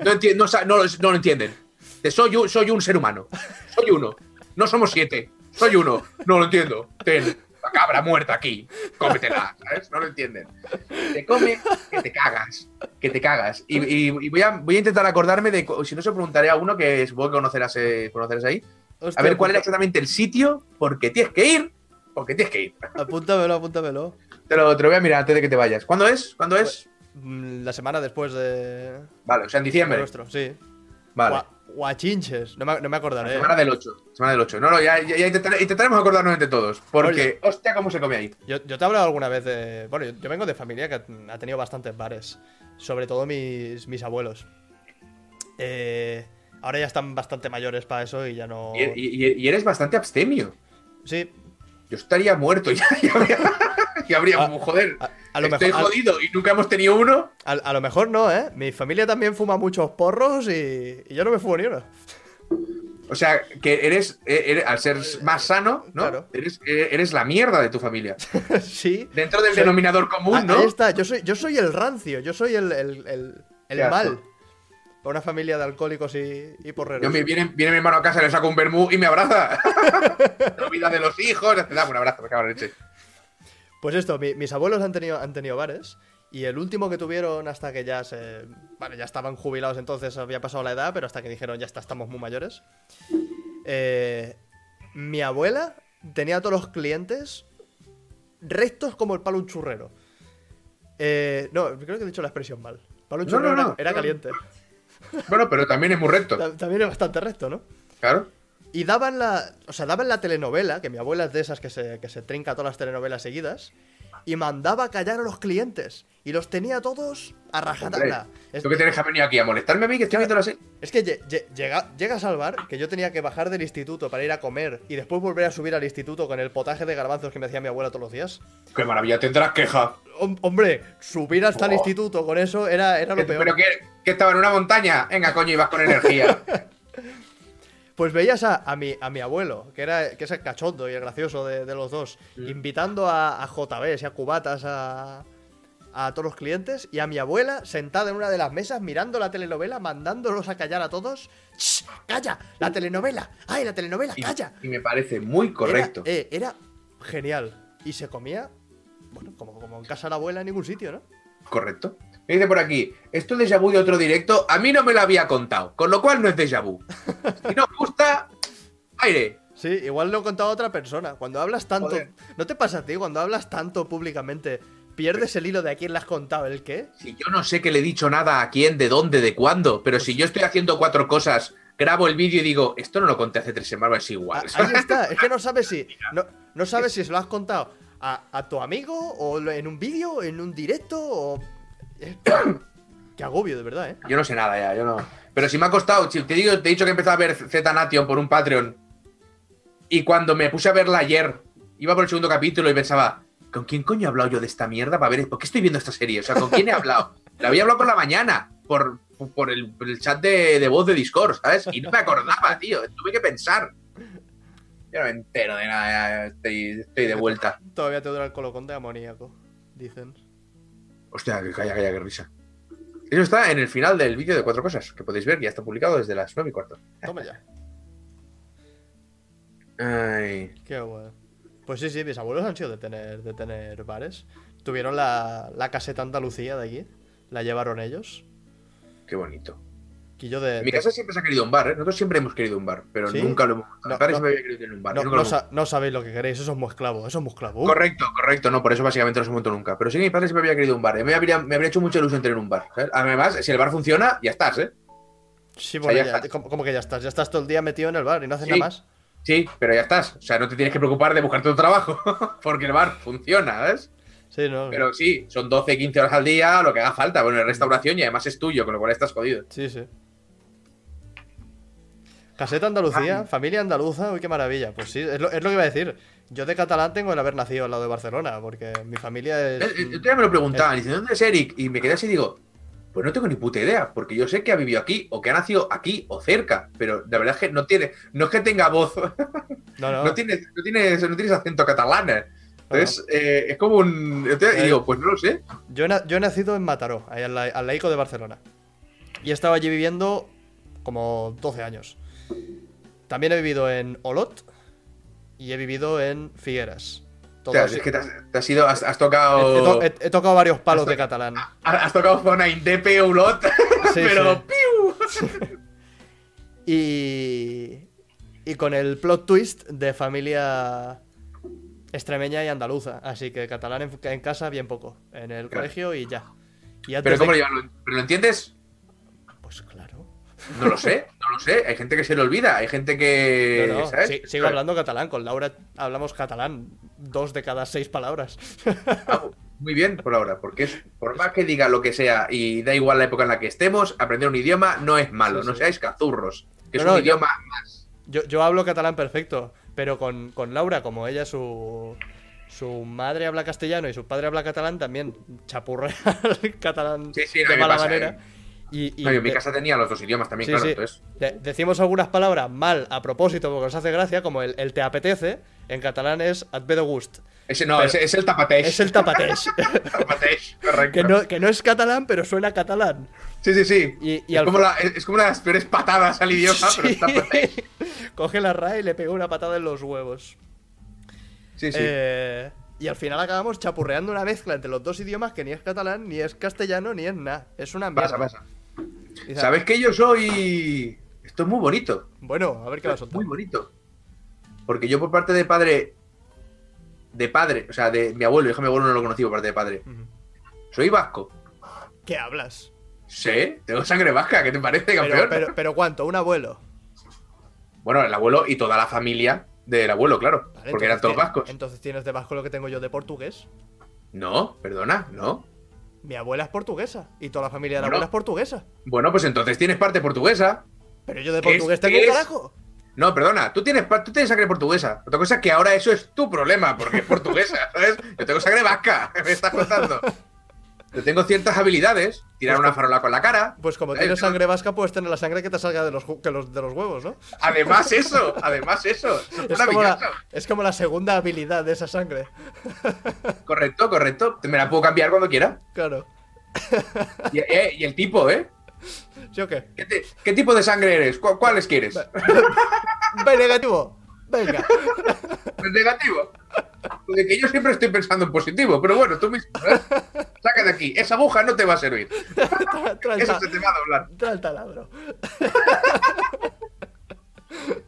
No, enti- no sa- no los- no lo entienden. Te- Soy, un- soy un ser humano. Soy uno. No somos siete. Soy uno. No lo entiendo. Ten. la cabra muerta aquí, cómetela, ¿sabes? No lo entienden. Te come, que te cagas, que te cagas. Y, y- y voy, a, voy a intentar acordarme de, cu- si no se lo preguntaré a uno que supongo que conocerás, eh, conocerás ahí, a
Hostia,
ver cuál era
apunta-
exactamente el sitio, porque tienes que ir, porque tienes que ir.
Apúntamelo, apúntamelo.
Te lo, te lo voy a mirar antes de que te vayas. ¿Cuándo es? ¿Cuándo es?
Mm, La semana después de.
Vale, o sea, en diciembre.
nuestro, sí.
Vale.
Gua- Guachinches. No me, no me
La
acordaré.
semana del 8. Semana del 8. No, no, ya, ya- ya intentar- intentaremos acordarnos entre todos. Porque, hostia, cómo se come ahí.
Yo, yo te he hablado alguna vez de. Bueno, yo, yo vengo de familia que ha- ha tenido bastantes bares. Sobre todo mis, mis abuelos. Eh, ahora ya están bastante mayores para eso y ya no.
Y, y- y- y eres bastante abstemio.
Sí,
Yo estaría muerto (laughs) ya. ya habría, ya habría-
Ah,
joder.
a, a lo
estoy
mejor. a-
jodido y nunca hemos tenido uno.
A, a lo mejor no, ¿eh? Mi familia también fuma muchos porros y, y yo no me fumo ni uno. (laughs)
O sea, que eres, eh, eres- al ser más sano, ¿no?
Claro.
Eres, eh, eres la mierda de tu familia.
(laughs) sí.
Dentro del
Soy-
denominador común,
Ah,
¿no?
Ahí está, yo soy, yo soy el rancio, yo soy el, el, el- el
Qué asco.
mal. Para una familia de alcohólicos y, y porreros.
Yo me- viene, viene mi hermano a casa, le saco un vermú y
(laughs)
me abraza. La vida de los hijos. Dame un abrazo, me cago en la leche.
Pues esto, mi- mis abuelos han tenido, han tenido bares y el último que tuvieron hasta que ya se... Vale, ya estaban jubilados entonces, había pasado la edad, pero hasta que dijeron, ya está, estamos muy mayores. Eh, mi abuela tenía a todos los clientes rectos como el palo de un churrero. Eh, no, creo que he dicho la expresión mal. Palo de un
No,
churrero
no,
era-
no.
era caliente.
Bueno, pero también es muy recto,
Ta- También es bastante recto, ¿no?
claro.
Y daban la. O sea, daban la telenovela, que mi abuela es de esas que se, que se trinca todas las telenovelas seguidas. Y mandaba callar a los clientes. Y los tenía todos a rajatabla.
Hombre,
Es,
¿Tú que tienes que venir aquí a molestarme a mí que estoy viendo la serie?
es que lle- lle- llega, llegas al bar, que yo tenía que bajar del instituto para ir a comer. Y después volver a subir al instituto con el potaje de garbanzos que me hacía mi abuela todos los días.
¡Qué maravilla! Tendrás queja.
Hom- hombre, subir hasta el
Oh.
instituto con eso era, era lo peor.
¿Pero que, que estaba en una montaña? Venga, coño, ibas
(laughs)
con energía.
Pues veías a, a mi, a mi abuelo, que era que es el cachondo y el gracioso de, de los dos, invitando a, a JBs y a cubatas a, a todos los clientes, y a mi abuela sentada en una de las mesas mirando la telenovela, mandándolos a callar a todos. ¡Shh! ¡Calla! ¡La telenovela! ¡Ay, la telenovela!
Y,
¡Calla!
y me parece muy correcto.
Era, eh, era genial. Y se comía, bueno, como, como en casa de la abuela en ningún sitio, ¿no?
Correcto. Me dice por aquí, esto de déjà vu de otro directo, a mí no me lo había contado, con lo cual no es déjà
(laughs)
vu. Si no os gusta, aire.
Sí, igual lo he contado a otra persona. Cuando hablas tanto.
Joder.
¿No te pasa a ti cuando hablas tanto públicamente? ¿Pierdes el hilo de a quién le has contado el qué?
Si yo no sé que le he dicho nada a quién, de dónde, de cuándo, pero si yo estoy haciendo cuatro cosas, grabo el vídeo y digo, esto no lo conté hace tres semanas, es
Ah,
igual.
Ahí está,
(laughs)
es que no sabes si. No, no sabes si se lo has contado a, a tu amigo, o lo- en un vídeo, en un directo, o. eh, (coughs) Qué agobio, de verdad, ¿eh?
Yo no sé nada ya, yo no. Pero si me ha costado, si te digo, te he dicho que empezaba a ver Z Nation por un Patreon. Y cuando me puse a verla ayer, iba por el segundo capítulo y pensaba, ¿con quién coño he hablado yo de esta mierda para ver? ¿Por qué estoy viendo esta serie? O sea, ¿con quién he hablado? La había hablado por la mañana, por, por el, por el chat de, de voz de Discord, ¿sabes? Y no me acordaba, tío. Tuve que pensar. Yo no me entero de nada, ya estoy, estoy de vuelta.
Todavía te dura el colocón de amoníaco, dicen.
Hostia, que calla, calla, que risa. Eso está en el final del vídeo de cuatro cosas, que podéis ver, que ya está publicado desde las nueve y cuarto.
Toma
(laughs)
ya.
Ay.
Qué bueno. Pues sí, sí, mis abuelos han sido de tener, de tener bares. Tuvieron la, la caseta Andalucía de aquí. La llevaron ellos.
Qué bonito.
Que yo de.
En mi
de-
casa siempre se ha querido un bar, ¿eh? Nosotros siempre hemos querido un bar, pero
¿Sí?
nunca lo hemos
No,
Mi padre
no.
siempre había querido tener un bar.
no,
y nunca
no
lo
sa- ¿Uh? no sabéis lo que queréis, eso es musclavo, eso es musclavo.
hemos- Correcto, correcto, no, por eso básicamente no se montó nunca. Pero sí que mi padre siempre había querido un bar. ¿eh? Me habría, me habría hecho mucha ilusión tener un bar. ¿sabes? Además, si el bar funciona, ya estás, ¿eh?
Sí,
sea,
bueno,
ya
ya-
está.
¿cómo, cómo que ya estás? Ya estás todo el día metido en el bar y no haces
Sí.
nada más.
Sí, pero ya estás. O sea, no te tienes que preocupar de buscarte otro trabajo, (laughs) porque el bar funciona, ¿sabes?
Sí, no.
Pero sí, son 12, 15 horas al día, lo que haga falta. Bueno, es restauración y además es tuyo, con lo cual estás jodido.
Sí, sí. Caseta Andalucía, familia andaluza, uy, qué maravilla. Pues sí, es lo, es lo que iba a decir. Yo de catalán tengo el haber nacido al lado de Barcelona, porque mi familia es. mm,
Eh, eh, Otro día me lo preguntaban, dice, ¿dónde es Eric? Y me quedé así y digo, pues no tengo ni puta idea, porque yo sé que ha vivido aquí, o que ha nacido aquí, o cerca, pero la verdad es que no tiene, no es que tenga voz, (laughs)
No, no.
no, tienes, no, tienes, no tienes acento catalán. eh. Entonces, eh, es como un... entonces,
Eh.
Y digo, pues no lo sé.
Yo, he na- yo he nacido en Mataró, ahí al, la- al laico de Barcelona. Y he estado allí viviendo como 12 años. También he vivido en Olot y he vivido en Figueras.
O sea, es que te has, te has ido, has, has tocado.
He, Este to- eh, he- he tocado varios palos
Has to-
de
(laughs)
catalán.
Has tocado zona Indepe o
(laughs)
Ulot,
Sí,
pero
sí.
¡piu!
(laughs) Y. Y con el plot twist de familia extremeña y andaluza. Así que catalán en, en casa, bien poco. En el
Claro.
colegio y ya. Y antes
Pero
de-
¿cómo lo llevan? ¿Pero lo entiendes?
Pues claro.
No lo sé, no lo sé. Hay gente que se le olvida, hay gente que.
No, no,
Eh, ¿sabes?
sí- sigo hablando catalán. Con Laura hablamos catalán dos de cada seis palabras.
Ah, Muy bien, por ahora, porque es, por más que diga lo que sea y da igual la época en la que estemos, aprender un idioma no es malo,
Sí,
no
sí.
seáis cazurros, que es
No,
un
no, yo-
idioma más.
Yo, yo hablo catalán perfecto, pero con, con Laura, como ella, su, su madre habla castellano y su padre habla catalán, también chapurrea (laughs) el catalán
Sí, sí, a mí
de
me
mala
pasa,
manera.
eh.
Y, y
No, yo en mi
de-
casa tenía los dos idiomas también,
sí,
claro,
sí.
entonces.
De- decimos algunas palabras mal a propósito porque nos hace gracia, como el, el te apetece, en catalán es et ve de gust.
Ese no,
Pero-
ese es el tapateix.
Es el
(laughs)
tapateix,
tapateix, correcto.
que, no, que no es catalán, pero suena catalán.
Sí, sí, sí.
Y- y
es,
al-
como la- es- es como una de las peores patadas al idioma,
(laughs)
pero
Sí.
está perfecto.
Coge la RAE y le pegó una patada en los huevos.
Sí, sí.
Eh, y al final acabamos chapurreando una mezcla entre los dos idiomas que ni es catalán, ni es castellano, ni es nada. Es una mierda.
pasa, pasa.
Y dice,
¿Sabes que yo soy. Esto es muy bonito.
Bueno, a ver qué va a soltar.
Muy bonito. Porque yo por parte de padre. De padre, o sea, de mi abuelo, hijo de mi abuelo no lo conocí por parte de padre.
Ujú.
Soy vasco.
¿Qué hablas?
Sí, tengo sangre vasca, ¿qué te parece,
Pero,
campeón?
pero, pero ¿cuánto? ¿Un abuelo?
Bueno, el abuelo y toda la familia del abuelo, claro.
Vale,
porque
entonces
eran todos
tiene-
vascos.
Entonces tienes de vasco lo que tengo yo de portugués.
No, perdona, no.
Mi abuela es portuguesa. Y toda la familia de la
Bueno.
abuela es portuguesa.
Bueno, pues entonces tienes parte portuguesa.
Pero yo de
¿Qué es-
portugués
qué
tengo un
es?
carajo.
No, perdona, tú tienes, pa- tú tienes sangre portuguesa. Otra cosa es que ahora eso es tu problema, porque es portuguesa, (laughs) ¿sabes? Yo tengo sangre vasca, (laughs) me estás contando. Yo tengo ciertas habilidades, tirar una farola con la cara.
Pues como
Eh,
tienes
no.
sangre vasca, puedes tener la sangre que te salga de los, ju- que los- de los huevos, ¿no?
Además eso, además eso. eso Es
Es como, la,
maravilloso.
es como la segunda habilidad de esa sangre.
Correcto, correcto. Me la puedo cambiar cuando quiera.
Claro.
Y, eh, y el tipo, ¿eh?
¿Sí o qué?
¿Qué, te- qué tipo de sangre eres? ¿Cu- ¿Cuáles quieres?
B negativo. Venga.
¿El Pues negativo? De que yo siempre estoy pensando en positivo, pero bueno, tú mismo, ¿eh? Saca de aquí. Esa aguja no te va a servir.
Tra- tra-
Eso se te va a doblar.
tra el taladro.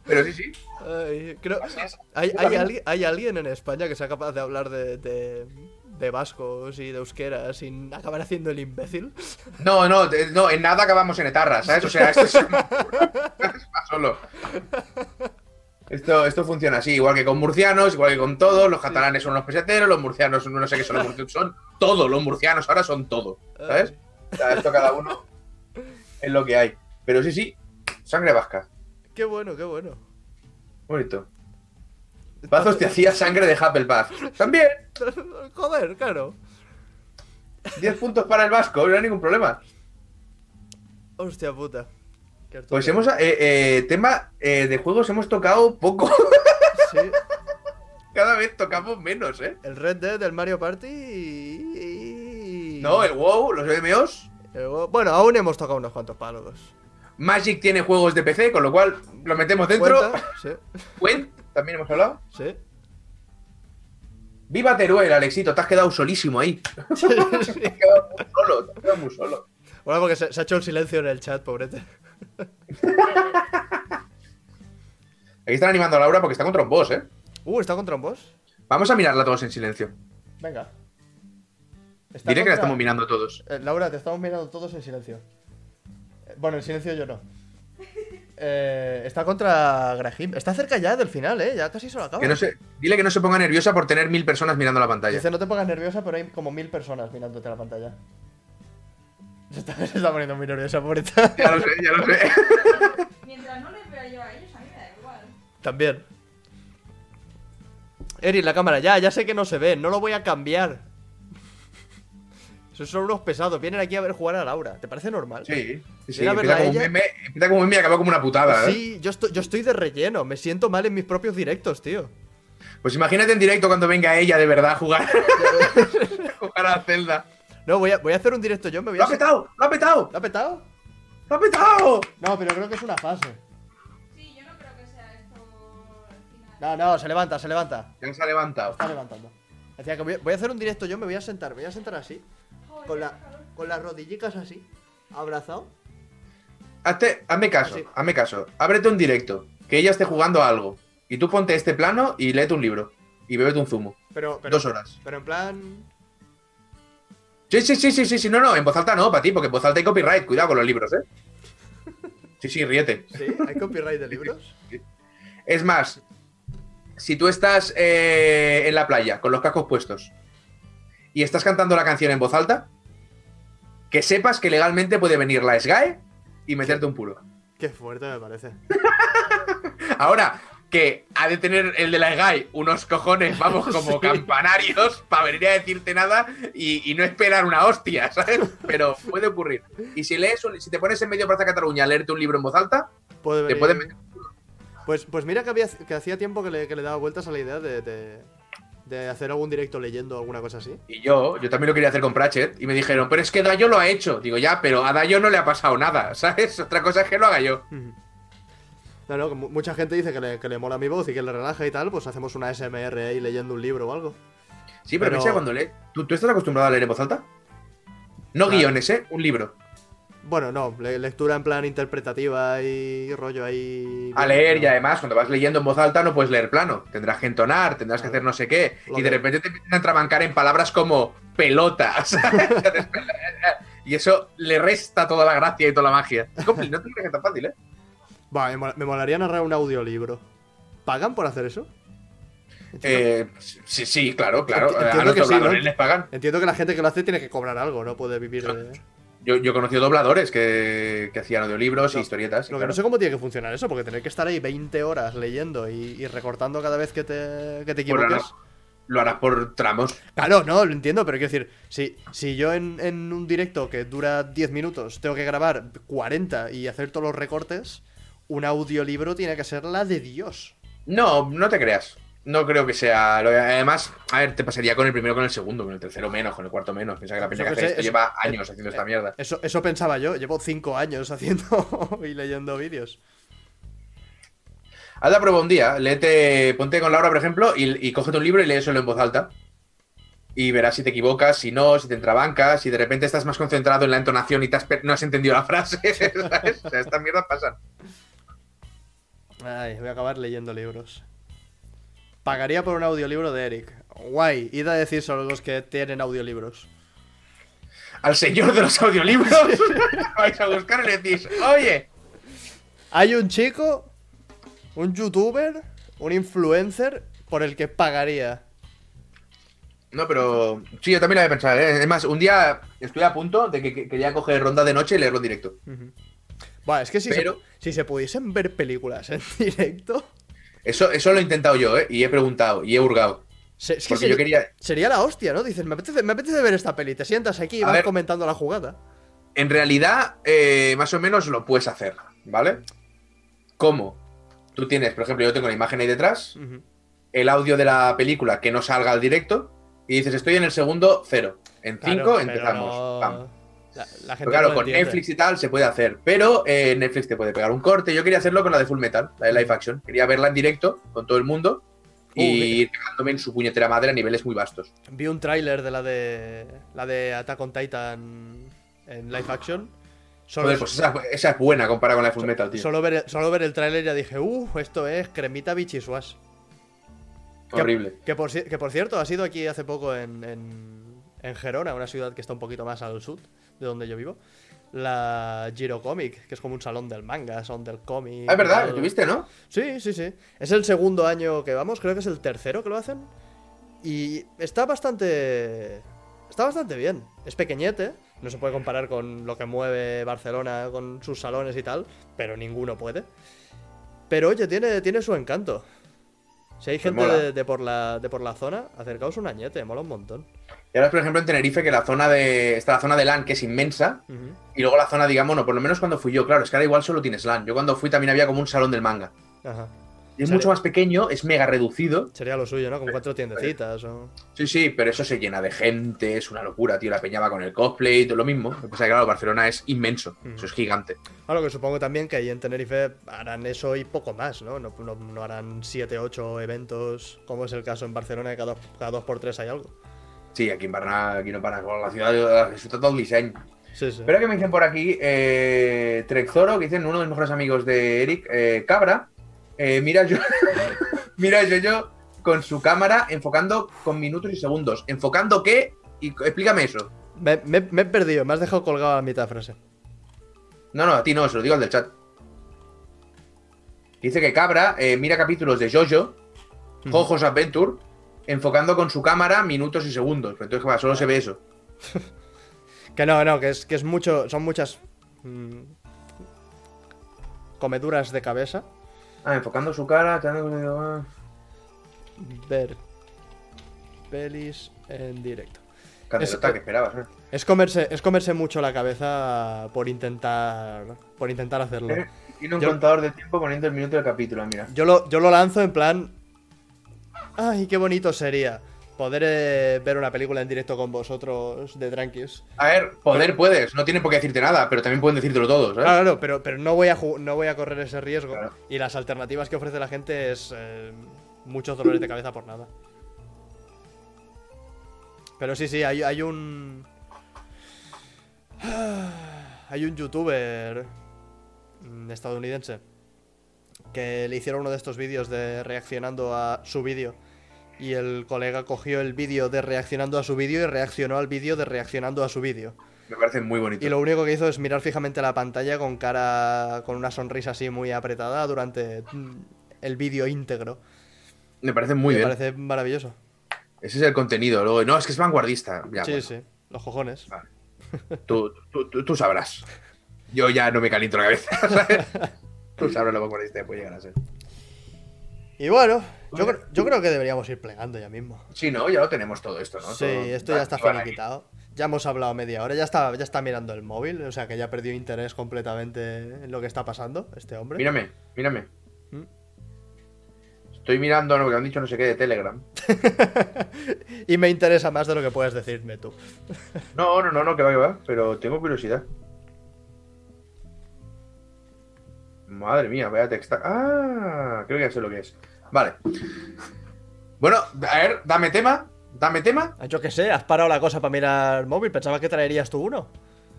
Pero sí, sí.
Ay, creo-
Así es.
¿Hay,
Yo
hay,
también.
algui- hay alguien en España que sea capaz de hablar de, de, de vascos y de euskera sin acabar haciendo el imbécil?
No, no, de- no, en nada acabamos en etarra, ¿sabes? O sea, esto es. Va (laughs) solo. Esto, esto funciona así, igual que con murcianos, igual que con todos. Los catalanes son los peseteros, los murcianos son no sé qué son los murcianos. Son todo, los murcianos ahora son todo, ¿sabes? O sea, esto cada uno es lo que hay. Pero sí, sí, sangre vasca.
Qué bueno, qué bueno. (laughs)
Bonito. Bazos te hacía sangre de Hufflepuff. También,
Joder, claro.
10 puntos para el vasco, no hay ningún problema.
Hostia puta. Qué hartura.
Pues hemos. eh, eh, tema eh, de juegos hemos tocado poco.
(laughs) Sí,
Cada vez tocamos menos, ¿eh?
el Red Dead, el Mario Party y...
No, el WoW, los MMOs.
el huevo- Bueno, aún hemos tocado unos cuantos palos.
Magic tiene juegos de PC, con lo cual lo metemos dentro.
¿Cuenta? Sí,
Gwen, también hemos hablado.
sí.
Viva Teruel, Alexito, te has quedado
(laughs)
solísimo ahí. (laughs) te has quedado muy solo, te has quedado muy solo.
Bueno, porque se, se ha hecho el silencio en el chat, pobrete.
Aquí están animando a Laura porque está contra un boss, ¿eh?
Uh, ¿está contra un boss?
Vamos a mirarla todos en silencio.
Venga. Está
Diré que
contra-
la estamos mirando todos.
Eh, Laura, te estamos mirando todos en silencio. Eh, Bueno, en silencio yo no. Eh, está contra Grahim. Está cerca ya del final, ¿eh? Ya casi se lo acaba.
Que no se... Dile que no se ponga nerviosa por tener mil personas mirando la pantalla.
Dice, no te pongas nerviosa, pero hay como mil personas mirándote la pantalla. (laughs) Se está, se está poniendo muy nerviosa, pobreta.
Ya lo sé, ya lo sé. (laughs)
Mientras no les vea yo a ellos, a mí me da igual.
También. Eri, la cámara, ya, ya sé que no se ve, no lo voy a cambiar. Esos son unos pesados, vienen aquí a ver jugar a Laura. ¿Te parece normal?
Sí, sí, sí.
Mira,
Empieza
¿verdad,
como, un
ella?
meme, empieza como un meme y acaba como una putada, ¿eh?
Sí, yo estoy, yo estoy de relleno, me siento mal en mis propios directos, tío.
Pues imagínate en directo cuando venga ella de verdad a jugar. jugar a Zelda.
No, voy a, voy a hacer un directo yo, me voy
¡Lo
a...
ha petado! ¡Lo ha petado!
¿Lo ha petado?
¡Lo ha petado!
No, pero creo que es una fase.
Sí, yo no creo que sea esto al
No,
final.
no, se levanta, se levanta.
Ya se ha levantado.
Está levantando. Hacía que voy, voy a hacer un directo yo, me voy a sentar, me voy a sentar así,
Joder,
con,
qué
la,
calor.
con las rodillicas así, abrazado.
Hazte- hazme caso,
Así.
hazme caso. Ábrete un directo, que ella esté jugando a algo. Y tú ponte este plano y léete un libro. Y bebete un zumo.
Pero, pero,
Dos horas.
pero en plan.
Sí, sí, sí, sí, sí, sí, no, no, en voz alta no, para ti, porque en voz alta hay copyright, cuidado con los libros, ¿eh? Sí, sí, ríete.
¿Sí? ¿Hay copyright de libros?
Es más, si tú estás eh, en la playa con los cascos puestos y estás cantando la canción en voz alta, que sepas que legalmente puede venir la SGAE y meterte un puro.
Qué fuerte me parece.
Ahora, que ha de tener el de la SGAE unos cojones, vamos, como
Sí.
campanarios para venir a decirte nada y, y no esperar una hostia, ¿sabes? Pero puede ocurrir. Y si lees, un- si te pones en medio Plaza Cataluña a leerte un libro en voz alta,
Puede
te
venir-
pueden meter.
Pues, pues mira que, había, que hacía tiempo que le, que le daba vueltas a la idea de, de, de hacer algún directo leyendo o alguna cosa así.
Y yo, yo también lo quería hacer con Pratchett y me dijeron, pero es que Dayo lo ha hecho. Digo, ya, pero a Dayo no le ha pasado nada, (laughs) ¿sabes? Otra cosa es que lo haga yo.
Ujú. No, no, que mu- mucha gente dice que le, que le mola mi voz y que le relaja y tal, pues hacemos una SMR ahí leyendo un libro o algo.
Sí,
Pero-
pero, piensa cuando lees. ¿Tú, tú estás acostumbrado a leer en voz alta? No
Claro.
guiones, ¿eh? Un libro.
Bueno, no, le- lectura en plan interpretativa y rollo ahí.
A leer y
ya
además cuando vas leyendo en voz alta no puedes leer plano. Tendrás que entonar, tendrás que
Claro.
hacer no sé qué.
Lo
y
que-
de repente te empiezan a entrabancar en palabras como pelota. (laughs) ¿sabes? y eso le resta toda la gracia y toda la magia. Compli, no te crees que es tan fácil, ¿eh?
Va, me, mol- me molaría narrar un audiolibro. ¿Pagan por hacer eso? Entiendo,
Eh, sí, sí, claro, claro.
Enti-
a
entiendo
los
que sí, ¿no?
dobladores les pagan.
entiendo que la gente que lo hace tiene que cobrar algo, no puede vivir de.
Yo, yo he conocido dobladores que, que hacían audiolibros
No,
e historietas. y
Lo que
claro.
no sé cómo tiene que funcionar eso, porque tener que estar ahí 20 horas leyendo y, y recortando cada vez que te, que te
Bueno,
equivoques.
no, Lo harás por tramos.
Claro, no, lo entiendo, pero quiero decir, si, si yo en, en un directo que dura 10 minutos tengo que grabar 40 y hacer todos los recortes, un audiolibro tiene que ser la de Dios.
No, no te creas. No creo que sea. lo- Además, a ver, te pasaría con el primero, con el segundo, con el tercero menos, con el cuarto menos. Piensa que la
Yo
peña que
qué
hace
sé,
esto
es-
lleva años
eh,
haciendo
eh,
esta mierda.
Eso, eso pensaba yo, llevo 5 años (laughs) haciendo y leyendo vídeos.
Haz la prueba un día, léete, ponte con Laura, por ejemplo, y, y cógete un libro y léeselo en voz alta. Y verás si te equivocas, si no, si te entrabancas, si de repente estás más concentrado en la entonación y te has per- no has entendido la frase. (laughs) ¿sabes? O sea, estas mierdas pasan.
Ay, voy a acabar leyendo libros. Pagaría por un audiolibro de Eric. Guay, id a decir solo los que tienen audiolibros.
Al señor de los audiolibros (laughs) vais a buscar y le decís, oye,
Hay un chico, un youtuber, un influencer por el que pagaría.
No, pero sí, yo también la había pensado. ¿eh? Es más, un día estoy a punto de que, que- quería coger ronda de noche y leerlo en directo.
Buah, es que si,
Pero-
se, si se pudiesen ver películas en (laughs) directo,
Eso, eso lo he intentado yo, ¿eh? Y he preguntado, y he hurgado.
se- es que
Porque
se-
yo quería.
sería la hostia, ¿no? Dices, me apetece, me apetece ver esta peli, te sientas aquí y
A
vas
ver.
comentando la jugada.
En realidad, eh, más o menos lo puedes hacer, ¿vale? ¿Cómo? Tú tienes, por ejemplo, yo tengo la imagen ahí detrás,
Ujú.
el audio de la película que no salga al directo, y dices, estoy en el segundo cero. En
Claro,
cinco
pero
empezamos.
no-
pam.
La, la gente
Pero claro,
no lo
con
entiende.
Netflix y tal se puede hacer, pero eh, Netflix te puede pegar un corte. Yo quería hacerlo con la de Full Metal, la de Live Action. Quería verla en directo con todo el mundo y
Uh, mira.
ir pegándome en su puñetera madre a niveles muy vastos.
Vi un tráiler de la de la de Attack on Titan en live action. Solo,
Joder, pues esa, esa es buena comparada con la de Full Metal, tío.
solo ver, el- solo ver el tráiler ya dije, uff, esto es cremita bichisuas. Que-
Horrible.
Que por, ci- que por cierto, ha sido aquí hace poco en, en, en Gerona, una ciudad que está un poquito más al sur de donde yo vivo. La Giro Comic, que es como un salón del manga, salón del cómic.
Ah, es verdad,
tal.
lo tuviste, ¿no?
Sí, sí, sí. Es el segundo año que vamos, creo que es el tercero que lo hacen. Y está bastante. Está bastante bien. Es pequeñete, no se puede comparar con lo que mueve Barcelona, con sus salones y tal, pero ninguno puede. Pero oye, tiene, tiene su encanto. Si hay gente
mola.
de, de por la, de por la zona, acercaos un añete, mola un montón.
Y ahora, por ejemplo, en Tenerife, que la zona de. está la zona de LAN, que es inmensa,
Ujú.
y luego la zona, digamos, no, por lo menos cuando fui yo, claro, es que ahora igual solo tienes LAN. Yo cuando fui también había como un salón del manga.
Ajá.
Y es
Sale.
mucho más pequeño, es mega reducido.
Sería lo suyo, ¿no? Con cuatro tiendecitas o...
Sí, sí, pero eso se llena de gente, es una locura, tío. La peña va con el cosplay, todo lo mismo. Lo que pasa es que, claro, Barcelona es inmenso,
Mm.
eso es gigante.
Claro, que supongo también que ahí en Tenerife harán eso y poco más, ¿no? No, no- no harán 7, 8 eventos, como es el caso en Barcelona, que cada, dos- cada dos por tres hay algo.
Sí, aquí en Barna, aquí no para con la ciudad, disfruta todo el diseño.
Sí, sí.
Pero que me dicen por aquí, eh, Trexoro, que dicen uno de los mejores amigos de Eric, eh, Cabra, eh, mira yo, (laughs) mira yo, yo con su cámara enfocando con minutos y segundos. ¿Enfocando qué? Y co- explícame eso.
Me, me- me he perdido, me has dejado colgado a la mitad de frase.
No, no, a ti no, se lo digo al del chat. Dice que Cabra eh, mira capítulos de Jojo, Jojo's Adventure, enfocando con su cámara minutos y segundos. Pero entonces, ¿qué pasa? Solo se ve eso.
Que no, no, que es, que es mucho, son muchas... mm, comeduras de cabeza.
Ah, enfocando su cara. tal-
Ver pelis en directo.
Candelota, que esperabas, ¿eh?
Es comerse, es comerse mucho la cabeza por intentar, por intentar hacerlo.
Eh, Tiene un
Yo-
contador de tiempo poniendo el minuto del capítulo, mira.
Yo lo, yo lo lanzo en plan. Ay, qué bonito sería poder eh, ver una película en directo con vosotros de tranquis.
A ver, poder puedes, no tienen por qué decirte nada, pero también pueden decírtelo todos, ¿sabes?
Claro, claro, pero, pero no, voy a ju- no voy a correr ese riesgo.
Claro.
Y las alternativas que ofrece la gente es eh, muchos dolores de cabeza por nada. Pero sí, sí, hay, hay un. (sighs) Hay un youtuber mm, estadounidense que le hicieron uno de estos vídeos de reaccionando a su vídeo. Y el colega cogió el vídeo de reaccionando a su vídeo y reaccionó al vídeo de reaccionando a su vídeo.
Me parece muy bonito.
Ah. Y lo único que hizo es mirar fijamente la pantalla con cara. con una sonrisa así muy apretada durante mm, el vídeo íntegro.
Me parece muy
Me
bien.
parece maravilloso.
Ese es el contenido. Luego, no, es que es vanguardista. Ya,
sí,
bueno,
sí. Los cojones.
tú, tú- tú- tú sabrás. Yo ya no me caliento la cabeza, (laughs) ¿sabes? tú sabrás lo vanguardista que este puede llegar a ser.
Y bueno, yo, cre- yo creo que deberíamos ir plegando ya mismo.
Sí, no, ya lo tenemos todo esto, ¿no?
Sí,
Todo-
esto ya está
Iban ahí.
finiquitado. Ya hemos hablado media hora, ya está, ya está mirando el móvil, o sea que ya perdió interés completamente en lo que está pasando este hombre.
Mírame, mírame.
¿Mm?
Estoy mirando lo que han dicho no sé qué de Telegram.
Y me interesa más de lo que puedes decirme tú.
No, no, no, no, que va, que va, pero tengo curiosidad. Madre mía, voy a textar. Ah, creo que ya sé lo que es. Vale. Bueno, a ver, dame tema, dame tema.
Ah, Yo qué sé, has parado la cosa para mirar el móvil, pensaba que traerías tú uno.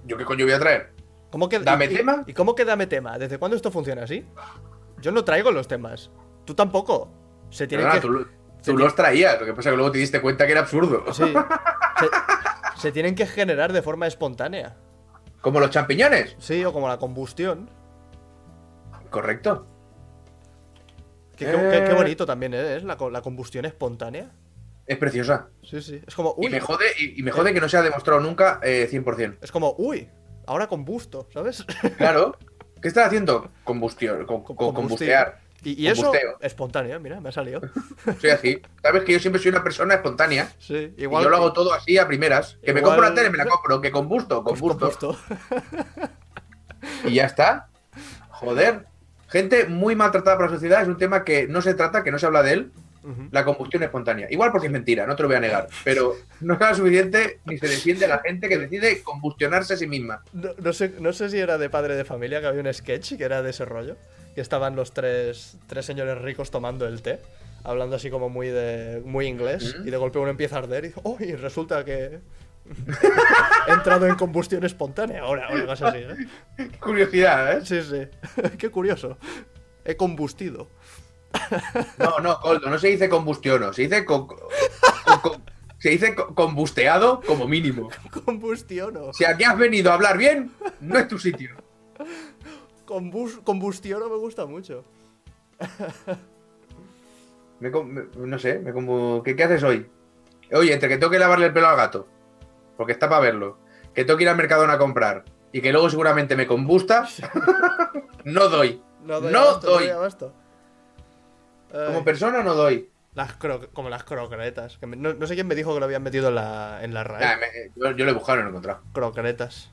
¿Yo qué coño voy a traer?
¿Cómo que,
Dame
y- y-
tema.
¿Y cómo que dame tema? ¿Desde cuándo esto funciona así? Yo no traigo los temas. Tú tampoco. Se tiene
Perdona,
que.
tú,
se
tú
tiene-
los traías, lo que pasa es que luego te diste cuenta que era absurdo.
(laughs) Ah, Sí. Se, se tienen que generar de forma espontánea.
Como los champiñones,
Sí, o como la combustión.
correcto.
Que- que- que- Qué,
Eh.
bonito también ¿eh? es la, co- la combustión espontánea.
Es preciosa.
Sí, sí. Es como,
Y
uy.
me jode, y, y me jode que no se ha demostrado nunca eh, 100%.
(laughs) Es como, uy. Ahora combusto, ¿sabes? (laughs)
Claro. ¿Qué estás haciendo? Combustión, con,
Com-
con-
combustible.
combustear.
Y, y eso
Combusteo.
espontáneo, mira, me ha salido.
Soy así. Sabes que yo siempre soy una persona espontánea.
Sí,
(laughs) Y
igual.
yo lo hago todo así a primeras. Que me
Igual-
compro la tele, me la compro, que combusto,
pues,
combusto.
combusto.
Y ya está. Joder. Gente muy maltratada por la sociedad es un tema que no se trata, que no se habla de él.
Ujú.
La combustión espontánea. Igual porque es mentira, no te lo voy a negar. Pero no es nada suficiente ni se defiende a la gente que decide combustionarse a sí misma.
No, no sé, no sé si era de padre de familia que había un sketch que era de ese rollo. Que estaban los tres, tres señores ricos tomando el té, hablando así como muy de muy inglés.
Ujú.
Y de golpe uno empieza a arder y dice, ¡Oh! Y resulta que. He entrado en combustión espontánea. Ahora, ahora vas así, ¿eh?
Curiosidad, ¿eh?
Sí, (laughs) sí. Qué curioso. He combustido. (laughs)
No, no, Coldo, no se dice combustiono, se dice con- con- con- se dice co- combusteado como mínimo.
Combustiono.
Si aquí has venido a hablar bien, no es tu sitio.
Combus- combustiono me gusta mucho.
Me com- me- no sé, me como. ¿Qué, qué haces hoy? Oye, entre que tengo que lavarle el pelo al gato, porque está para verlo, que tengo que ir al Mercadona a comprar y que luego seguramente me combusta, (laughs) no doy. No
abasto,
doy.
abasto. Eh, Ay.
Como persona no doy.
Las cro- como las crocretas. que me- no, no sé quién me dijo que lo habían metido en la, en la RAE.
Nah, me- yo, yo lo he buscado y no lo he encontrado.
Crocretas.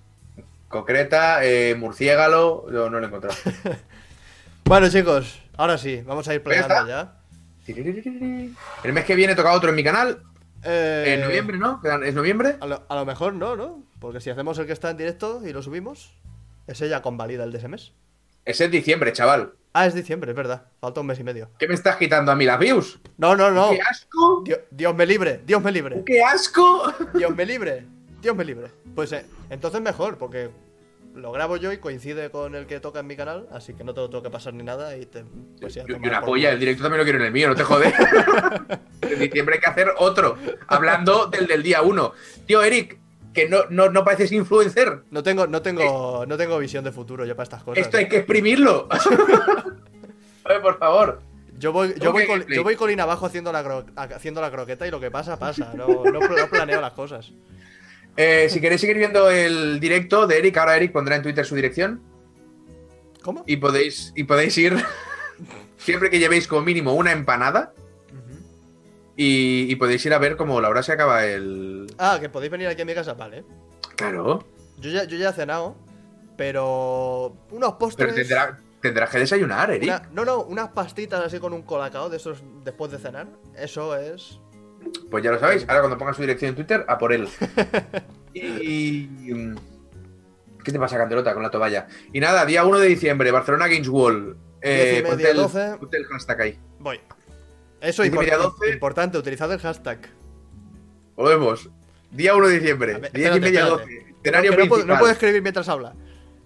Concreta, eh, murciégalo, no, no lo he encontrado.
Bueno, chicos, ahora sí, vamos a ir
Pues ya
plegando ya.
El mes que viene toca otro en mi canal.
Eh,
En noviembre, ¿no? Quedan- ¿Es noviembre?
A lo, a lo mejor no, ¿no? Porque si hacemos el que está en directo y lo subimos, ese ya convalida el de ese mes.
Ese es diciembre, chaval.
Ah, es diciembre, es verdad. Falta un mes y medio.
¿Qué me estás quitando a mí las views?
No, no, no.
¡Qué asco!
Dio- Dios me libre, Dios me libre.
¡Qué asco!
Dios me libre, Dios me libre. Pues eh, entonces mejor, porque lo grabo yo y coincide con el que toca en mi canal, así que no te lo tengo que pasar ni nada y te... Pues ya,
Yo- yo
tomar
una
por
polla, el
culo.
directo también lo quiero en el mío, no
(laughs)
te jodes. en diciembre hay que hacer otro, hablando del del día uno. Tío, Eric, que no, no, no pareces influencer.
No tengo, no, tengo, no tengo visión de futuro yo para estas cosas.
Eh, Esto hay
(laughs)
que exprimirlo. (laughs) Oye, por favor.
Yo voy, yo, voy
Ok,
col-
gameplay.
yo voy colina abajo haciendo la, gro- haciendo la croqueta y lo que pasa, pasa. No, no pl- no planeo las cosas.
Eh, si queréis seguir viendo el directo de Eric, ahora Eric pondrá en Twitter su dirección
¿Cómo?
y podéis, y podéis ir (laughs) siempre que llevéis como mínimo una empanada
Ujú.
y, y podéis ir a ver cómo la hora se acaba el...
Ah, que podéis venir aquí a mi casa, vale.
Claro,
Yo ya, yo ya he cenado, pero unos
pero
postres...
tendrá- tendrás que desayunar, Eric.
una- no, no, unas pastitas así con un colacao de esos después de cenar. Eso es...
Pues ya lo sabéis, ahora cuando ponga su dirección en Twitter, a
(laughs)
por él. y. mm, ¿Qué te pasa, Candelota, con la toalla? Y nada, día 1 de diciembre, Barcelona Games Wall.
Diez y
Eh,
media,
ponte, el,
12.
ponte el hashtag ahí.
Voy. Eso es
Diez y media, doce.
importante, utilizad el hashtag.
Volvemos. Día 1 de diciembre,
A ver,
10 y
espérate,
media
espérate.
12. Escenario
Que no, puedo,
principal.
no puedo escribir mientras habla.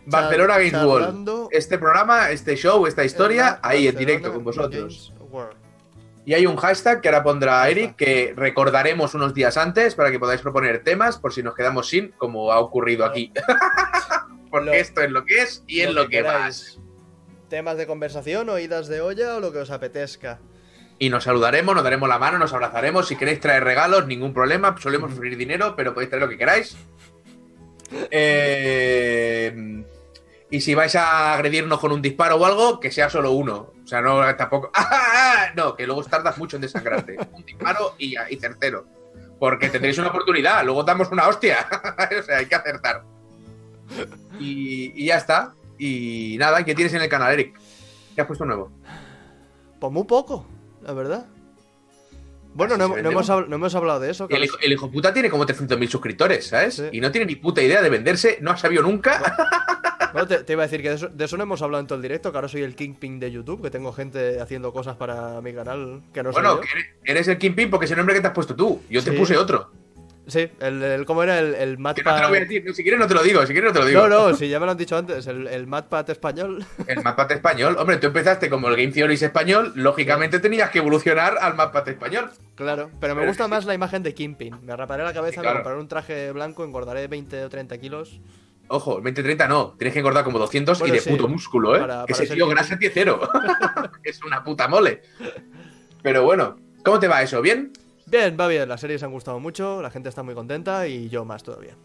Barcelona Games
Charlando-
Wall. Este programa, este show, esta historia, ahí en
Barcelona
directo con vosotros.
Games World.
Y hay un hashtag que ahora pondrá Eric, que recordaremos unos días antes para que podáis proponer temas por si nos quedamos sin, como ha ocurrido aquí. (laughs) Porque
Lo-
esto es lo que es y es lo que va.
queráis. Temas de conversación, oídas de olla o lo que os apetezca.
Y nos saludaremos, nos daremos la mano, nos abrazaremos. Si queréis traer regalos, ningún problema. Solemos ofrecer dinero, pero podéis traer lo que queráis. Eh, y si vais a agredirnos con un disparo o algo, que sea solo uno. O sea, no tampoco. (laughs) ¡Ah, ah, ah! No, que luego os tardas mucho en desangrarte. Un disparo y, ya, y certero. Porque tendréis una oportunidad, luego os damos una hostia. (laughs) o sea, hay que acertar. Y, y ya está. Y nada, ¿qué tienes en el canal, Eric? ¿Qué has puesto nuevo?
Pues muy poco, la verdad. Bueno,
Así
no, hem-
se
no
vende
hemos
uno.
habl- no hemos hablado de eso.
Y El
Carlos.
hijo, el hijo puta tiene como 300.000 suscriptores, ¿sabes?
Sí.
Y no tiene ni puta idea de venderse, no ha sabido nunca.
Bueno, te, te iba a decir que de eso, de eso no hemos hablado en todo el directo, que ahora soy el kingpin de YouTube, que tengo gente haciendo cosas para mi canal que no soy
bueno,
yo.
que eres, eres el Kingpin porque es el nombre que te has puesto tú. Yo te
Sí.
puse otro.
Sí, el, el- ¿cómo era? El, el
Que no te lo voy a
Matpad...
decir. no, Si quieres no te lo digo, si quieres no te lo digo.
No, no, sí, ya me lo han dicho antes, el, el Matpad español.
El Mapate español. Hombre, tú empezaste como el Game Theories español, lógicamente tenías que evolucionar al Mapate español.
Claro, pero me
Pero
gusta
sí.
más la imagen de Kingpin. Me raparé la cabeza,
Sí, claro.
me compraré un traje blanco, engordaré 20 o 30 kilos.
Ojo, 20-30 no, tienes que engordar como 200
Bueno,
y de
sí.
puto músculo, ¿eh?
Para- para
Ese
ser
tío
Kingpin.
grasa tiene cero. (laughs) es una puta mole. Pero bueno, ¿cómo te va eso? ¿Bien?
Bien, va bien, las series han gustado mucho, la gente está muy contenta y yo más todavía.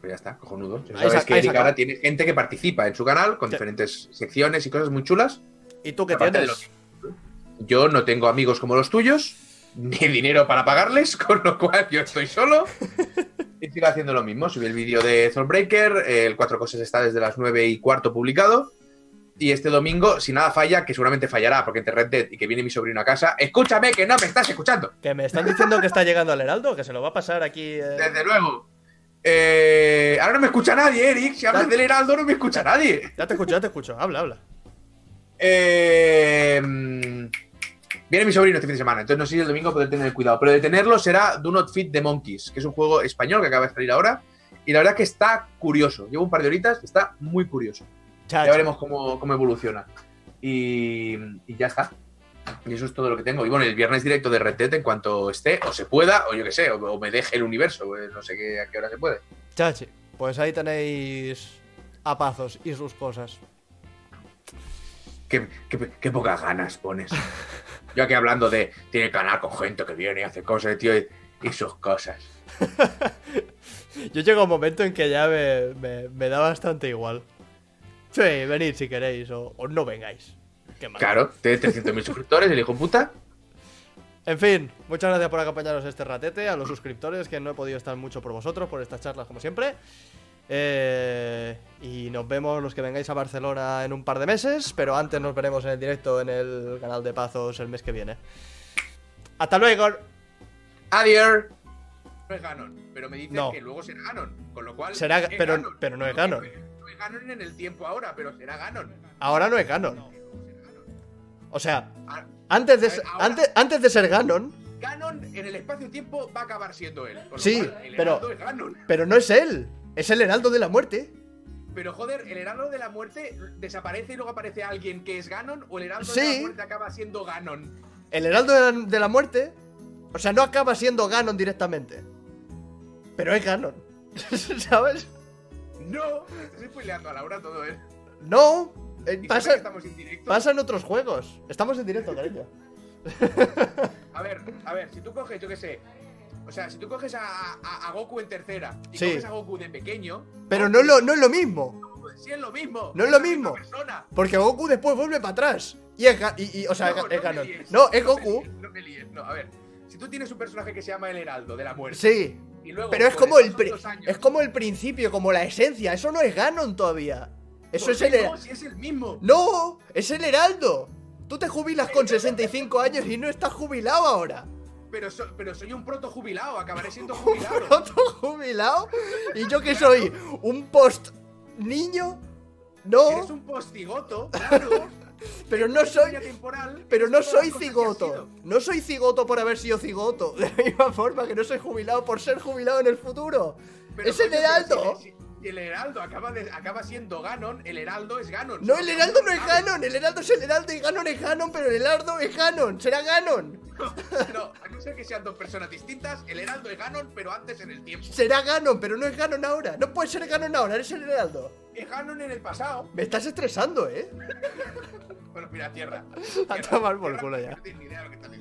Pues ya está, cojonudo. Ya
Ahí
sabes
saca-
que
ahí
Eric
saca.
ahora tiene gente que participa en su canal con
Sí.
diferentes secciones y cosas muy chulas.
¿Y tú qué
Aparte de
tienes?
Yo no tengo amigos como los tuyos, ni (laughs) dinero para pagarles, (laughs) con lo cual yo
(laughs)
estoy solo. y sigo haciendo lo mismo. Subí el vídeo de Thornbreaker, el Cuatro Cosas está desde las 9 y cuarto publicado. Y este domingo, si nada falla, que seguramente fallará porque te Red Dead y que viene mi sobrino a casa, escúchame que no me estás escuchando.
Que me están diciendo que está llegando al Heraldo, que se lo va a pasar aquí. eh.
Desde luego. Eh, ahora no me escucha nadie, Eric. Si hablas
Ya-
del Heraldo, no me escucha nadie.
Ya te escucho, ya te escucho. Habla, habla.
Eh, mm, viene mi sobrino este fin de semana, entonces no sé si el domingo poder tener cuidado. Pero de tenerlo será Do Not Fit the Monkeys, que es un juego español que acaba de salir ahora. Y la verdad que está curioso. Llevo un par de horitas, está muy curioso.
Chacho.
Ya veremos cómo, cómo evoluciona. Y, y ya está. Y eso es todo lo que tengo. Y bueno, el viernes directo de Red Dead en cuanto esté, o se pueda, o yo qué sé, o, o me deje el universo, eh, no sé qué, a qué hora se puede.
Chachi. Pues ahí tenéis a Pazos y sus cosas.
Qué, qué- qué pocas ganas pones. Yo aquí hablando de tiene canal con gente que viene y hace cosas, tío, y, y sus cosas.
Yo llego a un momento en que ya me, me- me da bastante igual. Sí, venid si queréis o, o no vengáis. Qué mal.
Claro, tiene 300.000 suscriptores, el hijo puta.
En fin, muchas gracias por acompañarnos este ratete, a los suscriptores que no he podido estar mucho por vosotros, por estas charlas como siempre. Eh, y nos vemos los que vengáis a Barcelona en un par de meses, pero antes nos veremos en el directo en el canal de Pazos el mes que viene. Hasta luego.
Adiós. No es Ganon, pero me dicen
No.
que luego será Ganon, con lo cual.
Será Ga-
es
pero- pero no es Ganon.
No es Ganon en el tiempo ahora, pero será Ganon.
Ahora no es Ganon. O sea,
Ah,
antes de,
A ver,
se-
ahora-
antes, antes de ser Ganon,
Ganon en el espacio-tiempo va a acabar siendo él. con lo
Sí,
cual, el
pero-
heraldo es Ganon.
pero no es él. Es el heraldo de la muerte.
Pero joder, ¿el heraldo de la muerte desaparece y luego aparece alguien que es Ganon? ¿O el heraldo de
Sí.
la muerte acaba siendo Ganon?
El heraldo de la, de la muerte. O sea, no acaba siendo Ganon directamente. Pero es Ganon. (laughs) ¿Sabes?
No, estoy spoileando a Laura todo él.
No. eh,
¿Y sabes que
pasa,
estamos en directo?
pasa en otros juegos. Estamos en directo, cariño.
A ver, a ver, si tú coges, yo qué sé. O sea, si tú coges a, a- a Goku en tercera y
Sí.
coges a Goku de pequeño, oh,
Pero no es lo, no es lo mismo.
pues sí es lo mismo.
No es lo
la misma
mismo.
persona.
Porque Goku después vuelve para atrás. Y es, Ga- y- y- o sea,
No,
es
no me
Ganon.
líes,
No, es
me
Goku.
líes, No me líes, no, a ver. Si tú tienes un personaje que se llama el Heraldo de la Muerte.
Sí.
y luego
Pero es
con
como el
paso de
pri-
pues los años-
es como el principio, como la esencia. Eso no es Ganon todavía. Eso
¿Por
es
qué
el
Pues No, si es el mismo.
¡No! ¡Es el heraldo! Tú te jubilas con 65 años y no estás jubilado ahora.
Pero, so- pero soy un proto jubilado, acabaré
(laughs)
siendo jubilado.
¿Otro jubilado? ¿Y yo que soy? ¿Un post niño? No,
Eres un postigoto,
(laughs)
claro.
pero no soy.
Temporal,
Pero no soy cigoto.
cigoto.
No soy cigoto por haber sido cigoto. De la misma forma que no soy jubilado por ser jubilado en el futuro.
Pero,
¡Es el
coño, pero
heraldo!
si- si el heraldo acaba, de- acaba siendo Ganon, el heraldo es Ganon.
No, el heraldo no es
Ah,
Ganon. El heraldo es el heraldo y Ganon es Ganon, pero el heraldo es Ganon. Será Ganon.
No, a no ser que sean dos personas distintas, el heraldo es Ganon, pero antes en el tiempo.
Será Ganon, pero no es Ganon ahora. No puede ser Ganon ahora, eres el heraldo.
Es Ganon en el pasado.
Me estás estresando, ¿eh?
Bueno, mira, tierra.
(laughs) A tomar por culo ya.
No tienes ni idea de lo que estás diciendo.